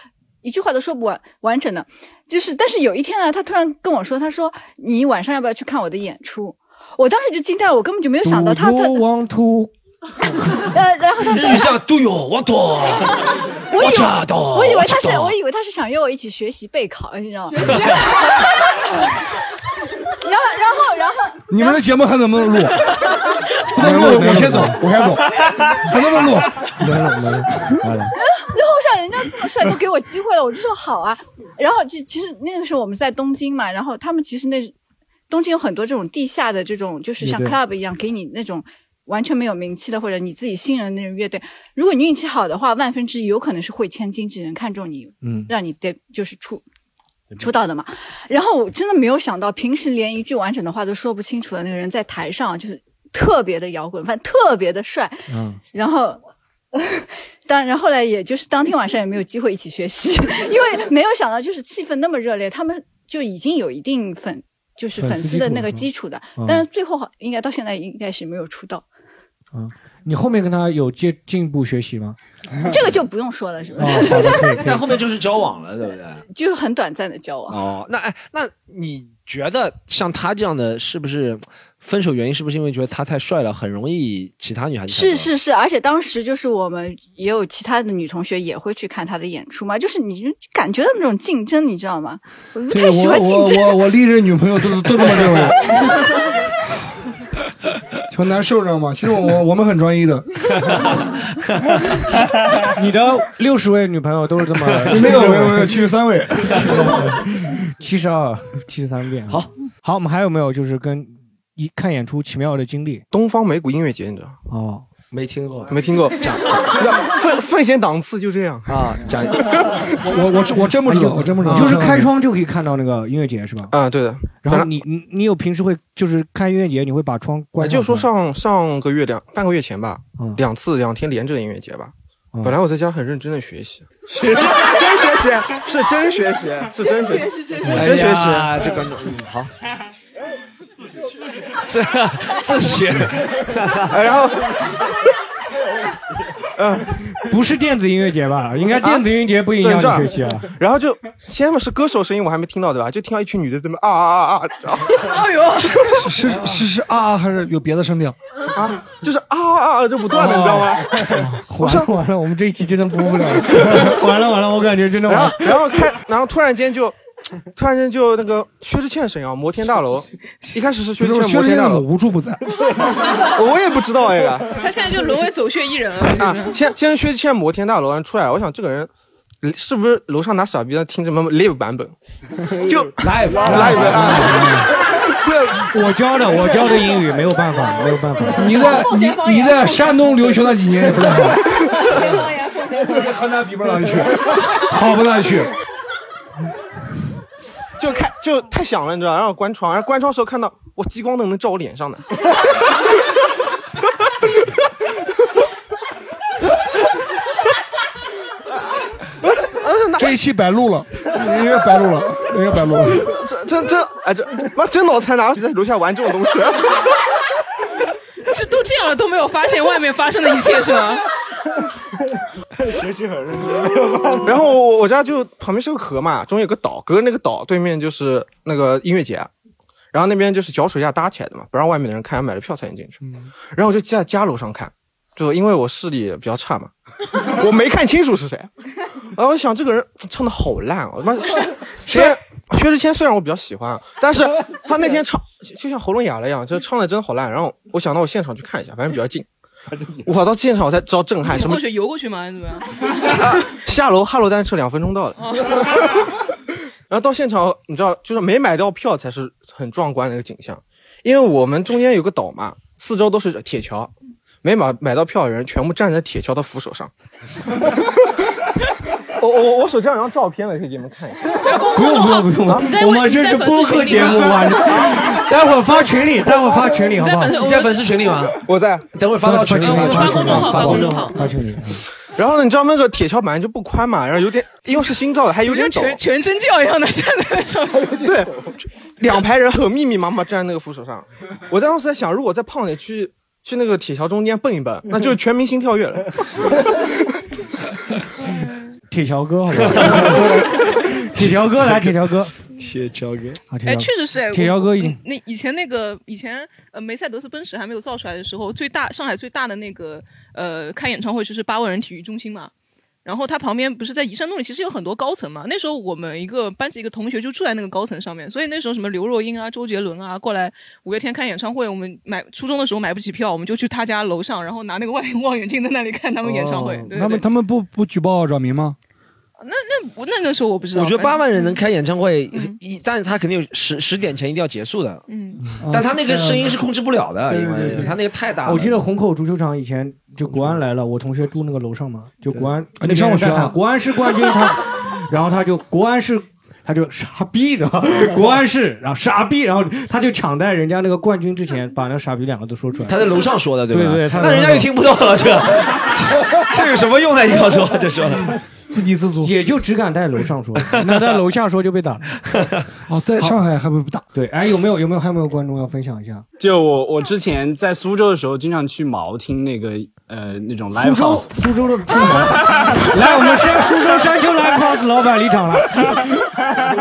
F: 一句话都说不完完整的。就是，但是有一天呢，他突然跟我说，他说你晚上要不要去看我的演出？我当时就惊呆了，我根本就没有想到他
C: Do
F: 他
C: you want to
F: 呃，然哦后他说
A: 日语像都有我懂，
F: 我以为
A: 知道，
F: 我以为他是
A: 知，道
F: 我以为他是想约我一起学习备考，你知道吗？ 然后，然后，然后，
B: 你们的节目还能不能录？不能
C: 没
B: 录，
C: 有
B: 我先走，我先走，还能不能录？
C: 来了来了来了，
F: 然后我想人家这么帅都给我机会了，我就说好啊。然后就其实那个时候我们在东京嘛，然后他们其实那东京有很多这种地下的这种，就是像
O: 乐队
F: club 一样，给你那种完全没有名气的或者你自己新人的那种乐队。如果你运气好的话，万分之一有可能是会签经纪人看中你，
C: 嗯
F: 让你得就是出。出道的嘛，然后我真的没有想到，平时连一句完整的话都说不清楚的那个人，在台上就是特别的摇滚，反正特别的帅，
C: 嗯，
F: 然后，当然后来也就是当天晚上也没有机会一起学习， 因为没有想到就是气氛那么热烈，他们就已经有一定粉就是
C: 粉丝
F: 粉丝
C: 基
F: 的
C: 础
F: 那个
C: 是吧
F: 基础的，
C: 嗯
F: 但是最后好应该到现在应该是没有出道，
C: 嗯，你后面跟他有接进一步学习吗？
F: 这个就不用说了，是吧？
A: 哦 那后面就是交往了，对不对？
F: 就很短暂的交往。
A: 哦，那哎，那你觉得像他这样的，是不是分手原因是不是因为觉得他太帅了，很容易其他女孩子
F: 是是是，而且当时就是我们也有其他的女同学也会去看他的演出嘛，就是你就感觉到那种竞争，你知道吗？我不
B: 对
F: 太喜
B: 我
F: 欢竞
B: 我
F: 争。
B: 我我历任女朋友都都这么认为，很难受，知道吗？其实我我我们很专一的，，
C: 你的呃六十位女朋友都是这么
B: 没有没有没有，七十三位，
C: 七十二、七十三遍。好，好，我们还有没有就是跟一看演出奇妙的经历？
N: 东方美谷音乐节，你知道？
C: 哦，
A: 没听过，
N: 没听过，
A: 讲
N: 那奉奉贤档次就这样
A: 啊，讲
B: 我我我我真
N: 哎
B: 不知道，我真不知道，
C: 就是开窗就可以看到那个音乐节是吧？
N: 啊，对的。
C: 然后你你你有平时会就是看音乐节，你会把窗关
N: 也
C: 上
N: 就
C: 吗？
N: 是说上上个月两半个月前吧，
C: 嗯
N: 两次两天连着的音乐节吧。
C: 嗯
N: 本来我在家很认真的学习，
M: 真学习，是真学习，是真学习，真学习。
A: 啊，这观众嗯好， 自 自学，
N: 哎然 后
C: 啊不是电子音乐节吧？应该电子音乐节不影响
N: 对，这
C: 你
N: 儿
C: 学习啊。
N: 然后就先嘛是歌手声音我还没听到对吧？就听到一群女的在那边啊啊啊啊，
M: 哎呦，
B: 是是是啊啊，还是有别的声调？
N: 啊，就是啊啊啊，就不断的，你知道吗？
B: 哦
C: 完了完了，我们这一期真的播不了了， 完了完了，我感觉真的完
N: 然
C: 了
N: 后。然后开，然后突然间就，突然间就那个薛之谦声音啊，摩天大楼，一开始是薛之
B: 就
N: 谦
B: 是薛
N: 摩
B: 之
N: 天
B: 谦
N: 大
B: 怎么
N: 楼，
B: 无处不在？
N: 我也不知道哎呀。
D: 他现在就沦为走穴艺人了。
N: 啊，先先是薛之谦摩天大楼，然后出来，我想这个人。是不是楼上拿傻逼在听什么 live 版本？就
C: live
N: live 啊！
C: 我教的，我教的英语没有办法，没有办法。
B: 你在你你在山东留学那几年也不知道，河南比不上去， 好不上去。
N: 就开就太响了，你知道？然后关窗，然后关窗的时候看到我激光灯能照我脸上的，
B: 这一期白录了，应该 白录了，应该白录了。
N: 这这这哎这妈真脑残，哪在楼下玩这种东西？
D: 这都这样了，都没有发现外面发生的一切是吗？
M: 学习很认真。
N: 然后我我家就旁边是个河嘛，中间有个岛，隔着那个岛对面就是那个音乐节，啊然后那边就是脚手架搭起来的嘛，不让外面的人看，买了票才能进去。
B: 嗯
N: 然后我就在家楼上看，就因为我视力比较差嘛， 我没看清楚是谁。然后我想这个人唱的好烂啊！ 我他妈薛薛之谦虽然我比较喜欢，但是 他那天唱就就像喉咙哑了一样，就是唱的真的好烂。然后我想到我现场去看一下，反正比较近。我到现场我才知道震撼
D: 怎
N: 什
D: 么
N: 么
D: 过。去游过去吗？还是怎么样？
N: 下楼哈罗单车两分钟到了， 然后到现场你知道，就是没买到票才是很壮观的一个景象，因为我们中间有个岛嘛，四周都是铁桥，没买买到票的人全部站在铁桥的扶手上。 我我我手上有张照片的，可以给你们看一下。
C: 不用不用不
N: 啊
C: 用，我们这是播客节目啊！待会儿发群里，待会儿发群里好不好？
A: 你在粉丝群里吗？
N: 我在，
A: 等会儿发到群里，发公众号。
N: 发群里。然后呢，你知道那个铁桥本来就不宽嘛，然后有点，因为是新造的， 还有点
D: 就
N: 陡，
D: 全全真教一样的站在上面。
N: 对，两排人很密密麻麻站在那个扶手上。我当时在想，如果再胖点去去那个铁桥中间蹦一蹦，那就是全明星跳跃了。
C: 铁桥哥好吧？ 铁桥哥来，铁桥哥，
E: 铁桥哥，
C: 啊，铁
D: 哎，
C: 桥
D: 确实是哎，
C: 铁
D: 我
C: 桥哥已经
D: 那以前那个以前呃梅赛德斯奔驰还没有造出来的时候，最大上海最大的那个呃开演唱会就是八万人体育中心嘛。然后它旁边不是在宜山路里，其实有很多高层嘛。那时候我们一个班级一个同学就住在那个高层上面，所以那时候什么刘若英啊、周杰伦啊过来五月天看演唱会，我们买初中的时候买不起票，我们就去他家楼上，然后拿那个望望远镜在那里看他们演唱会。
A: 哦
D: 对对
B: 哦他们他们不不举报扰民 吗？
D: 那那我那个时候我不知道。哎
A: 我觉得
D: 反
A: 八
D: 正
A: 万人能开演唱会，一但是他肯定有十十点前一定要结束的，
D: 嗯，
A: 但他那个声音是控制不了的，
C: 对对
A: 因
C: 对
A: 为
C: 对
A: 他那个太大了。
C: 我记得虹口足球场以前就国安来了，我同学住那个楼上嘛，就国安，
B: 啊你上过学啊
C: 那边人在喊国安是冠军，他，然后他就国安是。他就傻逼， 然后国安是，然后傻逼，然后他就抢在人家那个冠军之前把那傻逼两个都说出来。
A: 他在楼上说的，
C: 对
A: 吧？
C: 对，他在
A: 那
C: 楼
A: 人家
C: 上
A: 就听不到了，这 这这有什么用呢？你告诉 我，这说的。
C: 自给自足，嗯也就只敢在楼上说，那在楼下说就被打了。
B: 哦，在上海还被打。
C: 对，哎，有没有有没有还有没有观众要分享一下？
K: 就我我之前在苏州的时候，经常去毛听那个呃那种 live
C: 苏州。
K: house
C: 苏 州的听友，来，我们山苏州山丘 Live House 老板离场了。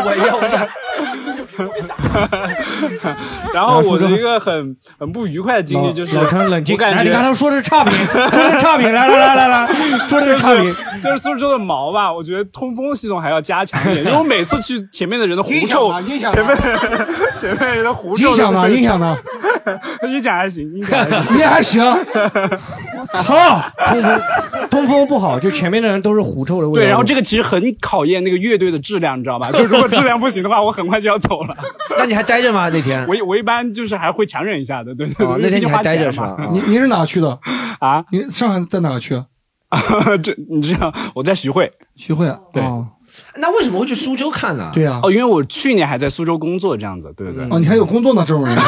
A: 我要不然
K: 然后我的一个很很不愉快的经历就是，
C: 老老陈冷静
K: 我感
C: 来
K: 觉
C: 你刚才说的是差评说的是差评来来来来来说的是差评
K: 就是，就是苏州的毛吧，我觉得通风系统还要加强一点，因为我每次去前面的人的狐臭，
C: 音响呢
K: 前面前面人的狐臭，
C: 音响呢？音响 呢？
K: 音响还行，音响还 行，
C: 你还行。好，通风通风不好，就前面的人都是狐臭的味道。
K: 对，然后这个其实很考验那个乐队的质量，你知道 吧？就如果质量不行的话，我很快就要走了。
A: 那你还待着吗？那天
K: 我我一般就是还会强忍一下的，对
C: 哦
K: 对对。
B: 啊那天你
K: 就
B: 还
K: 花
B: 待
K: 钱
B: 着
K: 了
B: 是
K: 嘛
B: 吧？你你是哪去的？
K: 啊？
B: 你上海在哪 去？ 啊
K: 这你知道我在徐汇，
B: 徐汇啊？对
A: 那为什么会去苏州看呢？
C: 啊
B: 对呀
K: 哦哦，因为我去年还在苏州工作，这样子，对对对。
B: 哦，你还有工作呢，这 种人。我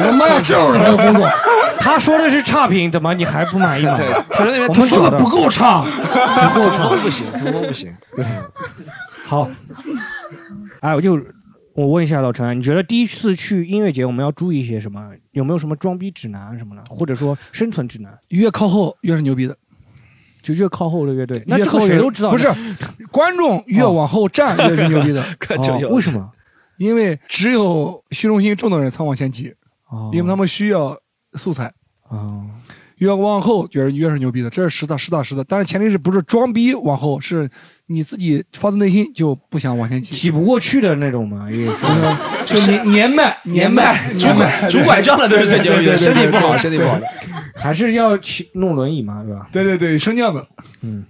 C: 哦
B: 妈呀，这种人还有工作？
C: 他说的是差评，怎么你还不满意吗？
A: 对他说那边
C: 我们
A: 说
C: 找到
A: 得不够差
C: 不够差，
A: 不行，不行。
C: 好，哎，我就我问一下老陈，你觉得第一次去音乐节我们要注意些什么？有没有什么装逼指南什么的，或者说生存指南？
B: 越靠后越是牛逼的，
C: 就越靠后的乐队，那
B: 越
C: 这个
B: 靠
C: 谁
B: 越
C: 都知道，。
B: 不是观众越往后站越是牛逼 的
C: 看这样哦为什么？
B: 因为只有虚荣心重的人才往前挤，因为他们需要素材。
C: 哦，
B: 越往后觉得越是牛逼的，这是实打实打实的。但是前提是不是装逼往后，是你自己发自内心就不想往前挤，
C: 挤不过去的那种嘛， 也是
B: 就年年迈
C: 年迈
B: 年迈
C: 拄拐杖的都是最牛逼的身体不好身体不好。
B: 对对对对对对对对 对
C: 还是要骑弄轮椅嘛，对吧？
B: 对对对，升降的。
C: 嗯，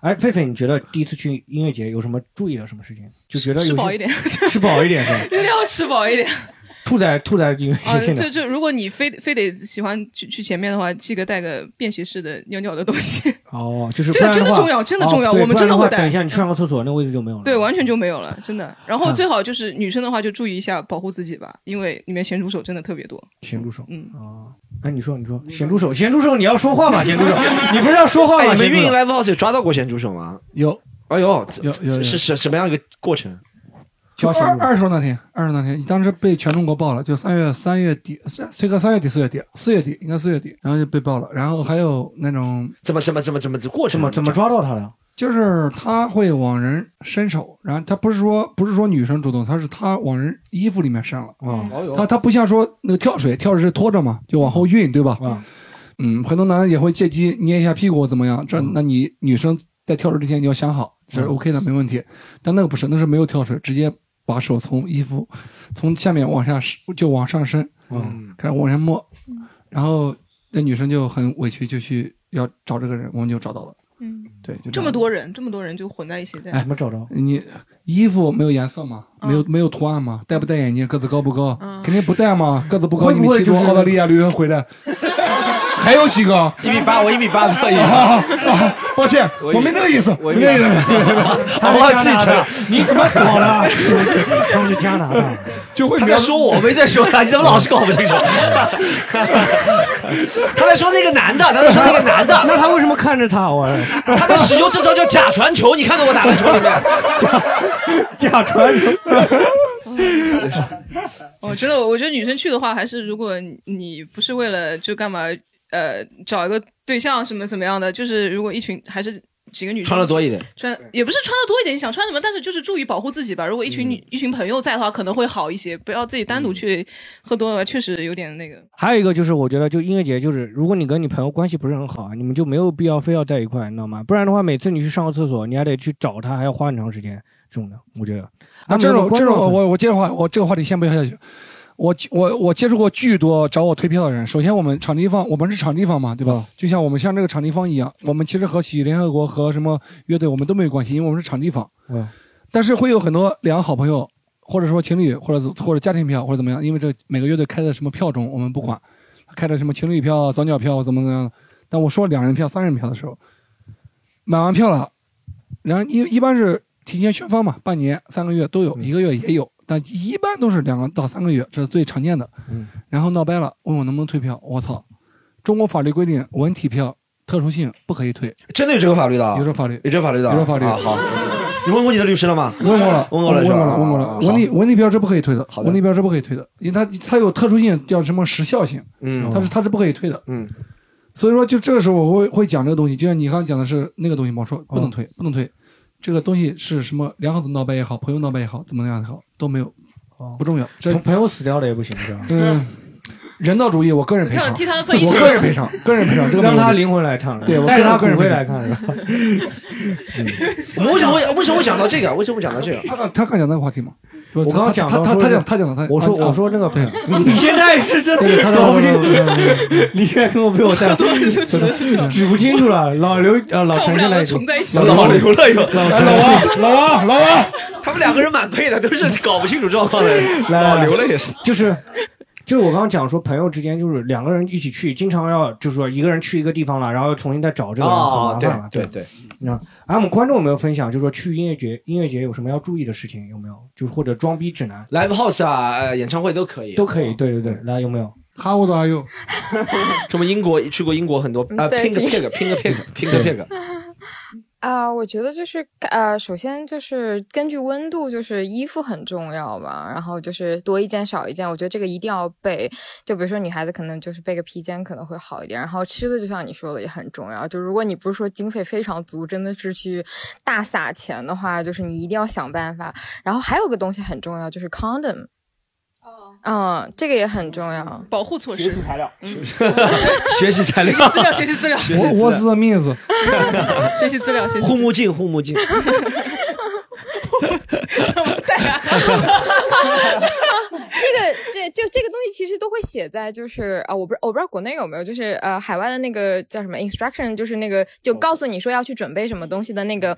C: 哎，狒狒，你觉得第一次去音乐节有什么注意的什么事情？就觉得有
D: 吃
C: 些
D: 饱一 点
C: 吃饱一点是吧？
D: 一定要吃饱一点。
C: 吐在吐在音乐
D: 啊，
C: 节现
D: 就
C: 场。
D: 就如果你非非得喜欢去去前面的话，记得带个便携式的尿尿的东西。
C: 哦，就是
D: 这个
C: 不然
D: 真的
C: 话
D: 重要真的
C: 哦
D: 重要
C: 对
D: 我们
C: 不然
D: 真的
C: 话
D: 会带
C: 等一下，你去上个厕所，那位置就没有了。
D: 对，完全就没有了，真的。然后
C: 啊
D: 最好就是女生的话，就注意一下保护自己吧，因为里面咸猪手真的特别多。
C: 咸猪手，
D: 嗯
C: 啊，哎，你说你说，咸猪手，咸猪手，你要说话嘛，咸 猪手，你不是要说话
A: 哎
C: 吗？
A: 你们
C: 咸猪
A: 运营
C: 手
A: live house 有抓到过咸猪手吗？
B: 有。
A: 哎呦，
B: 有有有
A: 是是什么样一个过程？
B: 就二二十号那天，二十号那天，当时被全中国爆了，就三月三月底，崔哥三月底四月底，四月底应该四月底，然后就被爆了。然后还有那种
A: 怎么怎么怎么怎么过程？
B: 怎么
C: 怎么抓到他的？
B: 就是他会往人伸手，然后他不是说不是说女生主动，他是他往人衣服里面伸了。
C: 啊
A: 哦
B: 他他不像说那个跳水，跳水是拖着嘛，就往后运，对吧？嗯，很多男的也会借机捏一下屁股怎么样？这那你女生在跳水之前你要想好，这是
C: 嗯
B: OK 的，没问题。但那个不是，那是没有跳水，直接把手从衣服从下面往下就往上伸，
C: 嗯，
B: 开始往前摸，然后那女生就很委屈，就去要找这个人，我们就找到了。
D: 嗯，
B: 对，就
D: 这么多人，这么多人就混在一 起在。
B: 哎，
C: 找着？
B: 你衣服没有颜色吗？没有没有图案
D: 嗯
B: 吗？戴不戴眼镜？个子高不高？肯定不戴嘛，个子不高。
P: 会
B: 你
P: 不会
B: 们
P: 就
B: 从
P: 是
B: 澳大利亚留学回 来，还有几个？
A: 一米 八，我一米八的
B: 啊啊 抱歉，
A: 我以
B: 我没那个意思，
A: 哦我
B: 没
A: 以
B: 那个意思。 哎
A: 我忘 记承认
C: 你怎么搞的？他们是加拿 大，，
B: 就会
A: 他在说我，没在说他，你怎么老是搞不清楚？ 他在说那个男的，他在说那个男的
C: 那他为什么看着他？我
A: 他在使用这招叫假传球，你看看我打篮球里 面。
C: 假传球。
D: 我觉得，我觉得女生去的话，还是如果你不是为了就干嘛，呃，找一个对象什么怎么样的，就是如果一群还是几个女生
A: 穿的多一点，
D: 穿也不是穿的多一点，你想穿什么，但是就是注意保护自己吧。如果一群女、一群朋友在的话，可能会好一些，不要自己单独去喝多了，确实有点那个。
C: 还有一个就是，我觉得就音乐节，就是如果你跟你朋友关系不是很好啊，你们就没有必要非要在一块，你知道吗？不然的话，每次你去上个厕所，你还得去找他，还要花很长时间，这种的，我觉得。
B: 啊，这种这种，
C: 我
B: 我我接着话，我这个话题先不要下去。我我我接触过巨多找我退票的人。首先，我们场地方，我们是场地方嘛，对吧？就像我们像这个场地方一样，我们其实和喜联合国和什么乐队我们都没有关系，因为我们是场地方。
C: 嗯，
B: 但是会有很多两个好朋友，或者说情侣，或者或者家庭票，或者怎么样，因为这每个乐队开的什么票种我们不管，开的什么情侣票、早鸟票怎么怎么样。但我说两人票、三人票的时候，买完票了，然后一一般是提前宣发嘛，半年、三个月都有，一个月也有，但一般都是两个到三个月，这是最常见的。
C: 嗯，
B: 然后闹掰了，问我能不能退票，我操！中国法律规定，文体票特殊性不可以退。
A: 真的有这个法律的啊？
B: 有这法律，
A: 有这法律的啊，
B: 有这法律
A: 啊好，你问过你的律师了吗？
B: 问过了，
A: 问过了，
B: 问
A: 是吧
B: 过了，问过
C: 啊
B: 了。文理文理标是不可以退的，文理标是不可以退的，因为它它有特殊性，叫什么时效性，
A: 嗯
C: 哦
B: 它是它是不可以退的，
A: 嗯。
B: 所以说，就这个时候我会会讲这个东西，就像你刚刚讲的是那个东西嘛，我说
C: 哦
B: 不能退，不能退，这个东西是什么？两口子闹掰也好，朋友闹掰也好，怎么样也好，都没有，不重要。这
C: 哦朋朋友死掉了也不行，是吧？
B: 嗯，人道主义，我个人赔
D: 死
B: 偿，
D: 掉了替他们分一
B: 我
D: 起
B: 个人赔偿，个人赔偿，这个没有
C: 让他
B: 问题
C: 灵魂来唱，
B: 对我
C: 带
B: 个
C: 着他
B: 人个人
C: 骨灰
B: 赔
C: 来
B: 偿
C: 看，是 吧？
A: 我为什么会为什么会讲到这个？为什么会讲到这个？
B: 他刚他刚讲那个话题嘛，我
C: 我刚刚讲
B: 他
C: 到
B: 他
C: 说
B: 他
C: 是
B: 讲他讲的他，
C: 我说
B: 啊
C: 我说那个朋友，
B: 对
C: 你现在是真
B: 对 他
C: 搞不清
B: 他他他，
C: 你现在跟我被我带指不清楚了。老刘呃老陈现在已经
A: 老刘了又，
C: 老
A: 哎
C: 陈
A: 老王，老王，他们两个人蛮配的，都是搞不清楚状况 的 人。
C: 来
A: 老刘了也是，，
C: 就是。就是我刚刚讲说，朋友之间就是两个人一起去，经常要就是说一个人去一个地方了，然后重新再找这个人，很
A: 哦
C: 麻，
A: 对
C: 烦了。
A: 对对，
C: 那哎，我们观众有没有分享，就是说去音乐节音乐节有什么要注意的事情？有没有？就是或者装逼指南
A: live house 啊，呃演唱会都可以，
C: 都可以。对对对，来有没有？
B: How old are you？
A: 什么英国去过英国很多
D: 嗯
A: 啊
L: 对
A: ，pink
L: 这
A: pig pink pig pink pig，
L: 啊、我觉得就是呃，首先就是根据温度，就是衣服很重要吧。然后就是多一件少一件，我觉得这个一定要备。就比如说女孩子可能就是备个披肩可能会好一点。然后吃的就像你说的也很重要。就如果你不是说经费非常足，真的是去大撒钱的话，就是你一定要想办法。然后还有个东西很重要，就是 condom。嗯，这个也很重要，
D: 哦
L: 嗯
D: 保护措施。学习材
C: 料，
A: 学习材料
D: 学习资料，学习资料，
A: 我
B: 我是面子，
D: 学习资料，学习
A: 护目镜护目镜，
L: 这个这就这个东西其实都会写在就是啊，我不知我不知道国内有没有，就是呃海外的那个叫什么 instruction，就是那个就
D: 哦
L: 告诉你说要去准备什么东西的那个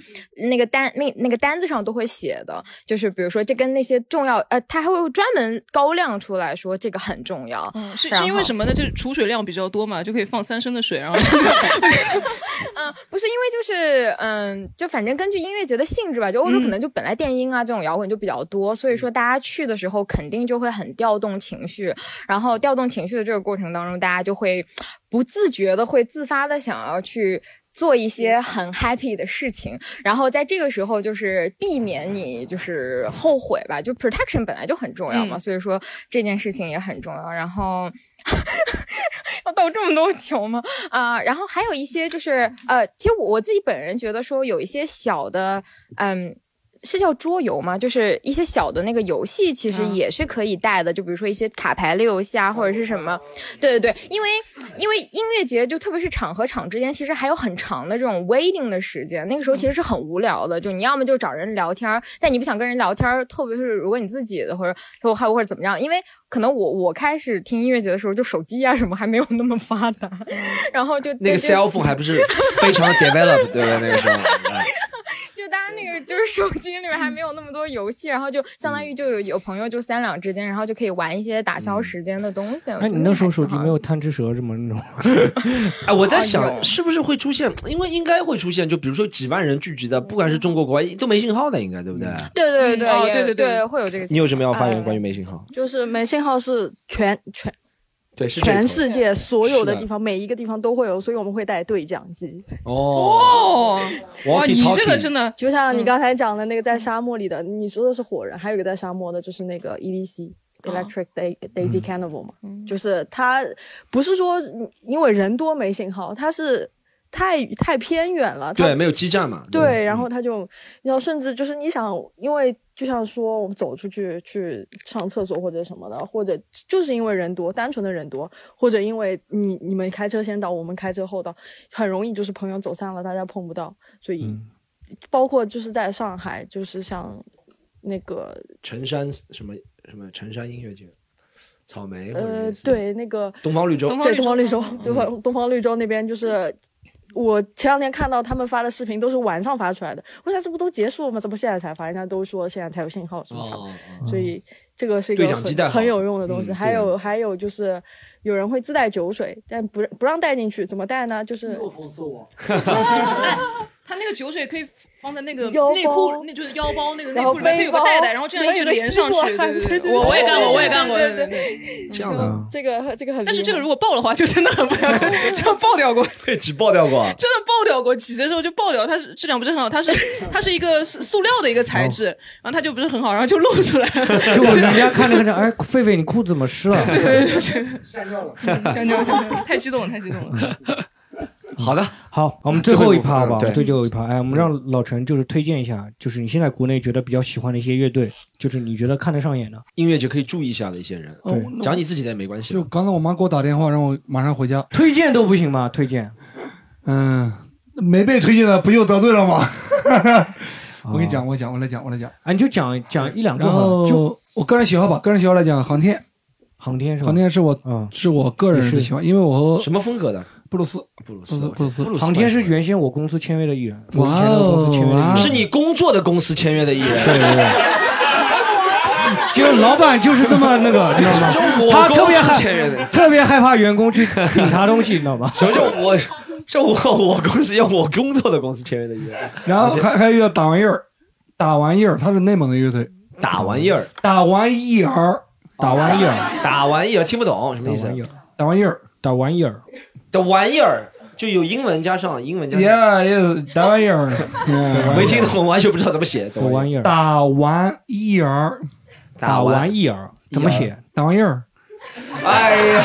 L: 那个单那那个单子上都会写的，就是比如说这跟那些重要呃，他还会专门高亮出来说这个很重要，
D: 嗯是
L: 然
D: 是因为
L: 后
D: 什么呢？就是储水量比较多嘛，就可以放三升的水，然后
L: 嗯，不是因为就是嗯，就反正根据音乐节的性质吧，就欧洲可能就本来电音啊、这种摇滚就比较多，所以说大家去的时候肯定就会很调动情绪，然后调动情绪的这个过程当中，大家就会不自觉的会自发的想要去。做一些很 happy 的事情，然后在这个时候就是避免你就是后悔吧，就 protection 本来就很重要嘛，
D: 嗯
L: 所以说这件事情也很重要。然后 要到这么多球吗？啊、然后还有一些就是呃，其实我我自己本人觉得说有一些小的嗯。是叫桌游吗？就是一些小的那个游戏，其实也是可以带的，就比如说一些卡牌类游戏啊，或者是什么。对对对，因为因为音乐节就特别是场和场之间，其实还有很长的这种 waiting 的时间，那个时候其实是很无聊的，就你要么就找人聊天儿，但你不想跟人聊天儿，特别是如果你自己的或者或还有或者怎么样，因为可能我我开始听音乐节的时候，就手机啊什么还没有那么发达，然后就
A: 那个
L: 就
A: cell phone 还不是非常 develop，对吧？那个时候，
L: 就大家那个就是手机里面还没有那么多游戏，然后就相当于就有有朋友就三两之间，然后就可以玩一些打消时间的东西。我
C: 哎，
L: 觉
C: 你
L: 得
C: 那时候手机没有贪吃蛇什么那种？
A: 哎，我
G: 哦
A: 在
L: 哎呦
A: 想是不是会出现，因为应该会出现，就比如说几万人聚集的，不管是中国国外都没信号的，应该对不对？
L: 对对对
G: 嗯哦
L: 也
G: 对对对
L: 对，会有这个情况。
A: 你有什么要发言
G: 呃
A: 关于没信号？
G: 就是没信号是全全
A: 对，是这
G: 全
A: 种
G: 世界所有的
A: 是的
G: 地方，每一个地方都会有，所以我们会带对讲机。
A: 哦，哇你这个真
D: 的，
G: 就像你刚才讲的那个在沙漠里的，你说的是火人，还有一个在沙漠的，就是那个 EDC。Electric
A: 嗯
G: Day Daisy Carnival 嘛，就是它不是说因为人多没信号，它是太太偏远了，它
A: 对，没有基站嘛？
G: 对，然后他就，然后甚至就是你想，因为就像说我们走出去去上厕所或者什么的，或者就是因为人多，单纯的人多，或者因为你你们开车先到，我们开车后到，很容易就是朋友走散了，大家碰不到，所
A: 嗯
G: 以、包括就是在上海，就是像那个
A: 陈山什么什么陈山音乐节，草莓或者
G: 呃
A: 类似，
G: 对 那个
A: 东方绿洲
G: 对东方绿洲，东方东方绿洲那边就是。我前两天看到他们发的视频都是晚上发出来的，我想这不都结束了吗？怎么现在才发？人家都说现在才有信号什么啥的，
A: 哦
G: 所以这个是一
A: 对
G: 个
A: 讲鸡蛋
G: 很
A: 好
G: 很有用的东西。
A: 嗯
G: 还
A: 对
G: 有还有就是，有人会自带酒水，但不不让带进去，怎么带呢？就是
D: 他那个酒水可以放在那个
G: 腰包
D: 内裤，那就是腰包那个内
G: 然后
D: 裤里面，它有个
G: 背包
D: 袋袋，然后这样一直连上去。
G: 然后有
D: 对
G: 个吸
D: 对
G: 管
D: 对，我我也干
G: 对
D: 过，
G: 对对
D: 我也干过。
G: 对
D: 对
G: 对
D: 对
G: 对
D: 对，
A: 这样的啊
G: 这个这个很厉害，
D: 但是这个如果爆的话，就真的很不 要，这样爆掉过。
A: 被挤爆掉过啊。
D: 真的爆掉过，挤的时候就爆掉，它是质量不是很好，它是它是一个塑塑料的一个材质，然后它就不是很好，然后就露出来了。
C: 就我人家看着看着，哎，狒狒你裤子怎么湿了？
D: 删掉了，删掉，删掉，太激动了，太激动了。
A: 好的，
C: 好，我们最后一趴好不好？
A: 对
C: 最后一趴，哎，我
B: 嗯
C: 们让老陈就是推荐一下，就是你现在国内觉得比较喜欢的一些乐队，就是你觉得看得上眼的。
A: 音乐节可以注意一下的一些人，
C: 对
A: 哦讲你自己的也没关系
C: 就
A: 了。
C: 刚才我妈给我打电话，让我马上回家。推荐都不行吗？推荐？
B: 嗯，没被推荐的不就得罪 了吗？
C: 啊
B: 我跟你讲，我讲，我来讲，我来讲。
C: 啊，你就讲讲一两个
B: 然
C: 好了，就
B: 后我个人喜好吧，个人喜好来讲，航天，
C: 航天是吧？嗯
B: 航天是我是我个人的喜欢，因为我和
A: 什么风格的？
B: 布鲁斯，
A: 布鲁
B: 斯，布鲁斯，
C: 航天是原先我公司签约的艺人，我以
B: 哇
C: 前的公司签约的艺
B: 哦
C: 人
A: 是你工作的公司签约的艺人，
C: 对对对。就是老板就是这么那个，你知道 吗？
A: 中国
C: 他特别
A: 公司签约的
C: 害特别害怕员工去顶他东西，你知道 吗？
A: 什么叫我？是我我公司要我工作的公司签约的艺人，
B: 然后还还有一个打完印儿，打完印儿，他是内蒙的乐队，
A: 打完印儿，
B: 打完印儿，打完印儿，
A: 打完印儿听不懂什么意思？啊
B: 打完印儿，
C: 打完印儿，
A: 打完印儿就有英文加上英文加上，
B: Yeah, yes，打完 印儿，Yeah
A: 没听懂，完全不知道怎么写。打完
C: 印儿
B: 打完印儿，
C: 打完印儿怎么写？
B: 打完印儿，
A: 哎呀，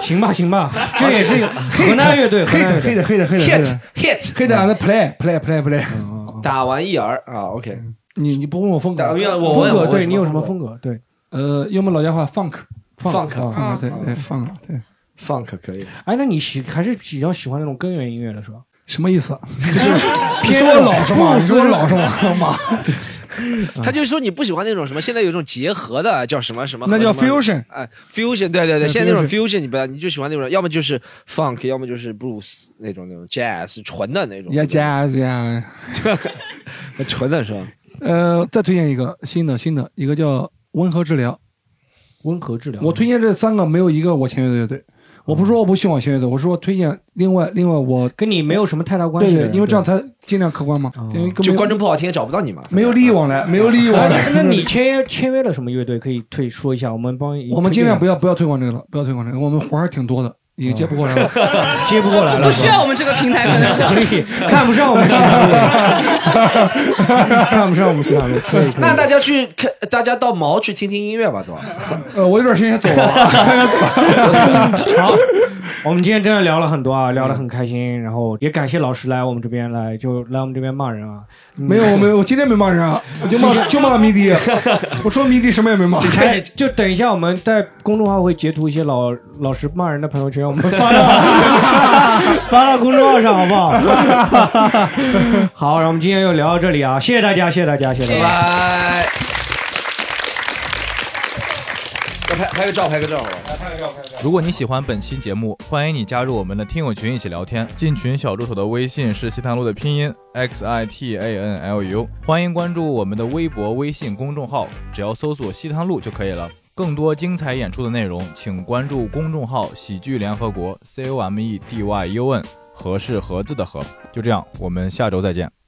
C: 行吧行吧，这也是一个 河南乐队，河
B: 啊黑
C: 南
B: 的
C: 乐
B: 黑
C: 队
B: 的黑的黑的
A: hit hit
B: 黑的 and play play play play。
C: 嗯
A: 打完印儿啊，OK。
B: 你你不问我风格
A: 打完印儿，我
B: 风
A: 问
B: 格
A: 我
B: 对你有什么
C: 风格？对，
B: 呃，用我们老家话 funk
A: Funk，
B: 啊
C: 嗯
A: 啊
B: 对对
A: 啊
B: funk 对，
A: funk 可以。
C: 哎，那你喜还是比较喜欢那种根源音乐的是吧？
B: 什么意思？
C: 偏
B: 说我老实吗？
C: 不
B: 你说我 老实吗？妈，嗯
A: 他就说你不喜欢那种什么，现在有一种结合的叫什么什么，
B: 那叫
A: 和什么
B: fusion
A: 哎，fusion，对对对，
B: 嗯
A: 现在那种 fusion 你不要，你就喜欢那种，要么就是 funk，要么就是 blues 那种那种 jazz 纯的那种，
B: 也 jazz 呀。
A: 纯的是吧？
B: 呃，再推荐一个新的新的，一个叫温和治疗。
C: 温和治疗，嗯
B: 我推荐这三个没有一个我签约的乐队。我不是说我不喜欢签乐队，我是说推荐另外另外我
C: 跟你没有什么太大关系的
B: 对
C: 人哦
B: 对，因为这样才尽量客观嘛。因为根本
A: 嗯就观众不好听也找不到你嘛。
B: 没有利益往来，没有利益往来
C: 哎。那你签约签约了什么乐队？可以退说一下，我们帮
B: 我们尽量不
C: 要
B: 要不要推广这个了，不要推广这个，我们活儿挺多的，也接不过来了，
C: 接不过来了
D: 不需要我们这个平台，可能是。
C: 所以看不上我们其他 路，看不上我们其他 路。可以可以
A: 那大家去看，大家到毛 去听听音乐吧，对吧？
B: 呃，我有点时间走了。
C: 好，我们今天真的聊了很多啊，聊得很开心，然后也感谢老师来我们这边来，就来我们这边骂人啊。
B: 没有，我没有，我今天没骂人啊，我就骂就骂 迷笛，我说迷笛什么也没骂。
C: 哎就等一下，我们在公众号会截图一些老老师骂人的朋友圈，我们发到 发到公众号上，好 不好？好，然后我们今天就聊到这里啊，谢谢大家，谢谢大家，谢谢大家。
E: 拜。要拍拍个照，拍个照好吧？拍个照，拍个照。
Q: 如果你喜欢本期节目，欢迎你加入我们的听友群一起聊天。进群小助手的微信是西塘路的拼音 x i t a n l u，欢迎关注我们的微博、微信公众号，只要搜索西塘路就可以了。更多精彩演出的内容，请关注公众号“喜剧联合 E 国 ”（C O M E D Y U N），和是盒子的和。就这样，我们下周再见。